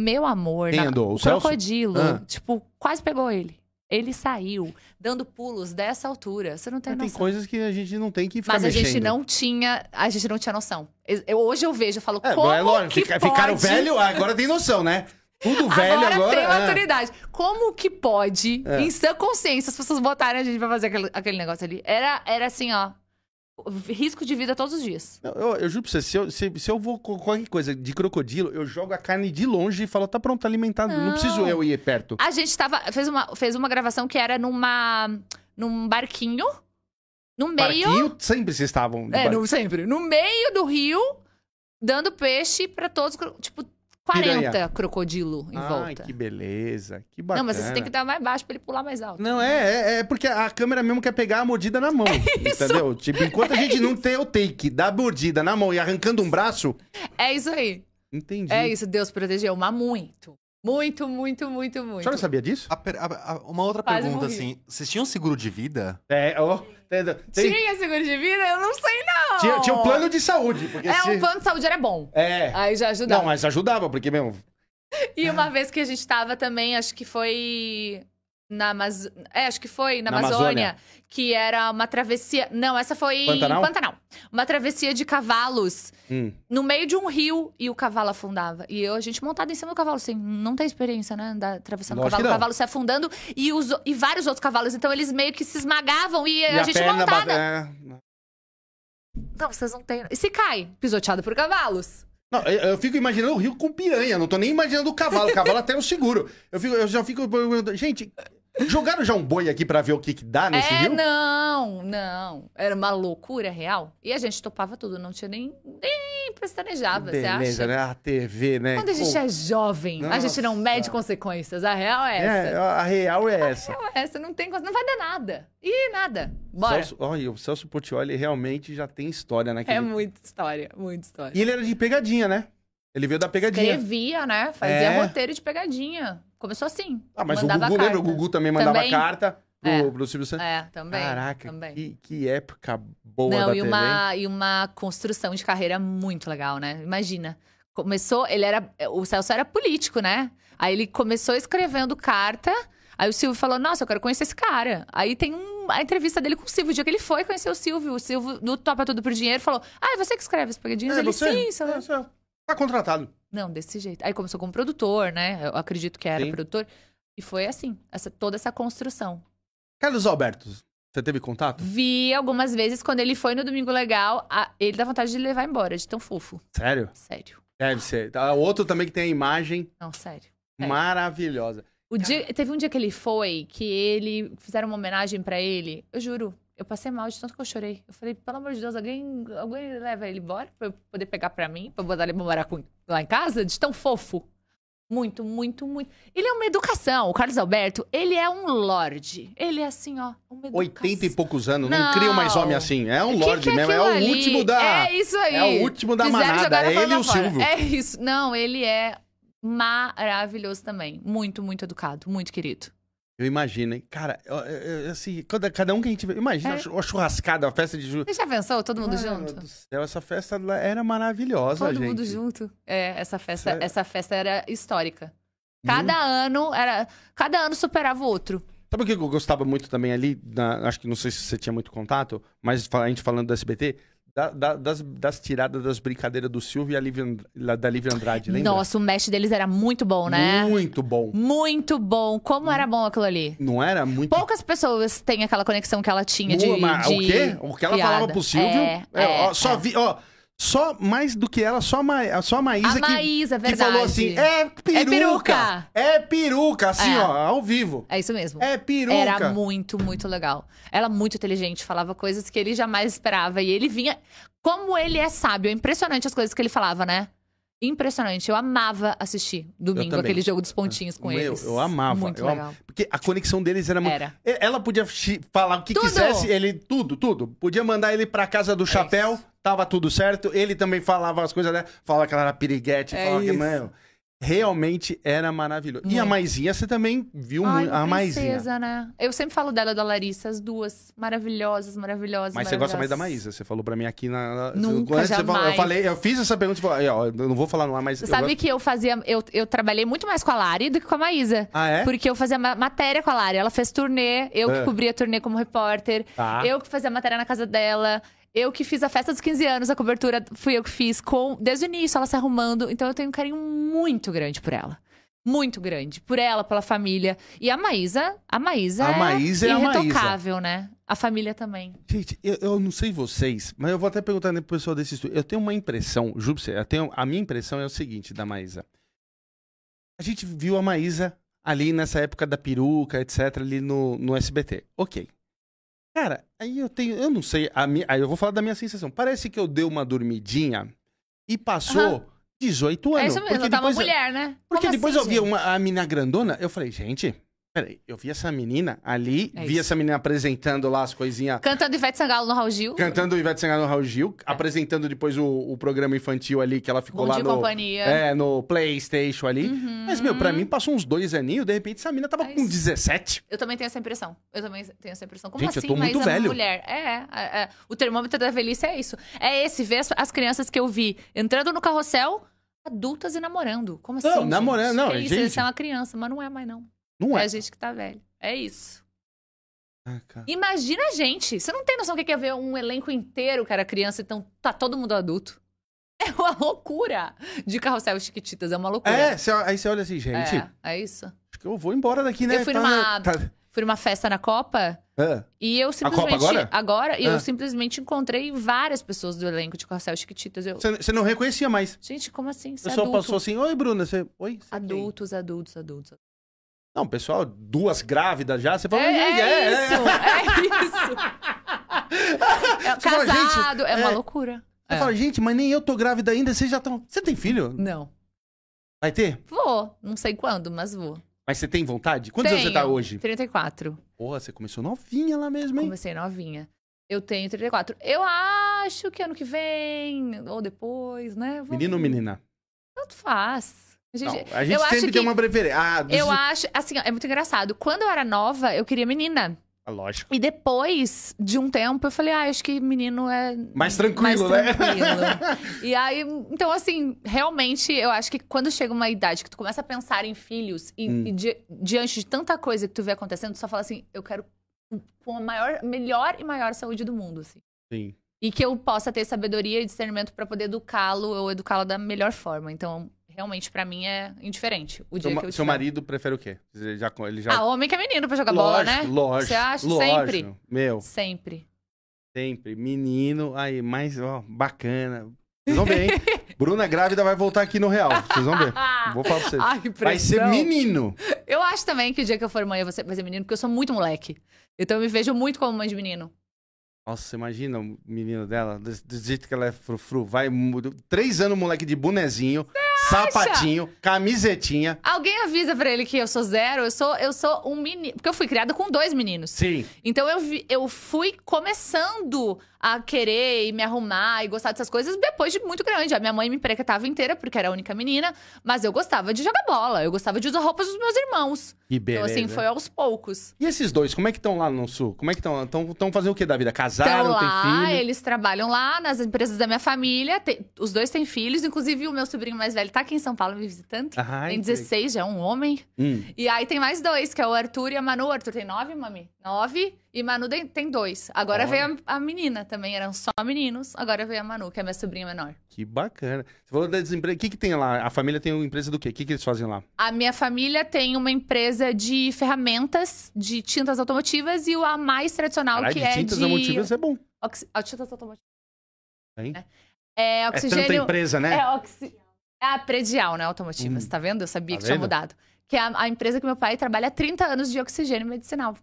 [SPEAKER 3] Meu amor,
[SPEAKER 1] Quem
[SPEAKER 3] na-
[SPEAKER 1] andou? O
[SPEAKER 3] o,
[SPEAKER 1] Celso?
[SPEAKER 3] crocodilo,
[SPEAKER 1] Ah.
[SPEAKER 3] tipo, quase pegou ele. Ele saiu, dando pulos dessa altura. Você não tem
[SPEAKER 1] Mas Ah, tem
[SPEAKER 3] noção.
[SPEAKER 1] coisas que a gente não tem que ficar
[SPEAKER 3] Mas a
[SPEAKER 1] mexendo.
[SPEAKER 3] gente não tinha. A gente não tinha noção. Eu- hoje eu vejo, eu falo,
[SPEAKER 1] É,
[SPEAKER 3] como
[SPEAKER 1] é lógico,
[SPEAKER 3] que
[SPEAKER 1] fica-
[SPEAKER 3] pode?
[SPEAKER 1] ficaram velho, agora tem noção, né? Tudo velho agora.
[SPEAKER 3] tem
[SPEAKER 1] é.
[SPEAKER 3] maturidade. Como que pode,
[SPEAKER 1] É.
[SPEAKER 3] em sã consciência, as pessoas botarem a gente pra fazer aquele, aquele negócio ali? Era, era assim, ó. Risco de vida todos os dias.
[SPEAKER 1] Não, Eu, eu juro pra você, se eu, se, se eu vou com qualquer coisa de crocodilo, eu jogo a carne de longe e falo, tá pronto, tá alimentado. Não,
[SPEAKER 3] Não.
[SPEAKER 1] preciso eu ir perto.
[SPEAKER 3] A gente tava. Fez uma, fez uma gravação que era numa. num barquinho. No meio.
[SPEAKER 1] Parquinho, sempre vocês estavam. no
[SPEAKER 3] É,
[SPEAKER 1] bar-
[SPEAKER 3] no, sempre. No meio do rio, dando peixe pra todos. cro- Tipo, 40
[SPEAKER 1] Piranha.
[SPEAKER 3] crocodilo em
[SPEAKER 1] Ai,
[SPEAKER 3] volta.
[SPEAKER 1] que beleza. Que bacana.
[SPEAKER 3] Não, mas você tem que dar mais baixo pra ele pular mais alto.
[SPEAKER 1] Não, é, é, é porque a câmera mesmo quer pegar a mordida
[SPEAKER 3] [LAUGHS]
[SPEAKER 1] na mão.
[SPEAKER 3] É
[SPEAKER 1] entendeu? Tipo, enquanto a gente não tem o take da mordida na mão e arrancando um braço,
[SPEAKER 3] É isso aí.
[SPEAKER 1] entendi.
[SPEAKER 3] É isso, Deus protegeu, mas muito. Muito, muito, muito,
[SPEAKER 1] A
[SPEAKER 3] muito.
[SPEAKER 1] senhora sabia disso?
[SPEAKER 2] A per- a- a- uma outra
[SPEAKER 3] Quase
[SPEAKER 2] pergunta,
[SPEAKER 3] morri.
[SPEAKER 2] assim. Vocês tinham seguro de vida?
[SPEAKER 1] É, ó. entendeu? Tem-
[SPEAKER 3] Tinha seguro de vida? Eu não sei, não.
[SPEAKER 1] tinha, tinha um plano de saúde. Porque
[SPEAKER 3] É,
[SPEAKER 1] se...
[SPEAKER 3] o plano de saúde era bom.
[SPEAKER 1] É.
[SPEAKER 3] Aí já
[SPEAKER 1] Não, é.
[SPEAKER 3] ajudava.
[SPEAKER 1] mas ajudava, porque, meu,
[SPEAKER 3] E uma vez que a gente tava também, acho que foi na Amaz... É, acho que foi na,
[SPEAKER 1] Na
[SPEAKER 3] Amazônia, que era uma travessia. Não, essa foi
[SPEAKER 1] Pantanal?
[SPEAKER 3] em Pantanal. Uma travessia de cavalos
[SPEAKER 1] hum,
[SPEAKER 3] no meio de um rio e o cavalo afundava. E eu, a gente montada em cima do cavalo, assim, não tem experiência, né? Andar atravessando o
[SPEAKER 1] Lógico
[SPEAKER 3] cavalo,
[SPEAKER 1] que
[SPEAKER 3] o
[SPEAKER 1] não.
[SPEAKER 3] cavalo se afundando e, os, e vários outros cavalos. Então eles meio que se esmagavam e, a, gente montada.
[SPEAKER 1] bate- é.
[SPEAKER 3] Não, vocês não têm. E se cai, pisoteado por cavalos.
[SPEAKER 1] Não, eu, eu fico imaginando o rio com piranha, não tô nem imaginando o cavalo. O cavalo até é o seguro. Eu, fico- eu já fico. perguntando, Gente, Jogaram já um boi aqui pra ver o que, que dá nesse
[SPEAKER 3] é,
[SPEAKER 1] rio?
[SPEAKER 3] não, não. Era uma loucura real. E a gente topava tudo, não tinha nem, nem pestanejava, você
[SPEAKER 1] Beleza,
[SPEAKER 3] acha?
[SPEAKER 1] né? A TV, né?
[SPEAKER 3] Quando a gente
[SPEAKER 1] Pô,
[SPEAKER 3] é jovem, a gente não
[SPEAKER 1] Nossa.
[SPEAKER 3] mede consequências. A real é
[SPEAKER 1] é,
[SPEAKER 3] essa.
[SPEAKER 1] a real é essa.
[SPEAKER 3] A real é essa, não tem coisa, não vai dar nada. Ih, nada. Bora.
[SPEAKER 1] Celso, olha, o Celso Portioli realmente já tem história naquele.
[SPEAKER 3] É muita história, muita história.
[SPEAKER 1] E ele era de pegadinha, né? Ele veio da pegadinha.
[SPEAKER 3] Escrevia, né? Fazia
[SPEAKER 1] É.
[SPEAKER 3] roteiro de pegadinha. Começou assim.
[SPEAKER 1] Ah, mas
[SPEAKER 3] mandava
[SPEAKER 1] o Gugu, lembra? O
[SPEAKER 3] carta.
[SPEAKER 1] Gugu também mandava
[SPEAKER 3] Também.
[SPEAKER 1] carta pro,
[SPEAKER 3] É.
[SPEAKER 1] pro Silvio Santos.
[SPEAKER 3] É, também.
[SPEAKER 1] Caraca,
[SPEAKER 3] também.
[SPEAKER 1] Que, que época boa
[SPEAKER 3] Não,
[SPEAKER 1] da
[SPEAKER 3] e
[SPEAKER 1] TV.
[SPEAKER 3] uma, e uma construção de carreira muito legal, né? Imagina. Começou, ele era. O Celso era político, né? Aí ele começou escrevendo carta. Aí o Silvio falou: Nossa, eu quero conhecer esse cara. Aí tem um- a entrevista dele com o Silvio, o dia que ele foi conhecer o Silvio. O Silvio, no Topa Tudo por Dinheiro, falou: Ah, é você que escreve as pegadinhas?
[SPEAKER 1] É,
[SPEAKER 3] ele
[SPEAKER 1] você?
[SPEAKER 3] sim, sou eu."
[SPEAKER 1] É, você- Tá contratado.
[SPEAKER 3] Não, desse jeito. Aí começou como produtor, né? Eu acredito que era
[SPEAKER 1] Sim.
[SPEAKER 3] produtor. E foi assim, essa, toda essa construção.
[SPEAKER 1] Carlos Alberto, você teve contato?
[SPEAKER 3] Vi algumas vezes quando ele foi no Domingo Legal, a- ele dá vontade de levar embora, de tão fofo.
[SPEAKER 1] Sério?
[SPEAKER 3] Sério.
[SPEAKER 1] Deve ser. Tá, Outro também que tem a imagem
[SPEAKER 3] Não, sério. É.
[SPEAKER 1] maravilhosa.
[SPEAKER 3] O dia, teve um dia que ele foi, que ele fizeram uma homenagem pra ele. Eu juro, eu passei mal de tanto que eu chorei. Eu falei, pelo amor de Deus, alguém, alguém leva ele embora pra eu poder pegar pra mim, pra eu botar ele pra morar com- lá em casa, de tão fofo. Muito, muito, muito. Ele é uma educação. O Carlos Alberto, ele é um lorde. Ele é assim, ó, uma educação.
[SPEAKER 1] 80 e poucos anos, não,
[SPEAKER 3] Não.
[SPEAKER 1] cria mais homem assim. É um
[SPEAKER 3] Que que
[SPEAKER 1] lorde mesmo, é
[SPEAKER 3] aquilo
[SPEAKER 1] o
[SPEAKER 3] ali?
[SPEAKER 1] último da.
[SPEAKER 3] É isso aí.
[SPEAKER 1] É o último da
[SPEAKER 3] Fizeram
[SPEAKER 1] manada.
[SPEAKER 3] jogar na
[SPEAKER 1] É ele e o
[SPEAKER 3] fora.
[SPEAKER 1] Silvio.
[SPEAKER 3] É isso. Não, ele é maravilhoso também. Muito, muito educado, muito querido.
[SPEAKER 1] Eu imagino, hein? Cara, eu- eu- eu- assim, cada, cada um que a gente vê. Imagina
[SPEAKER 3] É.
[SPEAKER 1] a chu- a churrascada, a festa de junho.
[SPEAKER 3] Você já pensou? Todo mundo
[SPEAKER 1] Mano
[SPEAKER 3] junto?
[SPEAKER 1] do céu, essa festa lá era maravilhosa,
[SPEAKER 3] Todo
[SPEAKER 1] gente.
[SPEAKER 3] mundo junto. É, essa festa,
[SPEAKER 1] Sério?
[SPEAKER 3] essa festa era histórica.
[SPEAKER 1] Muito.
[SPEAKER 3] Cada ano era, cada ano superava o outro.
[SPEAKER 1] Sabe o que eu gostava muito também ali? na- acho que não sei se você tinha muito contato, mas fa- a gente falando do SBT, da- da- das, das tiradas das brincadeiras do Silvio e a Lívia And- la- da Lívia Andrade, lembra?
[SPEAKER 3] Nossa, o mesh deles era muito bom, né? Muito,
[SPEAKER 1] Muito Hum. bom.
[SPEAKER 3] bom. Como era bom aquilo ali.
[SPEAKER 1] Não era muito.
[SPEAKER 3] Poucas pessoas têm aquela conexão que ela tinha de,
[SPEAKER 1] Boa, mas
[SPEAKER 3] de
[SPEAKER 1] O quê? O que ela
[SPEAKER 3] piada.
[SPEAKER 1] falava pro Silvio?
[SPEAKER 3] É,
[SPEAKER 1] é, ó,
[SPEAKER 3] é,
[SPEAKER 1] só
[SPEAKER 3] é.
[SPEAKER 1] vi, ó, só mais do que ela, só, Ma, só a Maísa
[SPEAKER 3] A
[SPEAKER 1] que,
[SPEAKER 3] Maísa,
[SPEAKER 1] que
[SPEAKER 3] verdade.
[SPEAKER 1] falou assim: é peruca!
[SPEAKER 3] É peruca.
[SPEAKER 1] É peruca, assim,
[SPEAKER 3] É.
[SPEAKER 1] ó, ao vivo.
[SPEAKER 3] É isso mesmo.
[SPEAKER 1] É peruca!
[SPEAKER 3] Era muito, muito legal. Ela muito inteligente, falava coisas que ele jamais esperava. E ele vinha. Como ele é sábio, é impressionante as coisas que ele falava, né? Impressionante. Eu amava assistir domingo
[SPEAKER 1] também.
[SPEAKER 3] aquele jogo dos pontinhos com
[SPEAKER 1] Meu,
[SPEAKER 3] eles.
[SPEAKER 1] eu amava,
[SPEAKER 3] Muito
[SPEAKER 1] eu am-
[SPEAKER 3] legal.
[SPEAKER 1] Porque a conexão deles era muito.
[SPEAKER 3] Era.
[SPEAKER 1] E- Ela podia chi- falar o que
[SPEAKER 3] Tudo. É
[SPEAKER 1] quisesse, ele tudo, tudo. Podia mandar ele pra casa do chapéu,
[SPEAKER 3] isso.
[SPEAKER 1] tava tudo certo. Ele também falava as coisas, né? Falava que ela era piriguete,
[SPEAKER 3] É
[SPEAKER 1] falava que,
[SPEAKER 3] isso.
[SPEAKER 1] mano, realmente era maravilhoso. E a
[SPEAKER 3] Muito.
[SPEAKER 1] Maizinha, você também viu
[SPEAKER 3] Ai,
[SPEAKER 1] muito, a
[SPEAKER 3] uma
[SPEAKER 1] Maizinha.
[SPEAKER 3] princesa, né? Eu sempre falo dela e da Larissa, as duas. Maravilhosas, maravilhosas.
[SPEAKER 1] Mas você gosta mais da
[SPEAKER 3] maravilhosas.
[SPEAKER 1] Maísa, você falou pra mim aqui na... na-
[SPEAKER 3] Nunca,
[SPEAKER 1] Quando você falou- eu
[SPEAKER 3] jamais.
[SPEAKER 1] falei, eu fiz essa pergunta, e falei, ó, eu não vou falar no ar, mas...
[SPEAKER 3] Você
[SPEAKER 1] eu
[SPEAKER 3] sabe
[SPEAKER 1] gosto-
[SPEAKER 3] que eu fazia. Eu, eu trabalhei muito mais com a Lari do que com a Maísa.
[SPEAKER 1] Ah, é?
[SPEAKER 3] Porque eu fazia ma- matéria com a Lari. Ela fez turnê, eu
[SPEAKER 1] É.
[SPEAKER 3] que cobria turnê como repórter.
[SPEAKER 1] Tá.
[SPEAKER 3] Eu que fazia matéria na casa dela. Eu que fiz a festa dos 15 anos, a cobertura fui eu que fiz com desde o início, ela se arrumando. Então eu tenho um carinho muito grande por ela. Muito grande. Por ela, pela família. E a Maísa, a Maísa,
[SPEAKER 1] A
[SPEAKER 3] é,
[SPEAKER 1] Maísa é a Maísa.
[SPEAKER 3] irretocável, né? A família também.
[SPEAKER 1] Gente, eu, eu não sei vocês, mas eu vou até perguntar pro pessoal desse estúdio. Eu tenho uma impressão, juro pra você, eu tenho, a minha impressão é o seguinte da Maísa. A gente viu a Maísa ali nessa época da peruca, etc, ali no, no SBT. Ok. Cara, aí eu tenho, eu não sei, a minha, aí eu vou falar da minha sensação. Parece que eu dei uma dormidinha e passou 18 anos.
[SPEAKER 3] é isso mesmo,
[SPEAKER 1] porque
[SPEAKER 3] ela tá uma
[SPEAKER 1] depois eu-
[SPEAKER 3] mulher, né?
[SPEAKER 1] porque
[SPEAKER 3] Como
[SPEAKER 1] depois
[SPEAKER 3] assim,
[SPEAKER 1] eu vi um
[SPEAKER 3] gente?
[SPEAKER 1] uma, a menina grandona, eu falei, gente, peraí, eu vi essa menina ali,
[SPEAKER 3] É
[SPEAKER 1] vi
[SPEAKER 3] isso.
[SPEAKER 1] essa menina apresentando lá as coisinhas
[SPEAKER 3] Cantando Ivete Sangalo no Raul Gil.
[SPEAKER 1] Cantando o Ivete Sangalo no Raul Gil, apresentando depois o, o programa infantil ali que ela ficou
[SPEAKER 3] É. Bom
[SPEAKER 1] lá
[SPEAKER 3] dia e
[SPEAKER 1] no,
[SPEAKER 3] companhia.
[SPEAKER 1] é, no PlayStation ali.
[SPEAKER 3] Uhum.
[SPEAKER 1] Mas, meu, pra mim passou uns dois aninhos, de repente essa mina tava
[SPEAKER 3] É
[SPEAKER 1] com
[SPEAKER 3] isso.
[SPEAKER 1] 17.
[SPEAKER 3] Eu também tenho essa impressão. Eu também tenho essa impressão. Como
[SPEAKER 1] Gente, eu
[SPEAKER 3] assim,
[SPEAKER 1] tô muito
[SPEAKER 3] Maísa é uma
[SPEAKER 1] velho.
[SPEAKER 3] mulher? É, é, é, é. O termômetro da velhice é isso. É esse, ver as, as crianças que eu vi entrando no carrossel, adultas e namorando. Como
[SPEAKER 1] Não,
[SPEAKER 3] assim? gente?
[SPEAKER 1] namorando, não,
[SPEAKER 3] É isso,
[SPEAKER 1] gente.
[SPEAKER 3] eles são uma criança, mas não é mais, não.
[SPEAKER 1] Não
[SPEAKER 3] É
[SPEAKER 1] é?
[SPEAKER 3] a gente que tá velho. É isso.
[SPEAKER 1] Ah, cara.
[SPEAKER 3] Imagina a gente. Você não tem noção do que é ver um elenco inteiro que era criança, então tá todo mundo adulto. É uma loucura de carrossel e chiquititas, é uma loucura.
[SPEAKER 1] É, cê- aí você olha assim, gente,
[SPEAKER 3] é, é isso.
[SPEAKER 1] acho que eu vou embora daqui, né?
[SPEAKER 3] Eu fui numa- Fui numa festa na Copa.
[SPEAKER 1] Ah,
[SPEAKER 3] E eu
[SPEAKER 1] Copa
[SPEAKER 3] simplesmente.
[SPEAKER 1] agora?
[SPEAKER 3] Agora, e
[SPEAKER 1] Ah.
[SPEAKER 3] eu simplesmente encontrei várias pessoas do elenco de Corcel Chiquititas. Eu,
[SPEAKER 1] Você você não reconhecia mais.
[SPEAKER 3] gente, como assim?
[SPEAKER 1] O
[SPEAKER 3] Você é
[SPEAKER 1] pessoal
[SPEAKER 3] adulto.
[SPEAKER 1] passou assim, oi, Bruna, você... Oi? você é quem?"
[SPEAKER 3] Adultos, adultos, adultos.
[SPEAKER 1] Não, pessoal, duas grávidas já, você fala,
[SPEAKER 3] É,
[SPEAKER 1] "Gente,
[SPEAKER 3] é isso, é isso.
[SPEAKER 1] [LAUGHS]
[SPEAKER 3] É,
[SPEAKER 1] Você fala, gente,
[SPEAKER 3] casado, é uma
[SPEAKER 1] é.
[SPEAKER 3] loucura.
[SPEAKER 1] Você
[SPEAKER 3] É.
[SPEAKER 1] fala, gente, mas nem eu tô grávida ainda, vocês já estão. Você tem filho?
[SPEAKER 3] Não.
[SPEAKER 1] Vai ter?
[SPEAKER 3] Vou, não sei quando, mas vou.
[SPEAKER 1] Mas você tem vontade? Quantos anos você tá
[SPEAKER 3] Tenho.
[SPEAKER 1] hoje?
[SPEAKER 3] 34.
[SPEAKER 1] Porra, você começou novinha lá mesmo, hein?
[SPEAKER 3] Comecei novinha. Eu tenho 34. Eu acho que ano que vem, ou depois, né? Vamos
[SPEAKER 1] Menino ou
[SPEAKER 3] ver.
[SPEAKER 1] menina?
[SPEAKER 3] Tanto faz. A gente,
[SPEAKER 1] Não, a gente
[SPEAKER 3] eu acho
[SPEAKER 1] sempre
[SPEAKER 3] que-
[SPEAKER 1] tem uma preferência. Ah, dos...
[SPEAKER 3] Eu acho, assim, ó, é muito engraçado. Quando eu era nova, eu queria menina.
[SPEAKER 1] Ah, lógico.
[SPEAKER 3] E depois de um tempo, eu falei, ah, acho que menino é.
[SPEAKER 1] Mais tranquilo,
[SPEAKER 3] mais
[SPEAKER 1] né?
[SPEAKER 3] tranquilo. e aí, então, assim, realmente, eu acho que quando chega uma idade que tu começa a pensar em filhos e,
[SPEAKER 1] Hum.
[SPEAKER 3] e di- diante de tanta coisa que tu vê acontecendo, tu só fala assim, eu quero com a maior, melhor e maior saúde do mundo, assim.
[SPEAKER 1] [LAUGHS] Sim.
[SPEAKER 3] E que eu possa ter sabedoria e discernimento pra poder educá-lo ou educá-la da melhor forma. Então, realmente, pra mim é indiferente. O dia
[SPEAKER 1] Seu, ma-
[SPEAKER 3] que eu
[SPEAKER 1] seu
[SPEAKER 3] tiver.
[SPEAKER 1] marido prefere o quê? Ele já. Ele já...
[SPEAKER 3] Ah, homem que é menino pra jogar bola,
[SPEAKER 1] lógico,
[SPEAKER 3] né?
[SPEAKER 1] lógico.
[SPEAKER 3] Você acha?
[SPEAKER 1] lógico.
[SPEAKER 3] Sempre.
[SPEAKER 1] Meu,
[SPEAKER 3] Sempre.
[SPEAKER 1] sempre. Menino, aí, mais, ó, bacana. Vocês vão
[SPEAKER 3] [LAUGHS]
[SPEAKER 1] ver, hein? Bruna grávida vai voltar aqui no Real. Vocês vão ver. Vou falar pra vocês.
[SPEAKER 3] Ai, que
[SPEAKER 1] Vai ser
[SPEAKER 3] pressão.
[SPEAKER 1] menino.
[SPEAKER 3] Eu acho também que o dia que eu for mãe eu vou ser, vai ser menino, porque eu sou muito moleque. Então eu me vejo muito como mãe de menino.
[SPEAKER 1] Nossa, você imagina o menino dela, do, do jeito que ela é frufru, vai, mu- três anos moleque de bonezinho, sapatinho, camisetinha.
[SPEAKER 3] Alguém avisa pra ele que eu sou zero, eu sou, eu sou um menino. Porque eu fui criada com dois meninos.
[SPEAKER 1] Sim.
[SPEAKER 3] Então eu, vi- eu fui começando a querer e me arrumar e gostar dessas coisas depois de muito grande. A minha mãe me emprecatava inteira, porque era a única menina, mas eu gostava de jogar bola, eu gostava de usar roupas dos meus irmãos.
[SPEAKER 1] Que beleza.
[SPEAKER 3] Então, assim, foi aos poucos.
[SPEAKER 1] E esses dois, como é que estão lá no sul? Como é que estão? Estão fazendo o que da vida? Casaram,
[SPEAKER 3] Então lá,
[SPEAKER 1] Tá, tem filho?
[SPEAKER 3] eles trabalham lá nas empresas da minha família. tem- os dois têm filhos, inclusive o meu sobrinho mais velho tá aqui em São Paulo me visitando.
[SPEAKER 1] Ai,
[SPEAKER 3] tem
[SPEAKER 1] que-
[SPEAKER 3] 16, já é um homem.
[SPEAKER 1] Hum.
[SPEAKER 3] E aí tem mais dois, que é o Arthur e a Manu. O Arthur tem nove, mami? Nove. E Manu tem- tem dois. Agora
[SPEAKER 1] Olha.
[SPEAKER 3] veio a, a menina também, eram só meninos. Agora veio a Manu, que é minha sobrinha menor.
[SPEAKER 1] Que bacana. Você falou da desemprego. O que, que tem lá? A família tem uma empresa do quê? O que, que eles fazem lá?
[SPEAKER 3] A minha família tem uma empresa de ferramentas de tintas automotivas e o- a mais tradicional,
[SPEAKER 1] Caralho,
[SPEAKER 3] que
[SPEAKER 1] de
[SPEAKER 3] é
[SPEAKER 1] tintas
[SPEAKER 3] de...
[SPEAKER 1] emotivas é bom.
[SPEAKER 3] oxi- ah, tintas automotivas.
[SPEAKER 1] Hein?
[SPEAKER 3] É,
[SPEAKER 1] É tanta
[SPEAKER 3] oxigênio...
[SPEAKER 1] empresa, né?
[SPEAKER 3] É, oxi... é a predial, né? Automotivas,
[SPEAKER 1] Hum.
[SPEAKER 3] tá vendo? Eu sabia
[SPEAKER 1] Tá
[SPEAKER 3] que tinha
[SPEAKER 1] vendo?
[SPEAKER 3] mudado. Que é a, a empresa que meu pai trabalha há 30 anos de oxigênio medicinal.
[SPEAKER 1] Tá.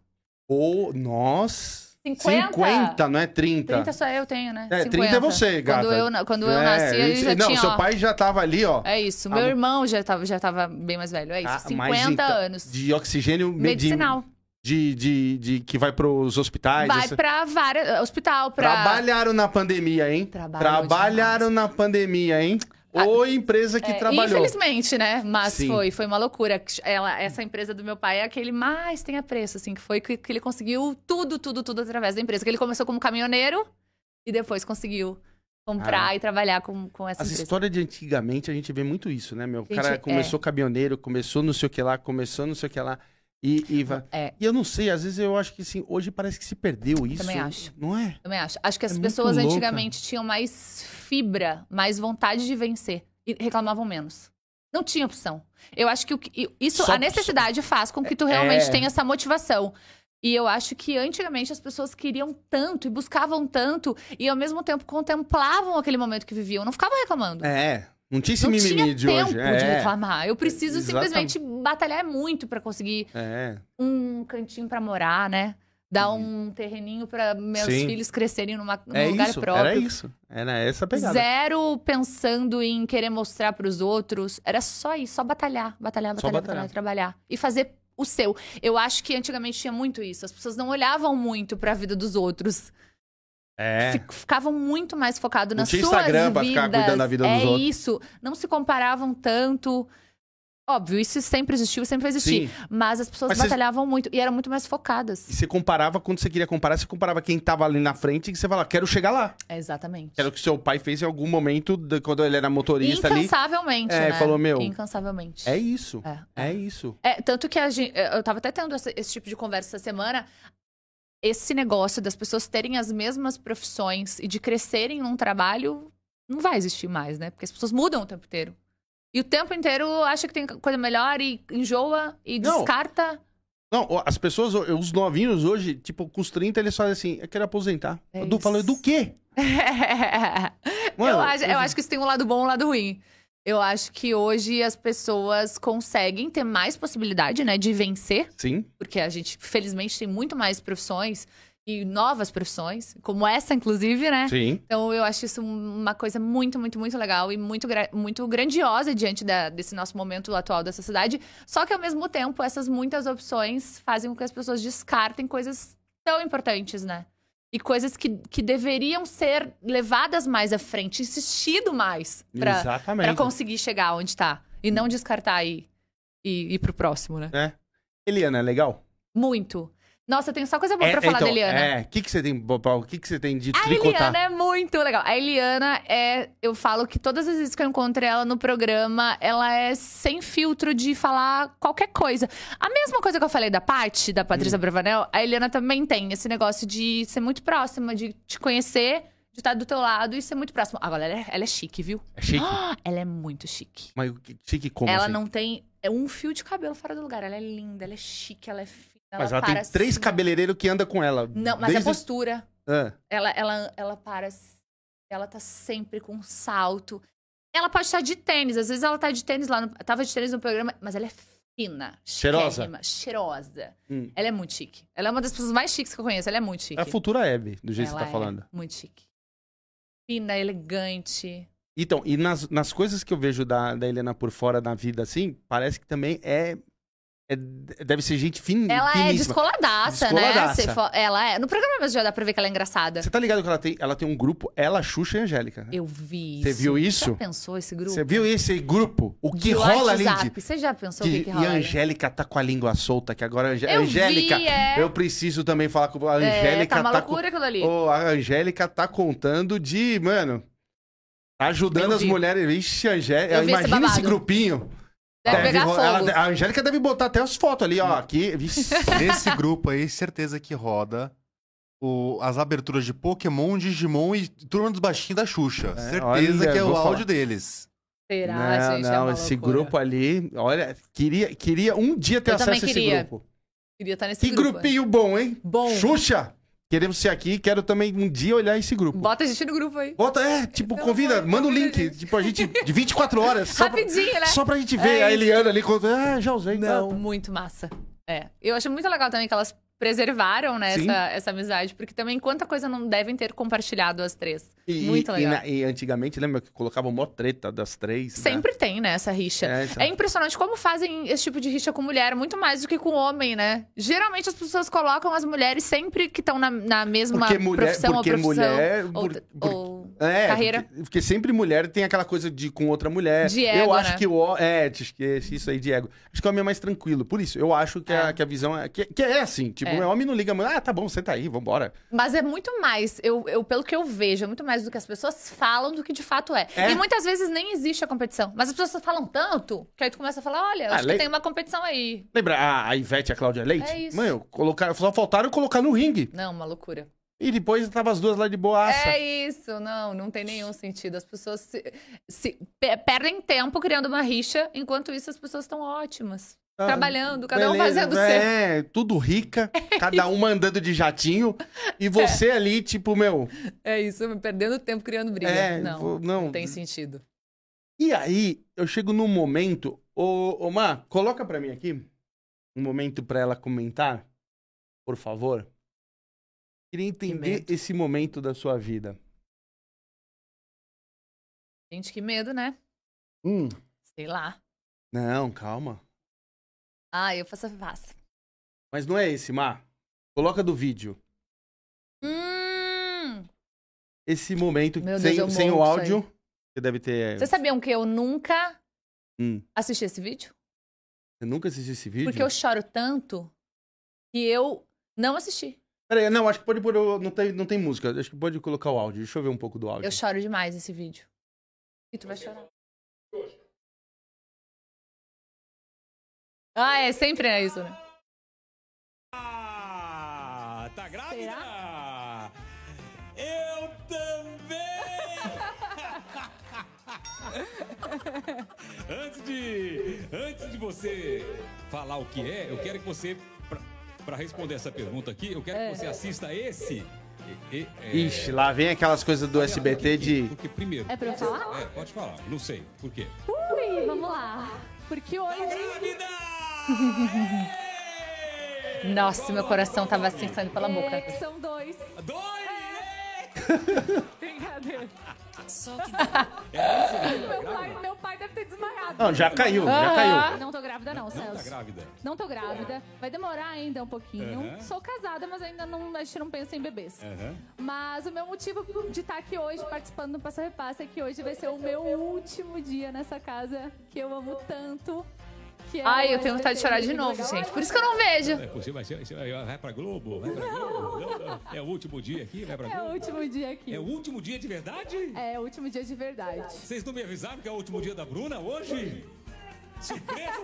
[SPEAKER 1] Ô, nossa.
[SPEAKER 3] 50?
[SPEAKER 1] 50, não é 30.
[SPEAKER 3] 30 só eu tenho, né?
[SPEAKER 1] É, 30 é você, gata.
[SPEAKER 3] Quando eu, na- quando eu
[SPEAKER 1] É,
[SPEAKER 3] nasci, ele
[SPEAKER 1] isso-
[SPEAKER 3] já
[SPEAKER 1] Não,
[SPEAKER 3] tinha.
[SPEAKER 1] seu
[SPEAKER 3] ó,
[SPEAKER 1] pai já tava ali, ó.
[SPEAKER 3] É isso.
[SPEAKER 1] Ah,
[SPEAKER 3] Meu
[SPEAKER 1] mas-
[SPEAKER 3] irmão já tava, já tava bem mais velho. É isso.
[SPEAKER 1] Ah, mas
[SPEAKER 3] 50
[SPEAKER 1] então,
[SPEAKER 3] anos.
[SPEAKER 1] De oxigênio medi-
[SPEAKER 3] Medicinal.
[SPEAKER 1] De, de, de- que vai pros hospitais.
[SPEAKER 3] Vai
[SPEAKER 1] essa-
[SPEAKER 3] pra várias. Hospital, pra.
[SPEAKER 1] Trabalharam na pandemia, hein?
[SPEAKER 3] Trabalhou
[SPEAKER 1] Trabalharam na pandemia, hein? Ou empresa que
[SPEAKER 3] É,
[SPEAKER 1] trabalhou.
[SPEAKER 3] Infelizmente, né? Mas
[SPEAKER 1] Sim.
[SPEAKER 3] foi, foi uma loucura. Ela, essa empresa do meu pai é a que ele mais tem apreço, assim, que foi que, que ele conseguiu tudo, tudo, tudo através da empresa. Que ele começou como caminhoneiro e depois conseguiu comprar e trabalhar com, com essa
[SPEAKER 1] As
[SPEAKER 3] empresa.
[SPEAKER 1] histórias de antigamente, a gente vê muito isso, né, meu? O
[SPEAKER 3] Gente,
[SPEAKER 1] cara
[SPEAKER 3] é.
[SPEAKER 1] começou caminhoneiro, começou não sei o que lá, começou não sei o que lá. E, e, vai-
[SPEAKER 3] É.
[SPEAKER 1] e eu não sei, às vezes eu acho que sim, hoje parece que se perdeu isso.
[SPEAKER 3] Também acho.
[SPEAKER 1] Não é?
[SPEAKER 3] Também acho. Acho que
[SPEAKER 1] É
[SPEAKER 3] as
[SPEAKER 1] muito
[SPEAKER 3] pessoas
[SPEAKER 1] louca.
[SPEAKER 3] antigamente tinham mais fibra, mais vontade de vencer e reclamavam menos. Não tinha opção. Eu acho que, o que- e isso
[SPEAKER 1] Só-
[SPEAKER 3] a necessidade faz com que tu realmente
[SPEAKER 1] É.
[SPEAKER 3] tenha essa motivação. E eu acho que antigamente as pessoas queriam tanto e buscavam tanto e ao mesmo tempo contemplavam aquele momento que viviam, não ficavam reclamando.
[SPEAKER 1] É. Não tinha esse
[SPEAKER 3] não
[SPEAKER 1] mimimi
[SPEAKER 3] tinha
[SPEAKER 1] de
[SPEAKER 3] tempo
[SPEAKER 1] hoje.
[SPEAKER 3] de
[SPEAKER 1] é.
[SPEAKER 3] reclamar. Eu preciso
[SPEAKER 1] Exatamente.
[SPEAKER 3] simplesmente batalhar muito pra conseguir
[SPEAKER 1] é.
[SPEAKER 3] um cantinho pra morar, né? Dar um terreninho pra meus
[SPEAKER 1] Sim.
[SPEAKER 3] filhos crescerem numa, num
[SPEAKER 1] É
[SPEAKER 3] lugar
[SPEAKER 1] isso.
[SPEAKER 3] próprio.
[SPEAKER 1] Era isso. Era essa a pegada.
[SPEAKER 3] Zero pensando em querer mostrar pros outros. Era só isso, só batalhar, batalhar, batalhar,
[SPEAKER 1] Só
[SPEAKER 3] batalhar,
[SPEAKER 1] batalhar.
[SPEAKER 3] trabalhar e fazer o seu. Eu acho que antigamente tinha muito isso. As pessoas não olhavam muito pra vida dos outros.
[SPEAKER 1] É.
[SPEAKER 3] Fic- Ficavam muito mais focados
[SPEAKER 1] Não
[SPEAKER 3] nas
[SPEAKER 1] tinha
[SPEAKER 3] suas
[SPEAKER 1] Instagram
[SPEAKER 3] vidas.
[SPEAKER 1] pra ficar cuidando da vida
[SPEAKER 3] é
[SPEAKER 1] dos outros.
[SPEAKER 3] isso. Não se comparavam tanto. Óbvio, isso sempre existiu, sempre vai existir.
[SPEAKER 1] Sim.
[SPEAKER 3] Mas as pessoas
[SPEAKER 1] Mas vocês-
[SPEAKER 3] batalhavam muito e eram muito mais focadas.
[SPEAKER 1] E você comparava, quando você queria comparar, você comparava quem tava ali na frente e você falava, quero chegar lá.
[SPEAKER 3] É, Exatamente.
[SPEAKER 1] Que era o que seu pai fez em algum momento, de- quando ele era motorista ali.
[SPEAKER 3] Incansavelmente,
[SPEAKER 1] É,
[SPEAKER 3] né?
[SPEAKER 1] falou, meu,
[SPEAKER 3] Incansavelmente.
[SPEAKER 1] É isso.
[SPEAKER 3] É.
[SPEAKER 1] É isso.
[SPEAKER 3] É, tanto que a gente, eu tava até tendo essa- esse tipo de conversa essa semana. Esse negócio das pessoas terem as mesmas profissões e de crescerem num trabalho não vai existir mais, né? Porque as pessoas mudam o tempo inteiro. E o tempo inteiro acha que tem coisa melhor e enjoa e
[SPEAKER 1] Não. [LAUGHS]
[SPEAKER 3] descarta.
[SPEAKER 1] Não, ó, as pessoas, ó, os novinhos hoje, tipo, com os 30, eles falam assim, eu quero aposentar.
[SPEAKER 3] É
[SPEAKER 1] eu du-
[SPEAKER 3] isso.
[SPEAKER 1] falo, do quê?
[SPEAKER 3] eu, acho, eu acho que isso tem um lado bom e um lado ruim. Eu acho que hoje as pessoas conseguem ter mais possibilidade, né, de vencer,
[SPEAKER 1] Sim.
[SPEAKER 3] porque a gente, felizmente, tem muito mais profissões e novas profissões, como essa, inclusive, né?
[SPEAKER 1] Sim.
[SPEAKER 3] Então eu acho isso uma coisa muito, muito, muito legal e muito, gra- muito grandiosa diante da- desse nosso momento atual da sociedade. Só que ao mesmo tempo, essas muitas opções fazem com que as pessoas descartem coisas tão importantes, né? E coisas que, que deveriam ser levadas mais à frente, insistido mais pra,
[SPEAKER 1] Exatamente.
[SPEAKER 3] pra conseguir chegar onde tá. E não descartar e, e ir pro próximo, né?
[SPEAKER 1] É. Eliana, é legal?
[SPEAKER 3] Muito. Nossa, eu tenho só coisa boa
[SPEAKER 1] é,
[SPEAKER 3] pra falar
[SPEAKER 1] então,
[SPEAKER 3] da Eliana.
[SPEAKER 1] É, o que, que você tem, Bopal? O que, que você tem de
[SPEAKER 3] A
[SPEAKER 1] tricotar?
[SPEAKER 3] Eliana é muito legal. A Eliana é. Eu falo que todas as vezes que eu encontrei ela no programa, ela é sem filtro de falar qualquer coisa. A mesma coisa que eu falei da Paty, da
[SPEAKER 1] Hum.
[SPEAKER 3] Patrícia Bravanel, a Eliana também tem esse negócio de ser muito próxima, de te conhecer, de estar do teu lado e ser muito próxima. Agora, ela é, ela é chique, viu?
[SPEAKER 1] É chique.
[SPEAKER 3] Ah, [GASPS] Ela é muito chique.
[SPEAKER 1] [GASPS] Mas o que- chique como
[SPEAKER 3] ela
[SPEAKER 1] assim?
[SPEAKER 3] não tem. É um fio de cabelo fora do lugar. Ela é linda, ela é chique, ela é fina.
[SPEAKER 1] Mas ela
[SPEAKER 3] para
[SPEAKER 1] tem três
[SPEAKER 3] assim, ó.
[SPEAKER 1] cabeleireiros que andam com ela.
[SPEAKER 3] Não, mas
[SPEAKER 1] desde-
[SPEAKER 3] a postura.
[SPEAKER 1] Ah,
[SPEAKER 3] Ela, ela, ela para. Ela tá sempre com um salto. Ela pode estar de tênis. Às vezes ela tá de tênis lá. No, tava de tênis no programa, mas ela é fina.
[SPEAKER 1] Cheirosa.
[SPEAKER 3] chiquérrima, Cheirosa.
[SPEAKER 1] Hum.
[SPEAKER 3] Ela é muito chique. Ela é uma das pessoas mais chiques que eu conheço. Ela é muito
[SPEAKER 1] é
[SPEAKER 3] chique.
[SPEAKER 1] a futura Hebe, do jeito
[SPEAKER 3] ela
[SPEAKER 1] que você tá falando.
[SPEAKER 3] É muito chique. Fina, elegante.
[SPEAKER 1] Então, e nas, nas coisas que eu vejo da, da Helena por fora na vida, assim, parece que também é. é- deve ser gente fin,
[SPEAKER 3] Ela é
[SPEAKER 1] finíssima.
[SPEAKER 3] descoladaça, né?
[SPEAKER 1] Descoladaça.
[SPEAKER 3] Você fo- Ela é. No programa mesmo já dá pra ver que ela é engraçada.
[SPEAKER 1] Você tá ligado que ela tem, ela tem um grupo, ela, Xuxa e Angélica. né?
[SPEAKER 3] Eu vi isso.
[SPEAKER 1] Você viu
[SPEAKER 3] Já
[SPEAKER 1] isso?
[SPEAKER 3] pensou esse grupo?
[SPEAKER 1] Você viu esse grupo? O que
[SPEAKER 3] Do
[SPEAKER 1] rola,
[SPEAKER 3] WhatsApp?
[SPEAKER 1] Lindy?
[SPEAKER 3] Você já pensou o que,
[SPEAKER 1] Que,
[SPEAKER 3] que
[SPEAKER 1] e
[SPEAKER 3] rola?
[SPEAKER 1] a
[SPEAKER 3] ali?
[SPEAKER 1] Angélica tá com a língua solta, que agora a Ange-
[SPEAKER 3] Eu
[SPEAKER 1] Angélica.
[SPEAKER 3] vi, é.
[SPEAKER 1] Eu preciso também falar com a Angélica.
[SPEAKER 3] É, tá uma
[SPEAKER 1] com-
[SPEAKER 3] loucura aquilo ali.
[SPEAKER 1] Ô, a Angélica tá contando de, mano, tá ajudando
[SPEAKER 3] Eu
[SPEAKER 1] as
[SPEAKER 3] vi.
[SPEAKER 1] mulheres. Ixi, Angélica,
[SPEAKER 3] Eu vi esse
[SPEAKER 1] imagina esse,
[SPEAKER 3] babado.
[SPEAKER 1] grupinho.
[SPEAKER 3] Deve pegar
[SPEAKER 1] ro-
[SPEAKER 3] fogo.
[SPEAKER 1] um, ela- a Angélica deve botar até as fotos ali, ó, aqui. Vixe.
[SPEAKER 2] Nesse grupo aí, certeza que roda o- as aberturas de Pokémon, Digimon e Turma dos Baixinhos da Xuxa.
[SPEAKER 1] É,
[SPEAKER 2] certeza
[SPEAKER 1] olha,
[SPEAKER 2] que é
[SPEAKER 1] vou
[SPEAKER 2] o
[SPEAKER 1] falar.
[SPEAKER 2] áudio deles.
[SPEAKER 3] [LAUGHS] Será,
[SPEAKER 1] não,
[SPEAKER 3] gente? é
[SPEAKER 1] não,
[SPEAKER 3] uma
[SPEAKER 1] esse
[SPEAKER 3] loucura.
[SPEAKER 1] grupo ali, olha, queria, queria um dia ter
[SPEAKER 3] Eu também
[SPEAKER 1] acesso a esse
[SPEAKER 3] queria.
[SPEAKER 1] grupo.
[SPEAKER 3] Queria estar nesse
[SPEAKER 1] é- Que
[SPEAKER 3] grupo.
[SPEAKER 1] grupinho bom, hein?
[SPEAKER 3] Bom.
[SPEAKER 1] Xuxa, queremos ser aqui, quero também um dia olhar esse grupo.
[SPEAKER 3] Bota a gente no grupo aí.
[SPEAKER 1] Bota, é, tipo,
[SPEAKER 3] Pelo
[SPEAKER 1] convida,
[SPEAKER 3] amor,
[SPEAKER 1] manda o
[SPEAKER 3] convida
[SPEAKER 1] link,
[SPEAKER 3] a gente.
[SPEAKER 1] tipo, a gente, de 24 horas, só pra,
[SPEAKER 3] Rapidinho, né?
[SPEAKER 1] só pra gente ver
[SPEAKER 3] É
[SPEAKER 1] a Eliana ali, contando, ah, já usei,
[SPEAKER 3] Não,
[SPEAKER 1] tá.
[SPEAKER 3] muito massa. É. Eu acho muito legal também que elas preservaram, né,
[SPEAKER 1] Sim.
[SPEAKER 3] essa, essa amizade. Porque também quanta coisa não devem ter compartilhado as três.
[SPEAKER 1] E,
[SPEAKER 3] Muito
[SPEAKER 1] e- E,
[SPEAKER 3] legal.
[SPEAKER 1] na- e antigamente, lembra que colocavam mó treta das três? né?
[SPEAKER 3] Sempre tem, né, essa rixa.
[SPEAKER 1] É, então.
[SPEAKER 3] É impressionante como fazem esse tipo de rixa com mulher, muito mais do que com homem, né? Geralmente as pessoas colocam as mulheres sempre que estão na, na mesma
[SPEAKER 1] porque mulher,
[SPEAKER 3] profissão
[SPEAKER 1] porque
[SPEAKER 3] ou profissão.
[SPEAKER 1] mulher,
[SPEAKER 3] ou,
[SPEAKER 1] por- por-
[SPEAKER 3] ou-
[SPEAKER 1] é,
[SPEAKER 3] carreira.
[SPEAKER 1] Porque, porque sempre mulher tem aquela coisa de com outra mulher.
[SPEAKER 3] De
[SPEAKER 1] eu
[SPEAKER 3] ego,
[SPEAKER 1] acho
[SPEAKER 3] né?
[SPEAKER 1] que o ho- é, te esquece isso aí de ego. Acho que o homem é mais tranquilo. Por isso, eu acho que, a,
[SPEAKER 3] É.
[SPEAKER 1] que a visão é que, que é assim, tipo,
[SPEAKER 3] É.
[SPEAKER 1] o homem não liga, mas, ah, tá bom, senta aí, vambora.
[SPEAKER 3] Mas é muito mais, eu, eu- pelo que eu vejo, é muito mais do que as pessoas falam do que de fato é.
[SPEAKER 1] É?
[SPEAKER 3] E muitas vezes nem existe a competição. Mas as pessoas falam tanto que aí tu começa a falar: olha,
[SPEAKER 1] Ah,
[SPEAKER 3] acho
[SPEAKER 1] le-
[SPEAKER 3] que tem uma competição aí.
[SPEAKER 1] Lembra a, a Ivete e a Cláudia Leite?
[SPEAKER 3] É isso.
[SPEAKER 1] Mano, colocaram, só faltaram colocar no ringue.
[SPEAKER 3] Não, uma loucura.
[SPEAKER 1] E depois tava as duas lá de boaça.
[SPEAKER 3] É isso, não, não tem nenhum sentido. As pessoas se, se- pe- perdem tempo criando uma rixa, enquanto isso as pessoas estão ótimas.
[SPEAKER 1] Ah,
[SPEAKER 3] trabalhando, cada um
[SPEAKER 1] Beleza,
[SPEAKER 3] fazendo o seu. É
[SPEAKER 1] É, tudo
[SPEAKER 3] [LAUGHS]
[SPEAKER 1] rica, cada uma andando de jatinho. E você ali, tipo, meu.
[SPEAKER 3] É isso, perdendo tempo criando É. briga.
[SPEAKER 1] é,
[SPEAKER 3] não,
[SPEAKER 1] vou-
[SPEAKER 3] não tem sentido.
[SPEAKER 1] E aí, eu chego num momento. Ô, ô Mar, coloca pra mim aqui um momento pra ela comentar, por favor. Queria entender
[SPEAKER 3] medo.
[SPEAKER 1] esse momento da sua vida.
[SPEAKER 3] Gente, que medo, né? Sei lá.
[SPEAKER 1] Não, calma.
[SPEAKER 3] Ah, eu faço fácil.
[SPEAKER 1] Mas não é esse, Mar. Coloca do vídeo.
[SPEAKER 3] Hum.
[SPEAKER 1] Esse momento
[SPEAKER 3] Meu Deus,
[SPEAKER 1] sem,
[SPEAKER 3] eu
[SPEAKER 1] sem o
[SPEAKER 3] morro
[SPEAKER 1] áudio. Você deve ter.
[SPEAKER 3] Vocês sabiam que eu nunca
[SPEAKER 1] É. Hum.
[SPEAKER 3] assisti esse vídeo?
[SPEAKER 1] Você nunca assistiu esse vídeo?
[SPEAKER 3] Porque eu choro tanto que eu não assisti.
[SPEAKER 1] Peraí, não, acho que pode pôr. o- Não tem, não tem música. Acho que pode colocar o áudio. Deixa eu ver um pouco do áudio.
[SPEAKER 3] Eu choro demais esse vídeo. E tu vai chorar. Ah, é sempre é isso, né?
[SPEAKER 4] Ah, Tá grávida? Eu também! antes, de, antes de você falar o que é, eu quero que você, pra- pra responder essa pergunta aqui, eu quero que você assista esse E- e- é,
[SPEAKER 1] Ixi, lá vem aquelas coisas do SBT de.
[SPEAKER 4] Porque primeiro.
[SPEAKER 5] É pra eu falar?
[SPEAKER 4] É, pode falar, não sei. Por quê? Tá
[SPEAKER 5] Ui, vamos lá. Porque hoje.
[SPEAKER 4] Grávida!
[SPEAKER 3] Nossa, meu coração tava assim saindo pela
[SPEAKER 5] É,
[SPEAKER 3] boca.
[SPEAKER 5] que são dois.
[SPEAKER 4] Dois!
[SPEAKER 5] Brincadeira.
[SPEAKER 6] Só que não.
[SPEAKER 4] É,
[SPEAKER 5] Meu pai, meu pai deve ter desmaiado.
[SPEAKER 1] Não, já caiu, já caiu.
[SPEAKER 5] Não tô grávida, não,
[SPEAKER 4] Não tá
[SPEAKER 5] Celso.
[SPEAKER 4] grávida.
[SPEAKER 5] Não tô grávida. Vai demorar ainda um pouquinho.
[SPEAKER 4] Aham. É.
[SPEAKER 5] Sou casada, mas ainda não, a gente não pensa em bebês.
[SPEAKER 4] Aham.
[SPEAKER 5] Mas o meu motivo de estar aqui hoje, participando do Passa Repassa, é que hoje vai ser o meu último dia nessa casa que eu amo tanto. que é
[SPEAKER 3] Ai, eu
[SPEAKER 5] o
[SPEAKER 3] tenho vontade de
[SPEAKER 5] SBT
[SPEAKER 3] chorar de
[SPEAKER 5] Legal.
[SPEAKER 3] novo, gente.
[SPEAKER 5] Ai,
[SPEAKER 3] Por isso que eu não vejo.
[SPEAKER 4] É, Você vai, ser- você vai, vai pra Globo? Vai pra Globo? Não, não. É o último dia aqui? Vai pra
[SPEAKER 5] É o
[SPEAKER 4] Globo?
[SPEAKER 5] último dia aqui.
[SPEAKER 4] É o último dia de verdade?
[SPEAKER 5] É o último dia de verdade.
[SPEAKER 4] Vocês não me avisaram que é o último dia da Bruna hoje?
[SPEAKER 5] [LAUGHS]
[SPEAKER 4] Surpresa!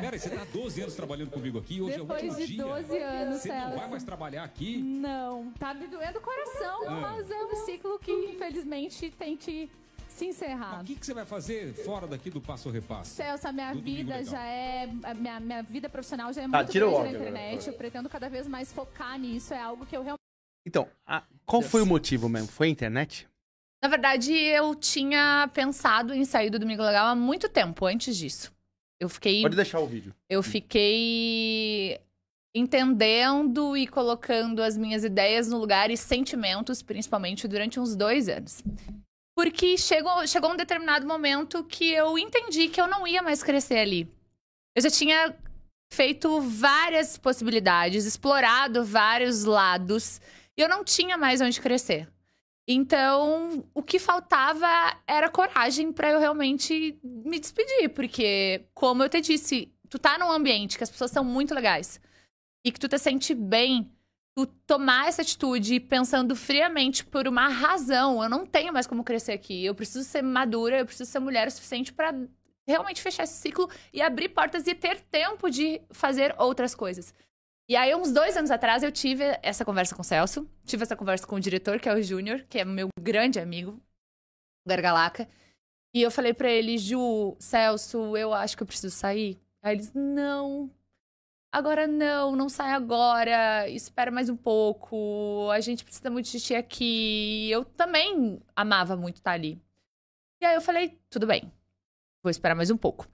[SPEAKER 4] Peraí, você tá 12 anos trabalhando comigo aqui hoje é o
[SPEAKER 5] Depois
[SPEAKER 4] último
[SPEAKER 5] de
[SPEAKER 4] dia.
[SPEAKER 5] 12 anos,
[SPEAKER 4] Você não vai
[SPEAKER 5] Celso.
[SPEAKER 4] mais trabalhar aqui?
[SPEAKER 5] Não, tá me doendo o coração, mas é um ciclo que infelizmente tem que se encerrar.
[SPEAKER 4] O que, que você vai fazer fora daqui do Passo Repasso?
[SPEAKER 5] Celso, a minha
[SPEAKER 4] Do Domingo
[SPEAKER 5] vida
[SPEAKER 4] Legal.
[SPEAKER 5] já é. A minha, minha vida profissional já é
[SPEAKER 1] Tá,
[SPEAKER 5] muito
[SPEAKER 1] tira o
[SPEAKER 5] grande na
[SPEAKER 1] óculos agora,
[SPEAKER 5] internet. Eu pretendo cada vez mais focar nisso. É algo que eu realmente.
[SPEAKER 1] Então, a- qual foi o motivo mesmo? Foi a internet?
[SPEAKER 3] Na verdade, eu tinha pensado em sair do Domingo Legal há muito tempo antes disso. Eu fiquei,
[SPEAKER 1] Pode deixar o vídeo.
[SPEAKER 3] eu fiquei entendendo e colocando as minhas ideias no lugar e sentimentos, principalmente durante uns dois anos. Porque chegou, chegou um determinado momento que eu entendi que eu não ia mais crescer ali. Eu já tinha feito várias possibilidades, explorado vários lados, e eu não tinha mais onde crescer. Então, o que faltava era coragem pra eu realmente me despedir, porque, como eu te disse, tu tá num ambiente que as pessoas são muito legais e que tu te sente bem, tu tomar essa atitude pensando friamente por uma razão, eu não tenho mais como crescer aqui, eu preciso ser madura, eu preciso ser mulher o suficiente pra realmente fechar esse ciclo e abrir portas e ter tempo de fazer outras coisas. E aí, uns dois anos atrás, eu tive essa conversa com o Celso, tive essa conversa com o diretor, que é o Júnior, que é meu grande amigo, Gargalaca. E eu falei pra ele, Ju, Celso, eu acho que eu preciso sair. Aí eles, não, agora não, não sai agora, espera mais um pouco, a gente precisa muito de ti aqui. Eu também amava muito estar ali. E aí eu falei, tudo bem, vou esperar mais um pouco.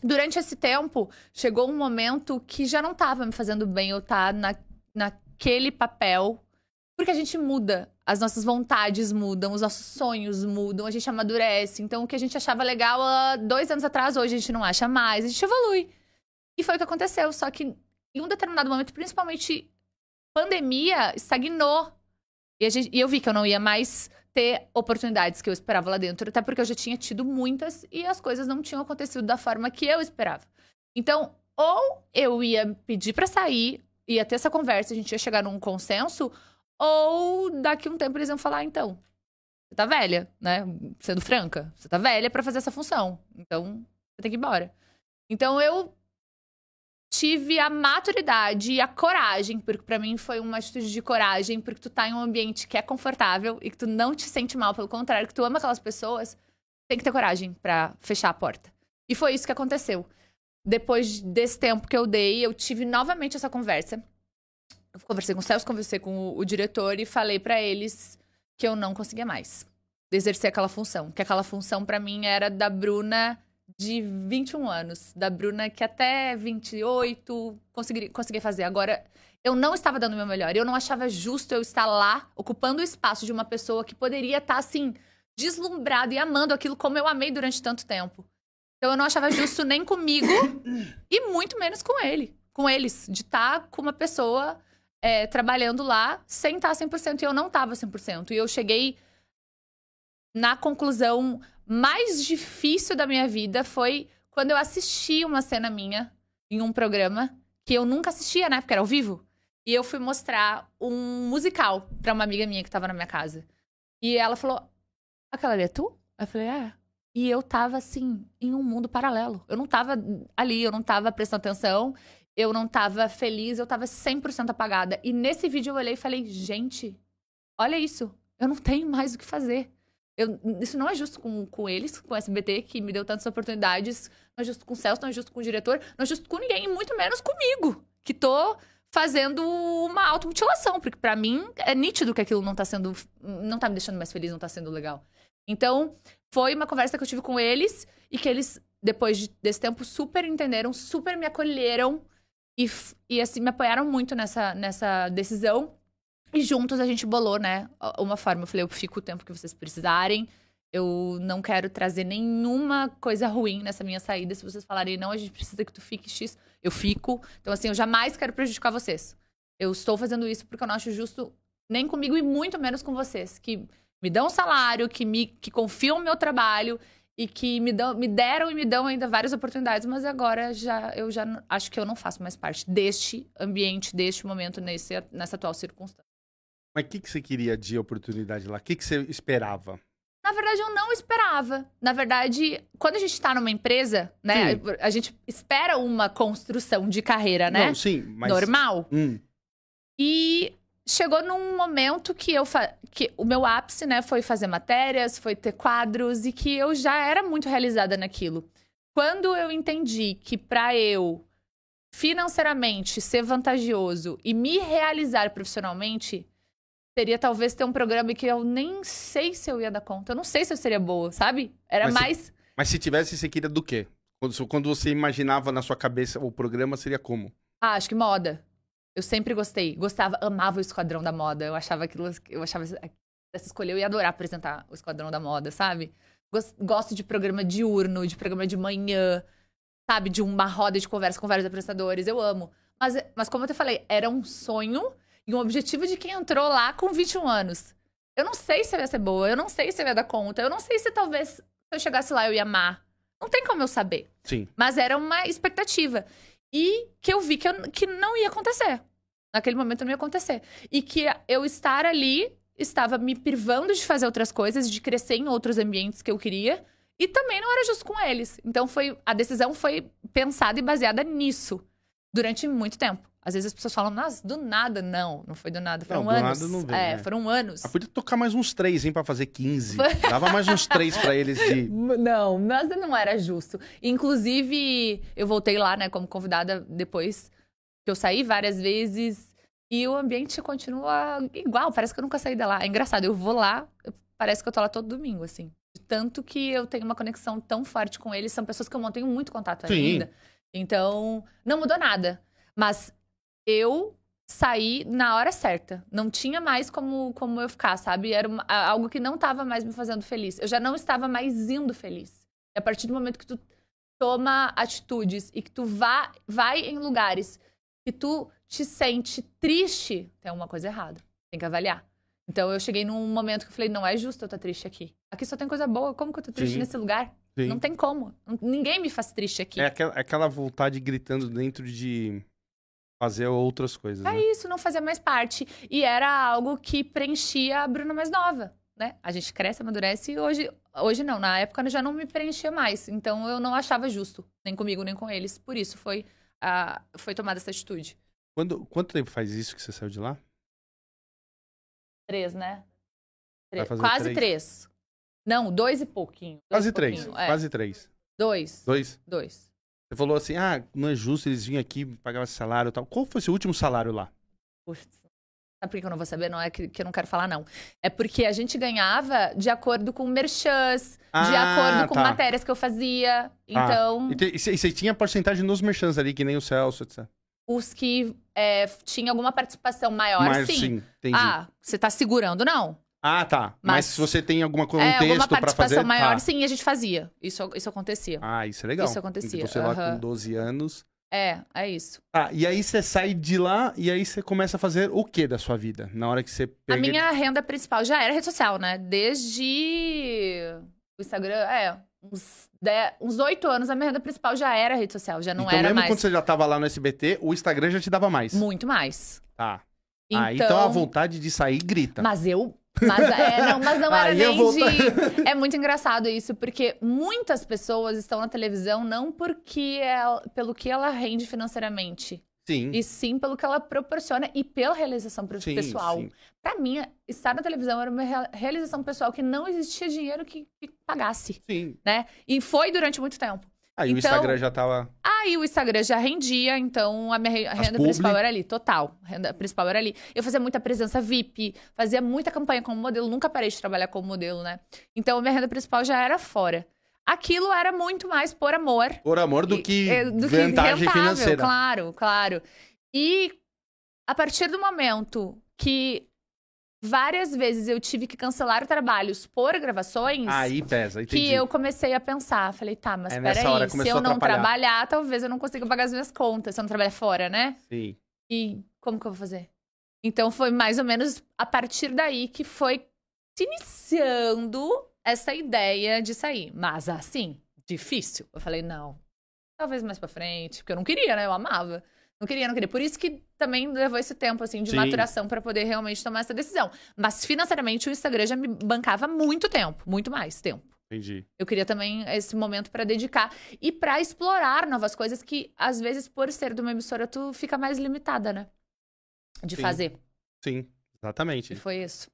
[SPEAKER 3] Durante esse tempo, chegou um momento que já não tava me fazendo bem eu estar na, naquele papel. Porque a gente muda, as nossas vontades mudam, os nossos sonhos mudam, a gente amadurece. Então, o que a gente achava legal há dois anos atrás, hoje a gente não acha mais, a gente evolui. E foi o que aconteceu. Só que em um determinado momento, principalmente pandemia, estagnou. E, a gente- e eu vi que eu não ia mais ter oportunidades que eu esperava lá dentro, até porque eu já tinha tido muitas e as coisas não tinham acontecido da forma que eu esperava. Então, ou eu ia pedir pra sair, ia ter essa conversa, a gente ia chegar num consenso, ou daqui um tempo eles iam falar, então, você tá velha, né? Sendo franca, você tá velha pra fazer essa função. Então, você tem que ir embora. Então, eu tive a maturidade e a coragem, porque pra mim foi uma atitude de coragem, porque tu tá em um ambiente que é confortável e que tu não te sente mal, pelo contrário, que tu ama aquelas pessoas, tem que ter coragem pra fechar a porta. E foi isso que aconteceu. Depois desse tempo que eu dei, eu tive novamente essa conversa. Eu conversei com o Celso, conversei com o, o diretor e falei pra eles que eu não conseguia mais exercer aquela função, que aquela função pra mim era da Bruna de 21 anos, da Bruna que até 28 conseguiria, conseguia fazer. Agora, eu não estava dando o meu melhor. Eu não achava justo eu estar lá, ocupando o espaço de uma pessoa que poderia estar, assim, deslumbrada e amando aquilo como eu amei durante tanto tempo. Então, eu não achava justo nem comigo e muito menos com ele, com eles, de estar com uma pessoa é, trabalhando lá sem tá estar 100%. E eu não estava 100%. E eu cheguei na conclusão mais difícil da minha vida foi quando eu assisti uma cena minha em um programa que eu nunca assistia, né? Porque era ao vivo. E eu fui mostrar um musical pra uma amiga minha que tava na minha casa. E ela falou: Aquela ali é tu? Eu falei: É. E eu tava assim, em um mundo paralelo. Eu não tava ali, eu não tava prestando atenção, eu não tava feliz, eu tava 100% apagada. E nesse vídeo eu olhei e falei: Gente, olha isso. Eu não tenho mais o que fazer. Eu- isso não é justo com, com eles, com o SBT, que me deu tantas oportunidades. Não é justo com o Celso, não é justo com o diretor, não é justo com ninguém, e muito menos comigo, que tô fazendo uma automutilação, porque pra mim é nítido que aquilo não tá sendo. Não tá me deixando mais feliz, não tá sendo legal. Então, foi uma conversa que eu tive com eles e que eles, depois de- desse tempo, super entenderam, super me acolheram e, f- e assim, me apoiaram muito nessa, nessa decisão. E juntos a gente bolou, né? Uma forma. Eu falei, eu fico o tempo que vocês precisarem. Eu não quero trazer nenhuma coisa ruim nessa minha saída. Se vocês falarem, não, a gente precisa que tu fique X, eu fico. Então, assim, eu jamais quero prejudicar vocês. Eu estou fazendo isso porque eu não acho justo nem comigo e muito menos com vocês, que me dão um salário, que me que confiam no meu trabalho e que me, dão, me deram e me dão ainda várias oportunidades, mas agora já eu já n- acho que eu não faço mais parte deste ambiente, deste momento, nesse, nessa atual circunstância.
[SPEAKER 1] Mas o que, que você queria de oportunidade lá? O que, que você esperava?
[SPEAKER 3] Na verdade, eu não esperava. Na verdade, quando a gente tá numa empresa, né?
[SPEAKER 1] Sim.
[SPEAKER 3] A gente espera uma construção de carreira, né?
[SPEAKER 1] Não, sim, mas.
[SPEAKER 3] Normal.
[SPEAKER 1] Hum,
[SPEAKER 3] E chegou num momento que eu fa- que o meu ápice, né, foi fazer matérias, foi ter quadros e que eu já era muito realizada naquilo. Quando eu entendi que pra eu financeiramente ser vantajoso e me realizar profissionalmente, seria talvez ter um programa que eu nem sei se eu ia dar conta. Eu não sei se eu seria boa, sabe? Era
[SPEAKER 1] Mas se-
[SPEAKER 3] mais
[SPEAKER 1] mas se tivesse, você queria do quê? Quando, quando você imaginava na sua cabeça o programa, seria como?
[SPEAKER 3] Ah, acho que moda. Eu sempre gostei. Gostava, amava o Esquadrão da Moda. Eu achava aquilo. Eu achava essa escolha, eu ia adorar apresentar o Esquadrão da Moda, sabe? Gos- Gosto de programa diurno, de programa de manhã, sabe? De uma roda de conversa com vários apresentadores. Eu amo. Mas, mas como eu te falei, era um sonho e um objetivo de quem entrou lá com 21 anos. Eu não sei se eu ia ser boa, eu não sei se eu ia dar conta, eu não sei se talvez se eu chegasse lá eu ia amar. Não tem como eu saber.
[SPEAKER 1] Sim.
[SPEAKER 3] Mas era uma expectativa. E que eu vi que, eu- que não ia acontecer. Naquele momento não ia acontecer. E que eu estar ali estava me privando de fazer outras coisas, de crescer em outros ambientes que eu queria. E também não era justo com eles. Então foi a decisão foi pensada e baseada nisso. Durante muito tempo. Às vezes as pessoas falam, nossa, do nada. Não, não foi do nada. Foram
[SPEAKER 1] do
[SPEAKER 3] anos.
[SPEAKER 1] nada não vem,
[SPEAKER 3] é,
[SPEAKER 1] né?
[SPEAKER 3] foram anos.
[SPEAKER 1] Ah, podia tocar mais uns três, hein, pra fazer
[SPEAKER 3] [LAUGHS]
[SPEAKER 1] 15. Dava mais uns três pra eles de.
[SPEAKER 3] M- Não, mas não era justo. Inclusive, eu voltei lá, né, como convidada depois que eu saí várias vezes e o ambiente continua igual, parece que eu nunca saí de lá. É engraçado, eu vou lá, eu- parece que eu tô lá todo domingo, assim. De Tanto que eu tenho uma conexão tão forte com eles, são pessoas que eu mantenho muito contato
[SPEAKER 1] Sim.
[SPEAKER 3] ainda. Então, não mudou nada. Mas eu saí na hora certa. Não tinha mais como, como eu ficar, sabe? Era uma- a- algo que não estava mais me fazendo feliz. Eu já não estava mais indo feliz. E a partir do momento que tu toma atitudes e que tu vá, vai em lugares que tu te sente triste, tem alguma coisa errada. Tem que avaliar. Então eu cheguei num momento que eu falei, não é justo eu estar triste aqui. Aqui só tem coisa boa. Como que eu tô triste
[SPEAKER 1] Sim.
[SPEAKER 3] nesse lugar?
[SPEAKER 1] Sim.
[SPEAKER 3] Não tem como. Ninguém me faz triste aqui.
[SPEAKER 1] É aquela, aquela vontade gritando dentro de fazer outras coisas. né?
[SPEAKER 3] É isso, não fazia mais parte. E era algo que preenchia a Bruna mais nova, né? A gente cresce, amadurece e hoje, hoje não, na época eu já não me preenchia mais. Então eu não achava justo, nem comigo, nem com eles. Por isso foi, ah, foi tomada essa atitude.
[SPEAKER 1] Quando, quanto tempo faz isso que você saiu de lá?
[SPEAKER 3] Três, né?
[SPEAKER 1] Vai fazer
[SPEAKER 3] quase
[SPEAKER 1] três.
[SPEAKER 3] três. Não, dois e pouquinho. Dois
[SPEAKER 1] Quase
[SPEAKER 3] e
[SPEAKER 1] três.
[SPEAKER 3] pouquinho, é.
[SPEAKER 1] Quase três.
[SPEAKER 3] Dois.
[SPEAKER 1] Dois.
[SPEAKER 3] Dois.
[SPEAKER 1] Você falou assim: ah, não é justo, eles vinham aqui, pagavam esse salário e tal. Qual foi seu último salário lá?
[SPEAKER 3] Putz. Sabe por que eu não vou saber? Não é que, que eu não quero falar, não. É porque a gente ganhava de acordo com merchãs, de
[SPEAKER 1] Ah,
[SPEAKER 3] acordo com
[SPEAKER 1] tá. Ah,
[SPEAKER 3] matérias que eu fazia. Então,
[SPEAKER 1] E te- E você tinha porcentagem nos merchants ali, que nem o Celso, etc.
[SPEAKER 3] os que é, tinham alguma participação maior,
[SPEAKER 1] Mas
[SPEAKER 3] sim.
[SPEAKER 1] sim, entendi. Ah,
[SPEAKER 3] Ah, você tá segurando, não.
[SPEAKER 1] tá. Mas...
[SPEAKER 3] mas-
[SPEAKER 1] se você tem alguma
[SPEAKER 3] é,
[SPEAKER 1] contexto
[SPEAKER 3] alguma
[SPEAKER 1] pra
[SPEAKER 3] participação
[SPEAKER 1] fazer.
[SPEAKER 3] maior,
[SPEAKER 1] tá.
[SPEAKER 3] sim, a gente fazia. Isso, isso acontecia.
[SPEAKER 1] Ah, isso é legal.
[SPEAKER 3] Isso acontecia,
[SPEAKER 1] Você lá com
[SPEAKER 3] aham.
[SPEAKER 1] 12 anos.
[SPEAKER 3] É, é isso.
[SPEAKER 1] Ah, e aí você sai de lá e aí você começa a fazer o que da sua vida? Na hora que você
[SPEAKER 3] A
[SPEAKER 1] pega.
[SPEAKER 3] minha renda principal já era rede social, né? Desde o Instagram, é, uns, de- uns 8 anos, a minha renda principal já era rede social, já não
[SPEAKER 1] então,
[SPEAKER 3] era
[SPEAKER 1] mesmo
[SPEAKER 3] mais.
[SPEAKER 1] quando você já tava lá no SBT, o Instagram já te dava mais.
[SPEAKER 3] Muito mais.
[SPEAKER 1] Tá. Ah, então a vontade de sair grita.
[SPEAKER 3] Mas eu. Mas, é,
[SPEAKER 1] [LAUGHS]
[SPEAKER 3] não, mas não
[SPEAKER 1] Tá.
[SPEAKER 3] era
[SPEAKER 1] Aí eu
[SPEAKER 3] nem
[SPEAKER 1] vou-
[SPEAKER 3] de. É muito engraçado isso, porque muitas pessoas estão na televisão não porque ela- pelo que ela rende financeiramente,
[SPEAKER 1] Sim.
[SPEAKER 3] e sim pelo que ela proporciona e pela realização pro-
[SPEAKER 1] sim,
[SPEAKER 3] pessoal.
[SPEAKER 1] sim.
[SPEAKER 3] Pra mim, estar na televisão era uma rea- realização pessoal que não existia dinheiro que, que pagasse,
[SPEAKER 1] Sim.
[SPEAKER 3] né? E foi durante muito tempo.
[SPEAKER 1] Aí o
[SPEAKER 3] Então-
[SPEAKER 1] Instagram já tava.
[SPEAKER 3] Aí o Instagram já rendia, então a minha re- a
[SPEAKER 1] As
[SPEAKER 3] renda
[SPEAKER 1] publi?
[SPEAKER 3] principal era ali, total. A Renda principal era ali. Eu fazia muita presença VIP, fazia muita campanha como modelo, nunca parei de trabalhar como modelo, né? Então a minha renda principal já era fora. Aquilo era muito mais por amor
[SPEAKER 1] Por amor do
[SPEAKER 3] e-
[SPEAKER 1] que,
[SPEAKER 3] é,
[SPEAKER 1] vantagem
[SPEAKER 3] rentável,
[SPEAKER 1] financeira.
[SPEAKER 3] Claro, claro. E a partir do momento que várias vezes eu tive que cancelar trabalhos por gravações,
[SPEAKER 1] Aí pesa, entendi.
[SPEAKER 3] que eu comecei a pensar. Falei, tá, mas
[SPEAKER 1] É, nessa hora
[SPEAKER 3] peraí, se
[SPEAKER 1] começou a
[SPEAKER 3] eu não
[SPEAKER 1] atrapalhar.
[SPEAKER 3] trabalhar, talvez eu não consiga pagar as minhas contas. Se eu não trabalhar fora, né?
[SPEAKER 1] Sim.
[SPEAKER 3] E como que eu vou fazer? Então foi mais ou menos a partir daí que foi se iniciando essa ideia de sair. Mas assim, difícil. Eu falei, não, talvez mais pra frente, porque eu não queria, né? Eu amava. Não queria, não queria. Por isso que também levou esse tempo, assim, de
[SPEAKER 1] Sim.
[SPEAKER 3] maturação pra poder realmente tomar essa decisão. Mas financeiramente o Instagram já me bancava muito tempo, muito mais tempo.
[SPEAKER 1] Entendi.
[SPEAKER 3] Eu queria também esse momento pra dedicar e pra explorar novas coisas que, às vezes, por ser de uma emissora, tu fica mais limitada, né? De
[SPEAKER 1] Sim.
[SPEAKER 3] fazer.
[SPEAKER 1] Sim,
[SPEAKER 3] E
[SPEAKER 1] exatamente.
[SPEAKER 3] foi isso.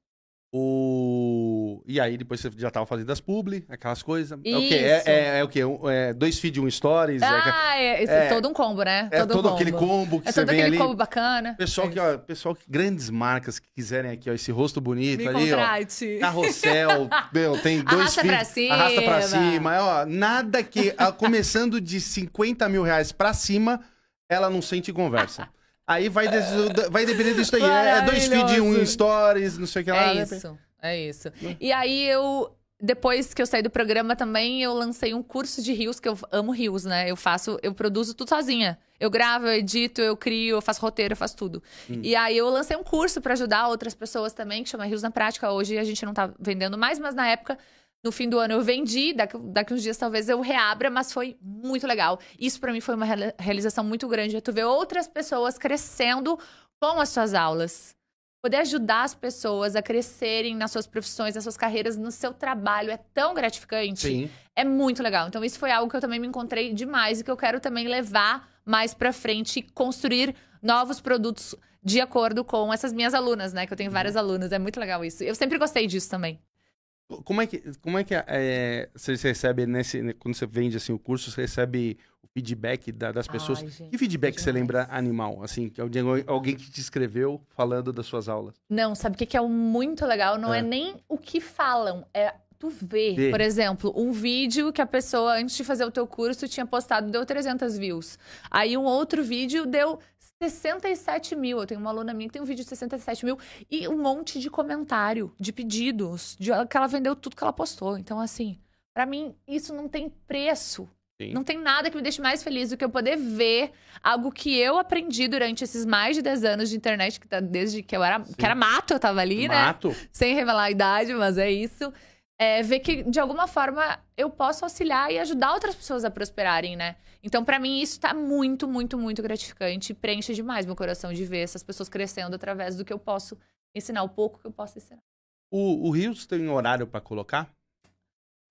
[SPEAKER 1] O... E aí depois você já tava fazendo as publi, aquelas coisas. É o quê?
[SPEAKER 3] Isso.
[SPEAKER 1] É, é- é o quê? Um- é dois feed, um stories? é aqua-
[SPEAKER 3] Ah, é, esse-
[SPEAKER 1] é-
[SPEAKER 3] todo um combo, né?
[SPEAKER 1] É, todo
[SPEAKER 3] um
[SPEAKER 1] aquele combo que
[SPEAKER 3] É
[SPEAKER 1] você
[SPEAKER 3] todo
[SPEAKER 1] vem
[SPEAKER 3] aquele
[SPEAKER 1] ali.
[SPEAKER 3] combo É bacana.
[SPEAKER 1] Pessoal que, ó, pessoal que grandes marcas que quiserem aqui, ó, esse rosto bonito
[SPEAKER 3] Me
[SPEAKER 1] ali, ó.
[SPEAKER 3] contrate.
[SPEAKER 1] Carrossel, [LAUGHS] meu, tem dois
[SPEAKER 3] Arrasta
[SPEAKER 1] feed-
[SPEAKER 3] pra cima.
[SPEAKER 1] Arrasta pra cima. é, Ó, nada que, a- começando de 50 mil reais pra cima, ela não sente conversa. Aí vai, des- vai depender disso aí. É dois feed, um
[SPEAKER 3] Maravilhoso.
[SPEAKER 1] stories, não sei o que lá.
[SPEAKER 3] É
[SPEAKER 1] né?
[SPEAKER 3] isso, é isso. E aí eu, depois que eu saí do programa também, eu lancei um curso de rios, que eu amo rios, né? Eu faço, eu produzo tudo sozinha. Eu gravo, eu edito, eu crio, eu faço roteiro, eu faço tudo. E aí eu lancei um curso pra ajudar outras pessoas também, que chama Rios na Prática. Hoje a gente não tá vendendo mais, mas na época no fim do ano eu vendi, daqui, daqui uns dias talvez eu reabra, mas foi muito legal. Isso pra mim foi uma reali- realização muito grande. é Tu ver outras pessoas crescendo com as suas aulas. Poder ajudar as pessoas a crescerem nas suas profissões, nas suas carreiras, no seu trabalho é tão gratificante.
[SPEAKER 1] Sim.
[SPEAKER 3] É muito legal. Então isso foi algo que eu também me encontrei demais e que eu quero também levar mais pra frente e construir novos produtos de acordo com essas minhas alunas, né? Que eu tenho
[SPEAKER 1] Uhum.
[SPEAKER 3] várias alunas, é muito legal isso. Eu sempre gostei disso também.
[SPEAKER 1] Como é que, como é que é, vocês recebem nesse. Quando você vende assim, o curso, você recebe o feedback da- das pessoas?
[SPEAKER 3] Ai, gente,
[SPEAKER 1] que feedback você
[SPEAKER 3] demais.
[SPEAKER 1] lembra animal? Assim, que alguém, alguém que te escreveu falando das suas aulas.
[SPEAKER 3] Não, sabe o que que é o muito legal? Não é,
[SPEAKER 1] É.
[SPEAKER 3] nem o que falam, é tu ver.
[SPEAKER 1] Ver.
[SPEAKER 3] Por exemplo, um vídeo que a pessoa, antes de fazer o teu curso, tinha postado, deu 300 views. Aí um outro vídeo deu 67 mil. Eu tenho uma aluna minha que tem um vídeo de 67 mil e um monte de comentário, de pedidos, de que ela vendeu tudo que ela postou. Então, assim, pra mim, isso não tem preço.
[SPEAKER 1] Sim.
[SPEAKER 3] Não tem nada que me deixe mais feliz do que eu poder ver algo que eu aprendi durante esses mais de 10 anos de internet, que tá desde que eu era, que era mato, eu tava ali, né?
[SPEAKER 1] Mato?
[SPEAKER 3] Sem revelar a idade, mas é isso. É, ver que, de alguma forma, eu posso auxiliar e ajudar outras pessoas a prosperarem, né? Então, pra mim, isso tá muito, muito, muito gratificante e preenche demais meu coração de ver essas pessoas crescendo através do que eu posso ensinar, o pouco que eu posso ensinar.
[SPEAKER 1] O, o Rios tem horário pra colocar?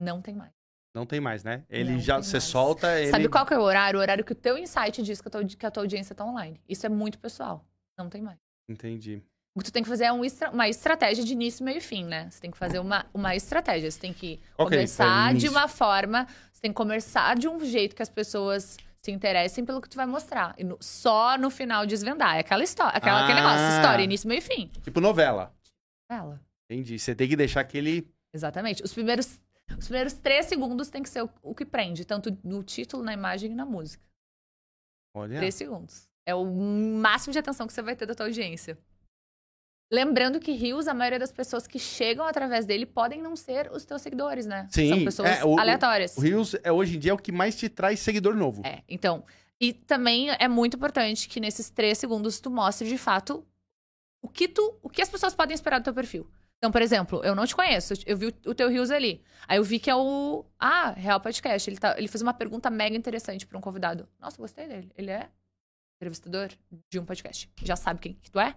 [SPEAKER 3] Não tem mais.
[SPEAKER 1] Não tem mais, né? Ele
[SPEAKER 3] Não
[SPEAKER 1] já.
[SPEAKER 3] tem
[SPEAKER 1] Você
[SPEAKER 3] mais.
[SPEAKER 1] solta ele.
[SPEAKER 3] Sabe qual que é o horário? O horário que o teu insight diz que a tua, que a tua audiência tá online. Isso é muito pessoal. Não tem mais.
[SPEAKER 1] Entendi.
[SPEAKER 3] O que tu tem que fazer é um estra- uma estratégia de início, meio e fim, né? Você tem que fazer uma, uma estratégia. Você tem que
[SPEAKER 1] Qual que é a
[SPEAKER 3] começar
[SPEAKER 1] estratégia de
[SPEAKER 3] de
[SPEAKER 1] início?
[SPEAKER 3] uma forma, você tem que começar de um jeito que as pessoas se interessem pelo que tu vai mostrar. E no- só no final desvendar. É aquela história, aquela, aquele
[SPEAKER 1] Ah.
[SPEAKER 3] negócio, história, início, meio e fim.
[SPEAKER 1] Tipo novela.
[SPEAKER 3] Ela.
[SPEAKER 1] Entendi. Você tem que deixar aquele.
[SPEAKER 3] Exatamente. Os primeiros, os primeiros três segundos tem que ser o, o que prende, tanto no título, na imagem e na música.
[SPEAKER 1] Olha.
[SPEAKER 3] Três segundos. É o máximo de atenção que você vai ter da tua audiência. Lembrando que rios, a maioria das pessoas que chegam através dele podem não ser os teus seguidores, né?
[SPEAKER 1] Sim,
[SPEAKER 3] São pessoas
[SPEAKER 1] é, o-
[SPEAKER 3] aleatórias.
[SPEAKER 1] O Rios é, hoje em dia é o que mais te traz seguidor novo.
[SPEAKER 3] É, então. E também é muito importante que nesses três segundos tu mostre de fato o que tu, o que as pessoas podem esperar do teu perfil. Então, por exemplo, eu não te conheço, eu vi o teu Rios ali. Aí eu vi que é o. Ah, Real Podcast. Ele, tá, ele fez uma pergunta mega interessante pra um convidado. Nossa, gostei dele. Ele é entrevistador de um podcast. Já sabe quem que tu é?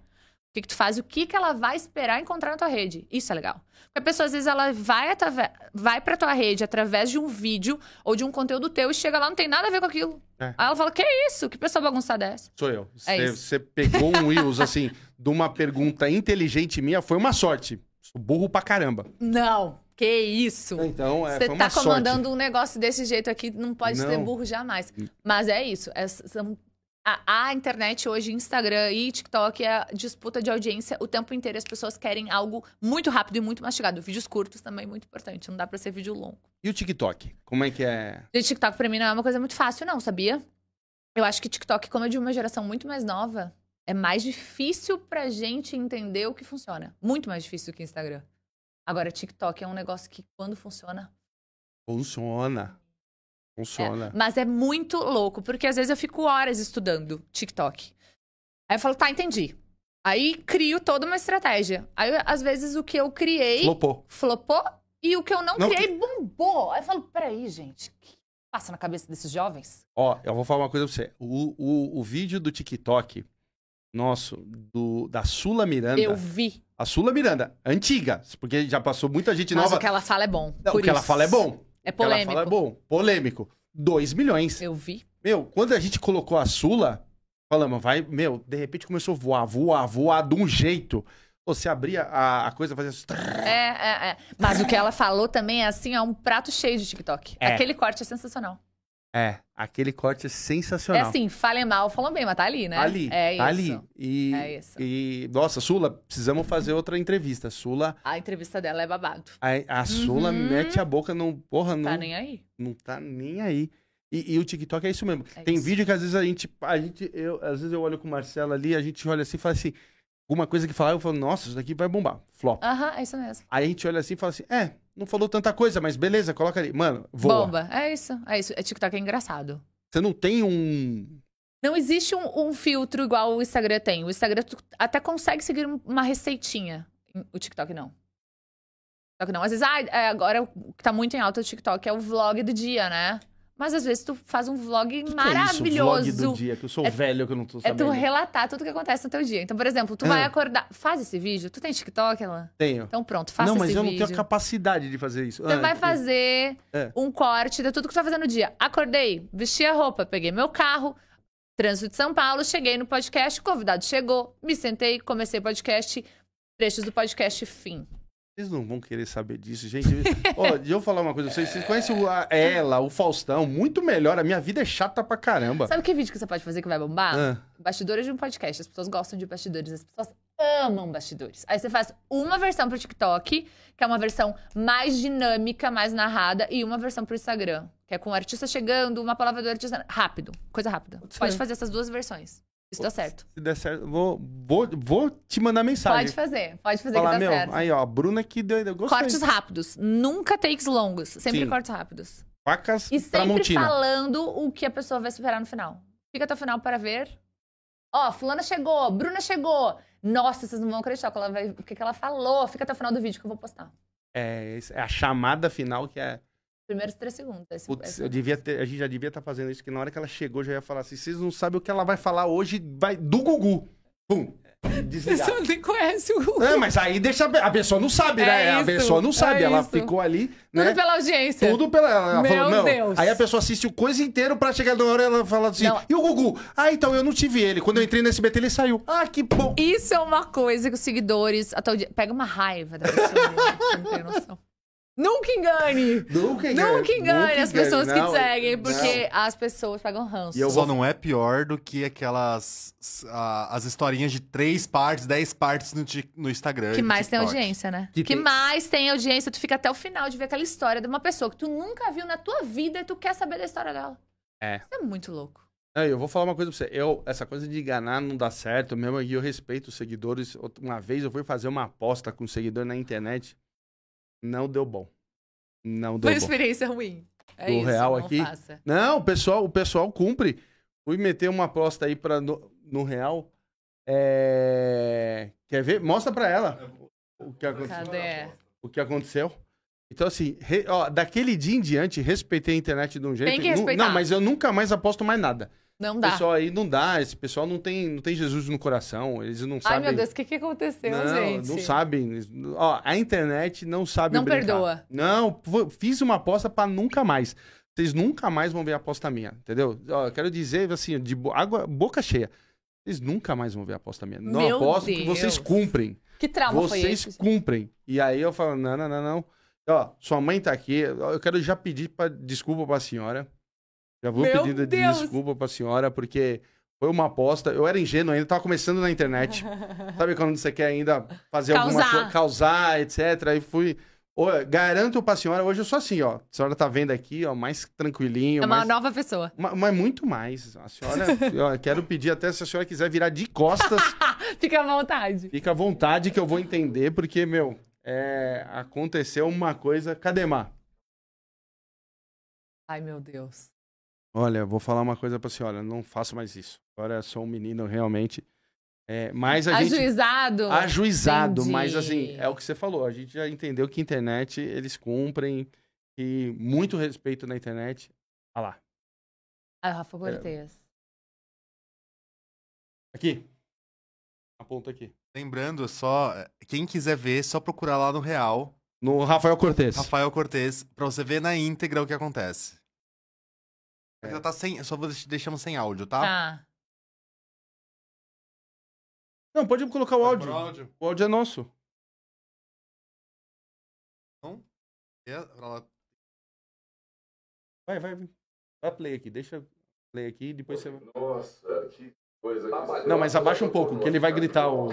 [SPEAKER 3] O que, que tu faz? O que, que ela vai esperar encontrar na tua rede? Isso é legal. Porque a pessoa, às vezes, ela vai, atrave- vai pra tua rede através de um vídeo ou de um conteúdo teu e chega lá, não tem nada a ver com aquilo.
[SPEAKER 1] É.
[SPEAKER 3] Aí ela fala: Que isso? Que pessoa bagunçada é essa?
[SPEAKER 1] Sou eu. Você-
[SPEAKER 3] isso.
[SPEAKER 1] Você pegou um Rios,
[SPEAKER 3] [LAUGHS]
[SPEAKER 1] assim, de uma pergunta inteligente minha, foi uma sorte. Sou burro pra caramba.
[SPEAKER 3] Não. Que isso?
[SPEAKER 1] Então, é,
[SPEAKER 3] Você
[SPEAKER 1] foi uma
[SPEAKER 3] tá
[SPEAKER 1] sorte.
[SPEAKER 3] comandando um negócio desse jeito aqui, não pode ser
[SPEAKER 1] Não.
[SPEAKER 3] burro jamais. Mas é isso. é- são- a, a internet hoje, Instagram e TikTok, é a disputa de audiência o tempo inteiro. As pessoas querem algo muito rápido e muito mastigado. Vídeos curtos também é muito importante. Não dá pra ser vídeo longo.
[SPEAKER 1] E o TikTok? Como é que é?
[SPEAKER 3] Gente, TikTok pra mim não é uma coisa muito fácil, não, sabia? Eu acho que TikTok, como é de uma geração muito mais nova, é mais difícil pra gente entender o que funciona. Muito mais difícil do que Instagram. Agora, TikTok é um negócio que, quando funciona,
[SPEAKER 1] Funciona. Funciona.
[SPEAKER 3] Mas é muito louco, porque às vezes eu fico horas estudando TikTok. Aí eu falo, tá, entendi. Aí crio toda uma estratégia. Aí, às vezes, o que eu criei
[SPEAKER 1] Flopou.
[SPEAKER 3] flopou e o que eu não,
[SPEAKER 1] Não,
[SPEAKER 3] criei bombou. Aí eu falo, peraí, gente, o que passa na cabeça desses jovens?
[SPEAKER 1] Ó, eu vou falar uma coisa pra você. O, o, o vídeo do TikTok, nosso, do, da Sula Miranda.
[SPEAKER 3] Eu vi.
[SPEAKER 1] A Sula Miranda, antiga, porque já passou muita gente
[SPEAKER 3] Mas
[SPEAKER 1] nova.
[SPEAKER 3] o que ela fala é bom.
[SPEAKER 1] Não,
[SPEAKER 3] por
[SPEAKER 1] o que ela
[SPEAKER 3] isso.
[SPEAKER 1] fala é bom.
[SPEAKER 3] É
[SPEAKER 1] O que ela fala é
[SPEAKER 3] polêmico.
[SPEAKER 1] bom. Polêmico. 2 milhões.
[SPEAKER 3] Eu vi.
[SPEAKER 1] Meu, quando a gente colocou a Sula, falamos, vai, meu, de repente começou a voar, voar, voar de um jeito. Pô, Você abria a, a coisa, fazia. assim,
[SPEAKER 3] É, é, é. Mas o que ela falou também é assim, é um prato cheio de TikTok.
[SPEAKER 1] É.
[SPEAKER 3] Aquele corte é sensacional.
[SPEAKER 1] É, aquele corte é
[SPEAKER 3] É
[SPEAKER 1] sensacional.
[SPEAKER 3] assim, falem mal, falam bem, mas tá ali, né?
[SPEAKER 1] Tá Ali,
[SPEAKER 3] É
[SPEAKER 1] tá
[SPEAKER 3] isso.
[SPEAKER 1] ali. E,
[SPEAKER 3] É isso.
[SPEAKER 1] e, nossa, Sula, precisamos fazer outra entrevista. Sula,
[SPEAKER 3] A entrevista dela é babado.
[SPEAKER 1] a, a Sula
[SPEAKER 3] Uhum.
[SPEAKER 1] mete a boca, não, porra, não,
[SPEAKER 3] Tá nem aí.
[SPEAKER 1] não tá nem aí. E, e o TikTok é isso mesmo.
[SPEAKER 3] É
[SPEAKER 1] Tem
[SPEAKER 3] isso.
[SPEAKER 1] vídeo que às vezes a gente, a gente eu, às vezes eu olho com o Marcelo ali, a gente olha assim e fala assim, alguma coisa que falar, eu falo, nossa, isso daqui vai bombar, flop.
[SPEAKER 3] Aham, é isso mesmo.
[SPEAKER 1] Aí a gente olha assim e fala assim, é, não falou tanta coisa, mas beleza, coloca ali. Mano, voa.
[SPEAKER 3] Bomba. É isso, é isso. É TikTok é engraçado.
[SPEAKER 1] Você não tem um...
[SPEAKER 3] Não existe um, um filtro igual o Instagram tem. O Instagram tu até consegue seguir um- uma receitinha. O TikTok não. O TikTok não. Às vezes, ah, é, agora o que tá muito em alta o TikTok é o vlog do dia, né? Mas às vezes tu faz um vlog
[SPEAKER 1] O que que é isso, vlog do
[SPEAKER 3] maravilhoso.
[SPEAKER 1] dia, que eu sou
[SPEAKER 3] É-
[SPEAKER 1] velho, que eu não tô
[SPEAKER 3] É
[SPEAKER 1] sabendo.
[SPEAKER 3] tu relatar tudo que acontece no teu dia. Então, por exemplo, tu vai
[SPEAKER 1] Ah.
[SPEAKER 3] acordar. Faz esse vídeo. Tu tem TikTok, Elan?
[SPEAKER 1] Tenho.
[SPEAKER 3] Então pronto, faça
[SPEAKER 1] não, mas
[SPEAKER 3] esse
[SPEAKER 1] eu não
[SPEAKER 3] vídeo.
[SPEAKER 1] tenho a capacidade de fazer isso.
[SPEAKER 3] Você
[SPEAKER 1] Ah,
[SPEAKER 3] vai
[SPEAKER 1] eu-
[SPEAKER 3] fazer
[SPEAKER 1] É.
[SPEAKER 3] um corte de tudo que tu vai fazer no dia. Acordei, vesti a roupa, peguei meu carro, trânsito de São Paulo, cheguei no podcast, o convidado chegou, me sentei, comecei o podcast, trechos do podcast, fim.
[SPEAKER 1] Vocês não vão querer saber disso, gente.
[SPEAKER 3] [LAUGHS]
[SPEAKER 1] Ó, deixa eu falar uma coisa pra vocês. Vocês conhecem o- a- ela, o Faustão, muito melhor. A minha vida é chata pra caramba.
[SPEAKER 3] Sabe que vídeo que você pode fazer que vai bombar?
[SPEAKER 1] Ah,
[SPEAKER 3] Bastidores de um podcast. As pessoas gostam de bastidores, as pessoas amam bastidores. Aí você faz uma versão pro TikTok, que é uma versão mais dinâmica, mais narrada, e uma versão pro Instagram, que é com o artista chegando, uma palavra do artista. Rápido, coisa rápida.
[SPEAKER 1] ser.
[SPEAKER 3] Pode fazer essas duas versões. Isso dá certo.
[SPEAKER 1] se der certo, vou, vou, vou te mandar mensagem.
[SPEAKER 3] Pode fazer, pode fazer
[SPEAKER 1] Falar,
[SPEAKER 3] que dá
[SPEAKER 1] meu,
[SPEAKER 3] certo.
[SPEAKER 1] aí ó, a Bruna que deu. Eu gostei.
[SPEAKER 3] Cortes rápidos, nunca takes longos, sempre
[SPEAKER 1] Sim.
[SPEAKER 3] cortes rápidos.
[SPEAKER 1] Facas
[SPEAKER 3] E sempre
[SPEAKER 1] Tramontina.
[SPEAKER 3] falando o que a pessoa vai esperar no final. Fica até o final para ver. Ó, fulana chegou, Bruna chegou. Nossa, vocês não vão acreditar o que ela vai- o que, que ela falou. Fica até o final do vídeo que eu vou postar.
[SPEAKER 1] É, isso é a chamada final que é.
[SPEAKER 3] Primeiros três segundos. Esse,
[SPEAKER 1] Putz,
[SPEAKER 3] esse-
[SPEAKER 1] eu devia ter, a gente já devia estar fazendo isso, que na hora que ela chegou, já ia falar assim: vocês não sabem o que ela vai falar hoje, vai do Gugu. Pum. Desligar.
[SPEAKER 3] nem conhece o Tudo
[SPEAKER 1] É, mas aí deixa. A pessoa não sabe, né?
[SPEAKER 3] É
[SPEAKER 1] a
[SPEAKER 3] isso,
[SPEAKER 1] pessoa não sabe.
[SPEAKER 3] é
[SPEAKER 1] ela
[SPEAKER 3] isso.
[SPEAKER 1] ficou ali, né?
[SPEAKER 3] pela audiência.
[SPEAKER 1] Tudo pela. Ela
[SPEAKER 3] Meu
[SPEAKER 1] falou, não.
[SPEAKER 3] Deus.
[SPEAKER 1] Aí a pessoa assiste o coisa inteiro pra chegar na hora ela fala assim:
[SPEAKER 3] Não.
[SPEAKER 1] e o Gugu? Ah, então eu não tive ele. Quando eu entrei no SBT, ele saiu. Ah, que bom.
[SPEAKER 3] Isso é uma coisa que os seguidores. Até o dia... Pega uma raiva da pessoa. gente, você não
[SPEAKER 1] [LAUGHS]
[SPEAKER 3] tem noção. Nunca engane!
[SPEAKER 1] Nunca
[SPEAKER 3] Nunca engane as pessoas que
[SPEAKER 1] Não,
[SPEAKER 3] te seguem,
[SPEAKER 1] não.
[SPEAKER 3] porque as pessoas pagam ranço.
[SPEAKER 1] E eu vou-
[SPEAKER 2] Só não é pior do que aquelas s- a- as historinhas de três partes, dez partes no, Tik- no Instagram. e
[SPEAKER 3] Que
[SPEAKER 2] no
[SPEAKER 3] mais tem
[SPEAKER 2] TikTok.
[SPEAKER 3] audiência, né?
[SPEAKER 1] É, Que
[SPEAKER 3] Que,
[SPEAKER 1] tem-
[SPEAKER 3] mais tem audiência, tu fica até o final de ver aquela história de uma pessoa que tu nunca viu na tua vida e tu quer saber da história dela.
[SPEAKER 1] É.
[SPEAKER 3] Isso é muito louco.
[SPEAKER 1] Não, eu vou falar uma coisa pra você. Eu, essa coisa de enganar não dá certo mesmo. E eu respeito os seguidores. Outra- Uma vez eu fui fazer uma aposta com um seguidor na internet. Não deu bom. Não deu
[SPEAKER 3] Foi uma
[SPEAKER 1] bom.
[SPEAKER 3] experiência ruim. É
[SPEAKER 1] Do
[SPEAKER 3] isso,
[SPEAKER 1] real
[SPEAKER 3] não
[SPEAKER 1] aqui?
[SPEAKER 3] faça.
[SPEAKER 1] Não, o pessoal, o pessoal cumpre. Fui meter uma aposta aí pra no, no real. É, Quer ver? Mostra pra ela o que aconteceu.
[SPEAKER 3] Cadê?
[SPEAKER 1] O que aconteceu. Então, assim, re- ó, daquele dia em diante, respeitei a internet de um jeito.
[SPEAKER 3] Tem que
[SPEAKER 1] Nu-
[SPEAKER 3] respeitar.
[SPEAKER 1] Não, mas eu nunca mais aposto mais nada.
[SPEAKER 3] Não
[SPEAKER 1] O
[SPEAKER 3] dá.
[SPEAKER 1] pessoal aí não dá. Esse pessoal não tem, não tem Jesus no coração. Eles não
[SPEAKER 3] Ai,
[SPEAKER 1] sabem.
[SPEAKER 3] meu Deus, o que, que aconteceu,
[SPEAKER 1] não,
[SPEAKER 3] gente?
[SPEAKER 1] não sabem. Eles- Ó, a internet não sabe
[SPEAKER 3] Não
[SPEAKER 1] brincar.
[SPEAKER 3] perdoa.
[SPEAKER 1] Não, vou- fiz uma aposta pra nunca mais. Vocês nunca mais vão ver a aposta minha, entendeu? Ó, eu quero dizer assim, de bo- água, boca cheia. Vocês nunca mais vão ver a aposta minha. Não
[SPEAKER 3] Meu
[SPEAKER 1] aposto porque
[SPEAKER 3] Deus.
[SPEAKER 1] vocês cumprem.
[SPEAKER 3] Que trauma foi
[SPEAKER 1] vocês
[SPEAKER 3] esse?
[SPEAKER 1] cumprem. E aí eu falo, não, não, não, não. Ó, sua mãe tá aqui. Ó, Eu quero já pedir pra- desculpa pra senhora. Já vou
[SPEAKER 3] Meu
[SPEAKER 1] pedindo
[SPEAKER 3] Deus!
[SPEAKER 1] desculpa pra senhora, porque foi uma aposta. Eu era ingênuo ainda, tava começando na
[SPEAKER 3] [LAUGHS]
[SPEAKER 1] internet. Sabe quando você quer ainda fazer alguma
[SPEAKER 3] Causar.
[SPEAKER 1] coisa, causar, etc. Aí fui. Ô, garanto pra senhora, hoje eu sou assim, ó. A senhora tá vendo aqui, ó, mais tranquilinho.
[SPEAKER 3] É uma
[SPEAKER 1] mais...
[SPEAKER 3] nova pessoa.
[SPEAKER 1] Ma- Mas muito mais. A senhora, [LAUGHS] eu quero pedir até se a senhora quiser virar de costas,
[SPEAKER 3] Fica à vontade.
[SPEAKER 1] fica à vontade que eu vou entender, porque, meu, é, aconteceu uma coisa. Cadê, Mar?
[SPEAKER 3] Ai, meu Deus.
[SPEAKER 1] Olha, vou falar uma coisa pra senhora, não faço mais isso. Agora eu sou um menino realmente. É, mas a gente.
[SPEAKER 3] Ajuizado.
[SPEAKER 1] Ajuizado, mas
[SPEAKER 3] Entendi.
[SPEAKER 1] assim, é o que você falou. A gente já entendeu que internet, eles cumprem. E muito respeito na internet. Olha lá.
[SPEAKER 3] Ah, Rafa
[SPEAKER 1] É.
[SPEAKER 3] Cortez.
[SPEAKER 1] Aqui. Aponta aqui.
[SPEAKER 2] Lembrando só, quem quiser ver, é só procurar lá no Real,
[SPEAKER 1] No Rafael Cortez.
[SPEAKER 2] Rafael Cortez, pra você ver na íntegra o que acontece.
[SPEAKER 1] É.
[SPEAKER 2] Já tá sem, só vou deix- deixamos sem áudio, tá?
[SPEAKER 3] Tá.
[SPEAKER 1] Não, pode colocar o áudio. O áudio é nosso.
[SPEAKER 2] É, pra lá.
[SPEAKER 1] Vai, vai, vai. Dá play aqui, deixa play aqui, depois você.
[SPEAKER 6] Nossa, que coisa que
[SPEAKER 1] Não, mas abaixa um pouco, que ele vai gritar o.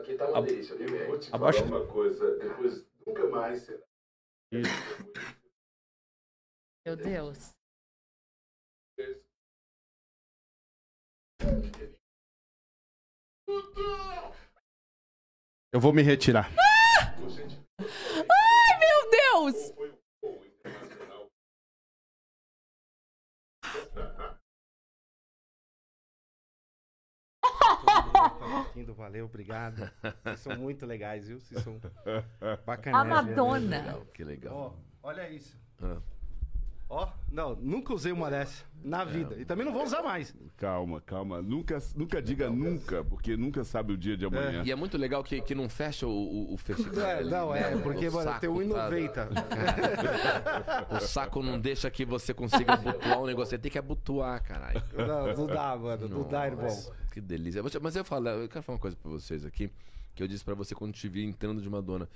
[SPEAKER 6] Aqui tá uma
[SPEAKER 1] Ab-
[SPEAKER 6] delícia, viu, minha? Vou te
[SPEAKER 1] abaixa.
[SPEAKER 6] falar uma coisa, depois nunca mais será.
[SPEAKER 1] Isso.
[SPEAKER 3] Meu Deus.
[SPEAKER 1] Eu vou me retirar.
[SPEAKER 3] Ai, meu Deus!
[SPEAKER 7] Lindo, valeu, obrigado. Vocês são muito legais, viu? Vocês são
[SPEAKER 3] A
[SPEAKER 7] bacanais.
[SPEAKER 3] Madonna.
[SPEAKER 6] Legal, que
[SPEAKER 7] Ó,
[SPEAKER 6] legal.
[SPEAKER 7] olha isso.
[SPEAKER 6] Ah.
[SPEAKER 7] Ó, não, nunca usei uma dessa
[SPEAKER 6] É,
[SPEAKER 7] na vida. E também não vou usar mais.
[SPEAKER 8] Calma, calma. Nunca, nunca diga nunca, porque nunca sabe o dia de amanhã.
[SPEAKER 6] E é muito legal que, que não fecha o, o, o festival.
[SPEAKER 7] É,
[SPEAKER 6] ali,
[SPEAKER 7] não,
[SPEAKER 6] né?
[SPEAKER 7] é, porque,
[SPEAKER 6] O
[SPEAKER 7] mano,
[SPEAKER 6] saco
[SPEAKER 7] tem um
[SPEAKER 6] tá-
[SPEAKER 7] 1,90.
[SPEAKER 6] O saco não deixa que você consiga abotoar um negócio. Você tem que abotoar, caralho.
[SPEAKER 7] Não, não dá, mano. Não dá, irmão.
[SPEAKER 6] Nossa, Que delícia. Mas- Mas eu falo, eu quero falar uma coisa pra vocês aqui, que eu disse pra você quando te vi entrando de Madonna.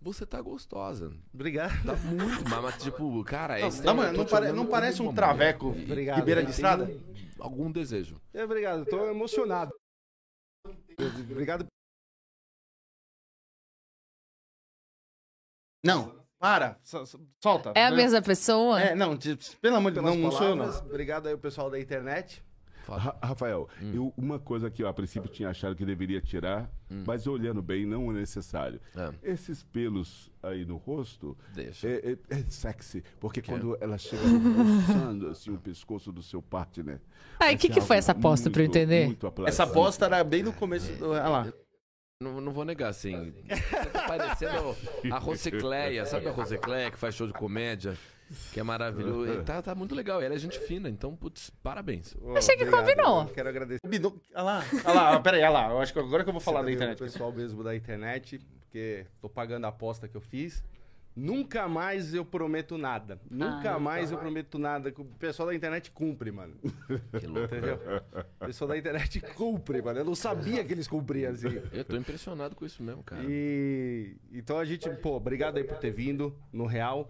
[SPEAKER 6] Você tá gostosa.
[SPEAKER 7] Obrigado.
[SPEAKER 6] Tá muito. mas, mas, tipo, cara, é
[SPEAKER 1] Não, mano, não, pare- não parece um traveco de
[SPEAKER 7] Obrigado.
[SPEAKER 1] beira de estrada?
[SPEAKER 6] Algum desejo.
[SPEAKER 7] É, Obrigado, tô emocionado. Obrigado.
[SPEAKER 1] Não, para, so- so- solta.
[SPEAKER 3] É a mesma pessoa?
[SPEAKER 1] É, não, de- pelo amor de
[SPEAKER 7] pelas
[SPEAKER 1] Deus, não, não sou eu, não.
[SPEAKER 7] palavras. Obrigado aí, o pessoal da internet.
[SPEAKER 6] Fala.
[SPEAKER 8] Ra- Rafael,
[SPEAKER 6] Hum.
[SPEAKER 8] eu, uma coisa que eu a princípio tinha achado que deveria tirar, mas olhando bem, não é necessário.
[SPEAKER 6] Hum. É.
[SPEAKER 8] Esses pelos aí no rosto
[SPEAKER 6] Deixa. é?
[SPEAKER 8] é, é- é sexy, porque quando ela chega roçando assim, o pescoço do seu partner. é
[SPEAKER 3] Ai, o que, que foi essa aposta pra eu entender?
[SPEAKER 1] Essa aposta era bem no começo. do- Olha lá.
[SPEAKER 6] Não, não vou negar, assim. Você tá parecendo a Rosicléia, sabe a Rosicléia que faz show de comédia? Que é maravilhoso. E Tá, tá muito legal. Ela é gente fina, então, putz, parabéns.
[SPEAKER 3] Achei que combinou.
[SPEAKER 7] Quero agradecer
[SPEAKER 1] Combinou- Olha lá, olha lá, peraí, olha lá. Eu acho que agora que eu vou falar da
[SPEAKER 7] também
[SPEAKER 1] internet.
[SPEAKER 7] o pessoal mesmo da internet, porque tô pagando a aposta que eu fiz. Nunca mais eu prometo nada. Nunca mais eu prometo nada. O pessoal da internet cumpre, mano.
[SPEAKER 6] Que [LAUGHS] louco.
[SPEAKER 7] Entendeu? O pessoal da internet [LAUGHS] cumpre, mano. Eu não sabia que eles cumpriam assim.
[SPEAKER 6] Eu tô impressionado com isso mesmo,
[SPEAKER 1] É.
[SPEAKER 6] cara.
[SPEAKER 7] E então a gente, pô, obrigado aí por ter vindo no real.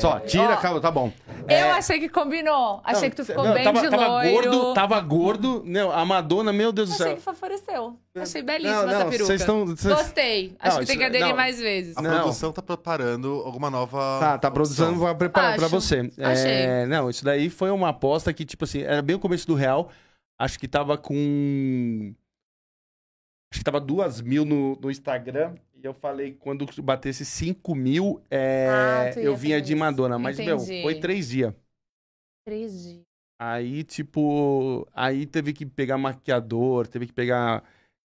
[SPEAKER 1] Só, tira,
[SPEAKER 3] Ó.
[SPEAKER 1] calma, tá bom.
[SPEAKER 3] Eu achei que combinou. Achei que tu ficou
[SPEAKER 1] Não,
[SPEAKER 3] bem
[SPEAKER 1] tava,
[SPEAKER 3] de
[SPEAKER 1] tava
[SPEAKER 3] loiro.
[SPEAKER 1] gordo, tava gordo. Não, a Madonna, meu Deus do
[SPEAKER 3] Achei
[SPEAKER 1] céu.
[SPEAKER 3] que favoreceu. Achei belíssima
[SPEAKER 1] Não, não,
[SPEAKER 3] essa peruca.
[SPEAKER 1] vocês tão- vocês-
[SPEAKER 3] Gostei. Acho
[SPEAKER 1] Não,
[SPEAKER 3] que
[SPEAKER 1] isso-
[SPEAKER 3] tem
[SPEAKER 1] é-
[SPEAKER 3] que aderir
[SPEAKER 1] não.
[SPEAKER 3] mais vezes.
[SPEAKER 2] A
[SPEAKER 1] Não.
[SPEAKER 2] produção tá preparando alguma nova.
[SPEAKER 1] Tá, tá produzindo,
[SPEAKER 2] opção.
[SPEAKER 1] vou preparar pra
[SPEAKER 3] Acho.
[SPEAKER 1] você. É,
[SPEAKER 3] Achei.
[SPEAKER 1] não, isso daí foi uma aposta que, tipo assim, era bem o começo do Real. Acho que tava com. Acho que tava duas mil no, no Instagram. E eu falei que quando batesse 5 mil, é,
[SPEAKER 3] Ah, tu ia
[SPEAKER 1] eu vinha
[SPEAKER 3] fazer
[SPEAKER 1] de
[SPEAKER 3] isso.
[SPEAKER 1] Madonna. Mas, meu,
[SPEAKER 3] Entendi.
[SPEAKER 1] foi três dias.
[SPEAKER 3] Três dias.
[SPEAKER 1] Aí, tipo. Aí teve que pegar maquiador, teve que pegar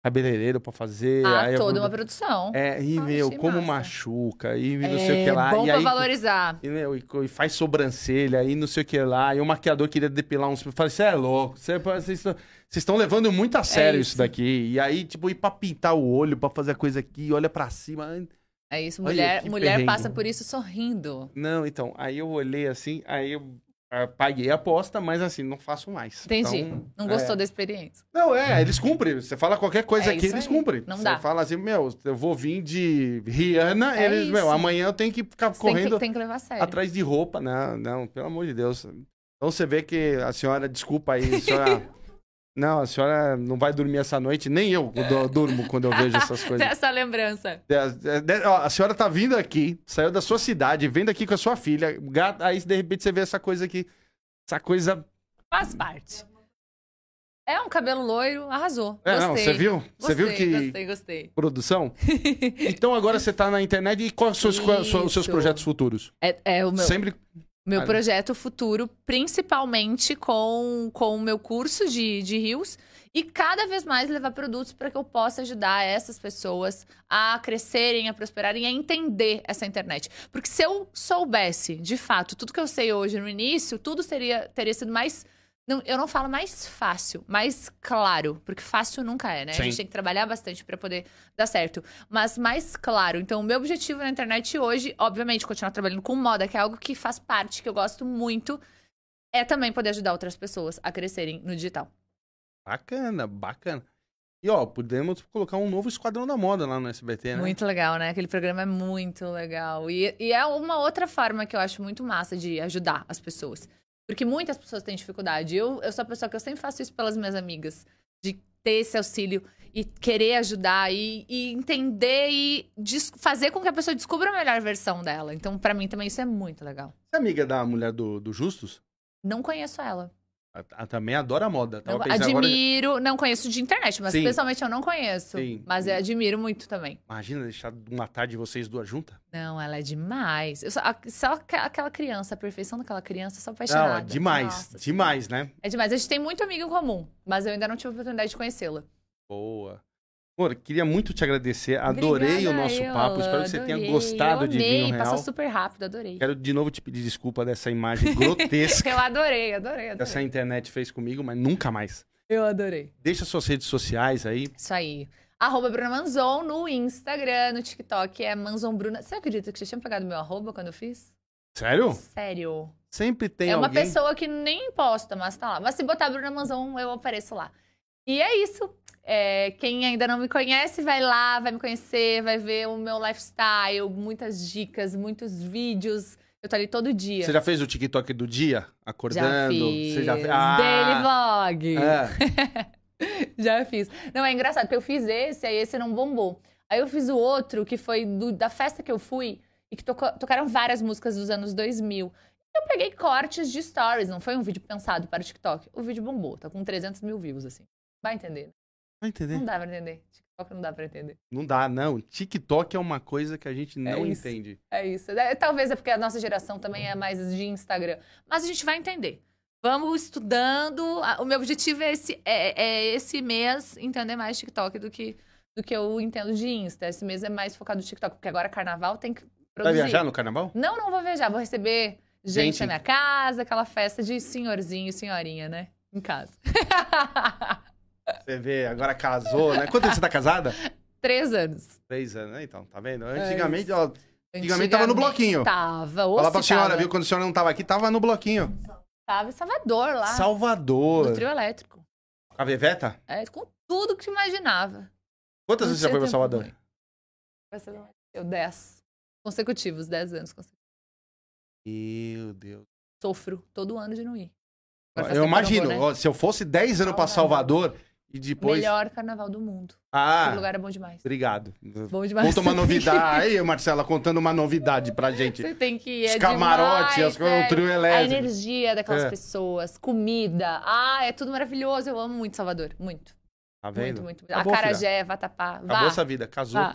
[SPEAKER 1] cabeleireiro pra fazer.
[SPEAKER 3] Ah,
[SPEAKER 1] aí a
[SPEAKER 3] toda uma
[SPEAKER 1] Bruna-
[SPEAKER 3] produção.
[SPEAKER 1] É, e,
[SPEAKER 3] Ah,
[SPEAKER 1] meu,
[SPEAKER 3] achei
[SPEAKER 1] como
[SPEAKER 3] massa. É
[SPEAKER 1] machuca, e não sei o que lá.
[SPEAKER 3] bom
[SPEAKER 1] e
[SPEAKER 3] pra
[SPEAKER 1] aí,
[SPEAKER 3] valorizar.
[SPEAKER 1] e, meu, e co- e faz sobrancelha e não sei o que lá. E o maquiador queria depilar uns. Eu falei, você é louco, cê- vocês estão- vocês estão levando muito a sério isso.
[SPEAKER 3] É isso.
[SPEAKER 1] daqui. E aí, tipo, ir pra pintar o olho, pra fazer a coisa aqui, olha pra cima. ai,
[SPEAKER 3] É isso,
[SPEAKER 1] Olha
[SPEAKER 3] mulher,
[SPEAKER 1] que
[SPEAKER 3] mulher
[SPEAKER 1] perrengue.
[SPEAKER 3] passa por isso sorrindo.
[SPEAKER 1] Não, então, aí eu olhei assim, aí eu ah, paguei a aposta, mas assim, não faço mais.
[SPEAKER 3] Entendi.
[SPEAKER 1] Então,
[SPEAKER 3] Não gostou
[SPEAKER 1] é.
[SPEAKER 3] da experiência.
[SPEAKER 1] Não, é, eles cumprem. Você fala qualquer coisa
[SPEAKER 3] É
[SPEAKER 1] aqui,
[SPEAKER 3] isso
[SPEAKER 1] eles
[SPEAKER 3] aí.
[SPEAKER 1] cumprem.
[SPEAKER 3] Não
[SPEAKER 1] Você
[SPEAKER 3] dá.
[SPEAKER 1] fala assim, meu, eu vou vir de Rihanna,
[SPEAKER 3] É
[SPEAKER 1] eles, meu,
[SPEAKER 3] isso.
[SPEAKER 1] amanhã eu tenho que ficar
[SPEAKER 3] Você Tem
[SPEAKER 1] correndo
[SPEAKER 3] que, tem que levar a sério.
[SPEAKER 1] atrás de roupa. Não, não, pelo amor de Deus. Então você vê que a senhora, desculpa aí, a
[SPEAKER 3] [LAUGHS]
[SPEAKER 1] senhora. não, a senhora não vai dormir essa noite, nem eu du- durmo quando eu vejo essas
[SPEAKER 3] Tem [LAUGHS]
[SPEAKER 1] coisas.
[SPEAKER 3] essa lembrança.
[SPEAKER 1] De- de- ó, a senhora tá vindo aqui, saiu da sua cidade, vem daqui com a sua filha, gata, aí de repente você vê essa coisa aqui. Essa coisa.
[SPEAKER 3] Faz parte. É um cabelo loiro, arrasou.
[SPEAKER 1] É,
[SPEAKER 3] gostei.
[SPEAKER 1] não, você viu? você viu
[SPEAKER 3] Gostei,
[SPEAKER 1] que.
[SPEAKER 3] Gostei, gostei. [LAUGHS]
[SPEAKER 1] Produção? Então agora você tá na internet e quais são os seus, quais são os seus
[SPEAKER 3] Isso.
[SPEAKER 1] projetos futuros?
[SPEAKER 3] É, é o meu,
[SPEAKER 1] Sempre.
[SPEAKER 3] meu
[SPEAKER 1] Ah.
[SPEAKER 3] projeto futuro, principalmente com, com o meu curso de, de rios. E cada vez mais levar produtos para que eu possa ajudar essas pessoas a crescerem, a prosperarem, a entender essa internet. Porque se eu soubesse, de fato, tudo que eu sei hoje no início, tudo seria, teria sido mais. não- eu não falo mais fácil, mais claro, porque fácil nunca é, né? A gente tem que trabalhar bastante para poder dar certo. Mas mais claro. Então, o meu objetivo na internet hoje, obviamente, continuar trabalhando com moda, que é algo que faz parte, que eu gosto muito, é também poder ajudar outras pessoas a crescerem no digital.
[SPEAKER 1] Bacana, bacana. E ó, podemos colocar um novo Esquadrão da Moda lá no SBT, né?
[SPEAKER 3] Muito legal, né? Aquele programa é muito legal. E, e é uma outra forma que eu acho muito massa de ajudar as pessoas. Porque muitas pessoas têm dificuldade. Eu, eu sou a pessoa que eu sempre faço isso pelas minhas amigas. De ter esse auxílio e querer ajudar e, e entender e des- fazer com que a pessoa descubra a melhor versão dela. Então, pra mim também isso é muito legal.
[SPEAKER 1] Você é amiga da mulher do, do Justus?
[SPEAKER 3] Não conheço ela.
[SPEAKER 1] Ela- Ela também adora moda. Tava
[SPEAKER 3] Não-
[SPEAKER 1] pensando É agora-
[SPEAKER 3] admiro, não conheço de internet, mas
[SPEAKER 1] Sim.
[SPEAKER 3] pessoalmente eu não conheço.
[SPEAKER 1] Sim.
[SPEAKER 3] Mas eu admiro muito também.
[SPEAKER 1] Imagina deixar uma tarde vocês duas juntas?
[SPEAKER 3] Não, ela é demais. Eu só, a- só aqua- aquela criança, a perfeição daquela criança, eu sou apaixonada.
[SPEAKER 1] Não, é demais,
[SPEAKER 3] Nossa,
[SPEAKER 1] demais, né?
[SPEAKER 3] É demais. A gente tem muito amigo em comum, mas eu ainda não tive a oportunidade de conhecê-la.
[SPEAKER 1] Boa. Amor, queria muito te agradecer. Adorei
[SPEAKER 3] Obrigada,
[SPEAKER 1] o nosso
[SPEAKER 3] eu,
[SPEAKER 1] papo. Espero que você tenha
[SPEAKER 3] adorei.
[SPEAKER 1] gostado
[SPEAKER 3] eu
[SPEAKER 1] de
[SPEAKER 3] amei,
[SPEAKER 1] Vinho Real.
[SPEAKER 3] Passou super rápido, adorei.
[SPEAKER 1] Quero de novo te pedir desculpa dessa
[SPEAKER 3] [LAUGHS]
[SPEAKER 1] imagem grotesca
[SPEAKER 3] Eu adorei, adorei,
[SPEAKER 1] que essa
[SPEAKER 3] adorei.
[SPEAKER 1] internet fez comigo, mas nunca mais.
[SPEAKER 3] Eu adorei.
[SPEAKER 1] Deixa suas redes sociais aí.
[SPEAKER 3] Isso aí. Arroba Bruna Manzon no Instagram, no TikTok é Manzon Bruna. Você acredita que você tinha pegado meu arroba quando eu fiz?
[SPEAKER 1] Sério?
[SPEAKER 3] Sério.
[SPEAKER 1] Sempre tem
[SPEAKER 3] é uma
[SPEAKER 1] alguém.
[SPEAKER 3] pessoa que nem posta, mas tá lá. Mas se botar Bruna Manzon, eu apareço lá. E é isso. É, quem ainda não me conhece, vai lá, vai me conhecer, vai ver o meu lifestyle, muitas dicas, muitos vídeos. Eu tô ali todo dia.
[SPEAKER 1] Você já fez o TikTok do dia? Acordando?
[SPEAKER 3] Já fiz.
[SPEAKER 1] Você já fez.
[SPEAKER 3] Daily vlog.
[SPEAKER 1] é.
[SPEAKER 3] [LAUGHS] Já fiz. Não, é engraçado, porque eu fiz esse, aí esse não bombou. Aí eu fiz o outro, que foi do- da festa que eu fui, e que tocou- tocaram várias músicas dos anos 2000. Eu peguei cortes de stories, não foi um vídeo pensado para o TikTok. O vídeo bombou, tá com 300 mil views, assim. Vai entender. né?
[SPEAKER 1] Vai entender?
[SPEAKER 3] Não dá pra entender. TikTok não dá pra entender.
[SPEAKER 1] Não dá, não. TikTok é uma coisa que a gente não
[SPEAKER 3] isso.
[SPEAKER 1] entende.
[SPEAKER 3] É isso. É, talvez é porque a nossa geração também é mais de Instagram. Mas a gente vai entender. Vamos estudando. A- O meu objetivo é esse, é, é esse mês entender mais TikTok do que, do que eu entendo de Insta. Esse mês é mais focado no TikTok, porque agora carnaval tem que
[SPEAKER 1] Vai
[SPEAKER 3] produzir.
[SPEAKER 1] viajar no carnaval?
[SPEAKER 3] Não, não vou viajar. Vou receber gente,
[SPEAKER 1] Gente.
[SPEAKER 3] na minha casa, aquela festa de senhorzinho e senhorinha, né? Em casa.
[SPEAKER 1] Você vê, agora casou, né? Quanto tempo você tá
[SPEAKER 3] [LAUGHS]
[SPEAKER 1] casada?
[SPEAKER 3] Três anos.
[SPEAKER 1] Três anos, né? Então, tá vendo?
[SPEAKER 3] É
[SPEAKER 1] Antigamente, ó,
[SPEAKER 3] Antigamente
[SPEAKER 1] antigamente tava no bloquinho.
[SPEAKER 3] Tava. Ou
[SPEAKER 1] Falar
[SPEAKER 3] se
[SPEAKER 1] pra senhora,
[SPEAKER 3] tava.
[SPEAKER 1] viu? Quando a senhora não tava aqui, tava no bloquinho.
[SPEAKER 3] Tava em Salvador, lá. No
[SPEAKER 1] Salvador.
[SPEAKER 3] trio elétrico.
[SPEAKER 1] A Veveta?
[SPEAKER 3] É, com tudo que imaginava.
[SPEAKER 1] Quantas
[SPEAKER 3] Não
[SPEAKER 1] vezes você já foi
[SPEAKER 3] tinha
[SPEAKER 1] pra
[SPEAKER 3] tempo
[SPEAKER 1] Salvador?
[SPEAKER 3] ruim. Pra ser honesto, Eu 10 consecutivos, 10 anos consecutivos.
[SPEAKER 1] Meu Deus.
[SPEAKER 3] Sofro todo ano de não ir. Agora faz
[SPEAKER 1] Eu
[SPEAKER 3] tempo que
[SPEAKER 1] imagino,
[SPEAKER 3] não vou, né?
[SPEAKER 1] ó, se eu fosse 10 anos pra Salvador e depois.
[SPEAKER 3] Melhor carnaval do mundo.
[SPEAKER 1] Ah,
[SPEAKER 3] O lugar é bom demais.
[SPEAKER 1] Obrigado.
[SPEAKER 3] Bom demais.
[SPEAKER 1] Conta uma
[SPEAKER 3] [LAUGHS] Você tem que-
[SPEAKER 1] novidade. Aí, Marcela, contando uma novidade pra gente.
[SPEAKER 3] Você tem que ir.
[SPEAKER 1] Os
[SPEAKER 3] é
[SPEAKER 1] camarotes,
[SPEAKER 3] demais,
[SPEAKER 1] as coisas, o
[SPEAKER 3] velho.
[SPEAKER 1] trio
[SPEAKER 3] A
[SPEAKER 1] elétrico.
[SPEAKER 3] energia daquelas
[SPEAKER 1] É.
[SPEAKER 3] pessoas, comida. Ah, é tudo maravilhoso. Eu amo muito Salvador. Muito.
[SPEAKER 1] Tá
[SPEAKER 3] é Muito,
[SPEAKER 1] vendo?
[SPEAKER 3] muito.
[SPEAKER 1] Acabou,
[SPEAKER 3] Acarajé, Vatapá. Vá.
[SPEAKER 1] Acabou essa vida. Casou.
[SPEAKER 3] vá.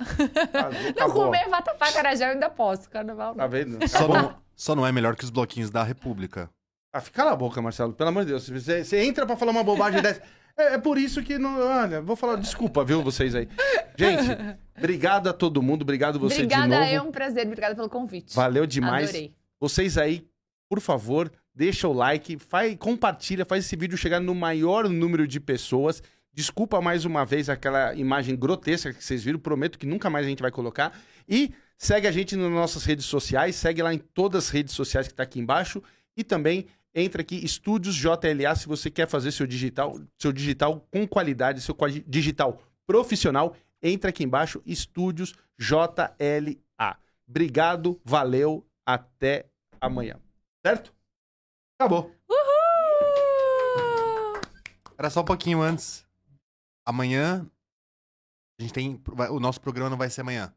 [SPEAKER 1] Casou,
[SPEAKER 3] Não
[SPEAKER 1] acabou.
[SPEAKER 3] comer Vatapá, Acarajé eu ainda posso. Carnaval não.
[SPEAKER 1] Tá vendo?
[SPEAKER 2] Só
[SPEAKER 1] Acabou.
[SPEAKER 2] não, só não é melhor que os bloquinhos da República.
[SPEAKER 1] Ah, fica na boca, Marcelo. Pelo amor de Deus. Você, você entra pra falar uma
[SPEAKER 3] [LAUGHS]
[SPEAKER 1] bobagem dessa. É, é por isso que não. Olha, vou falar. Desculpa, viu, vocês aí. Gente, obrigado a todo mundo. Obrigado você de
[SPEAKER 3] Obrigada,
[SPEAKER 1] novo.
[SPEAKER 3] é um prazer. Obrigada pelo convite.
[SPEAKER 1] Valeu demais.
[SPEAKER 3] Adorei.
[SPEAKER 1] Vocês aí, por favor, deixa o like, faz, compartilha, faz esse vídeo chegar no maior número de pessoas. Desculpa mais uma vez aquela imagem grotesca que vocês viram, prometo que nunca mais a gente vai colocar. E segue a gente nas nossas redes sociais, segue lá em todas as redes sociais que tá aqui embaixo e também Entra aqui, Estúdios JLA, se você quer fazer seu digital, seu digital com qualidade, seu quali- digital profissional, entra aqui embaixo, Estúdios JLA. Obrigado, valeu, até amanhã. Certo? Acabou.
[SPEAKER 3] Uhul!
[SPEAKER 2] Era só um pouquinho antes. Amanhã. A gente tem. vai- O nosso programa não vai ser amanhã.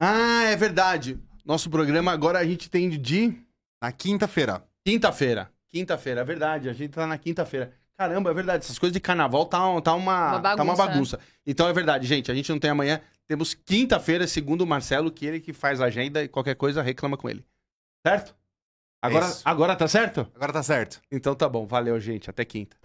[SPEAKER 1] Ah, é verdade. Nosso programa agora a gente tem de
[SPEAKER 2] Na quinta-feira.
[SPEAKER 1] quinta-feira. Quinta-feira, é verdade. A gente tá na quinta-feira. Caramba, é verdade. Essas coisas de carnaval tá, um- tá, uma,
[SPEAKER 3] Uma bagunça.
[SPEAKER 1] tá uma bagunça. Então é verdade, gente. A gente não tem amanhã. Temos quinta-feira, segundo o Marcelo, que ele que faz a agenda e qualquer coisa reclama com ele. Certo? Agora,
[SPEAKER 2] isso.
[SPEAKER 1] agora tá certo?
[SPEAKER 2] Agora tá certo.
[SPEAKER 1] Então tá bom. Valeu, gente. Até quinta.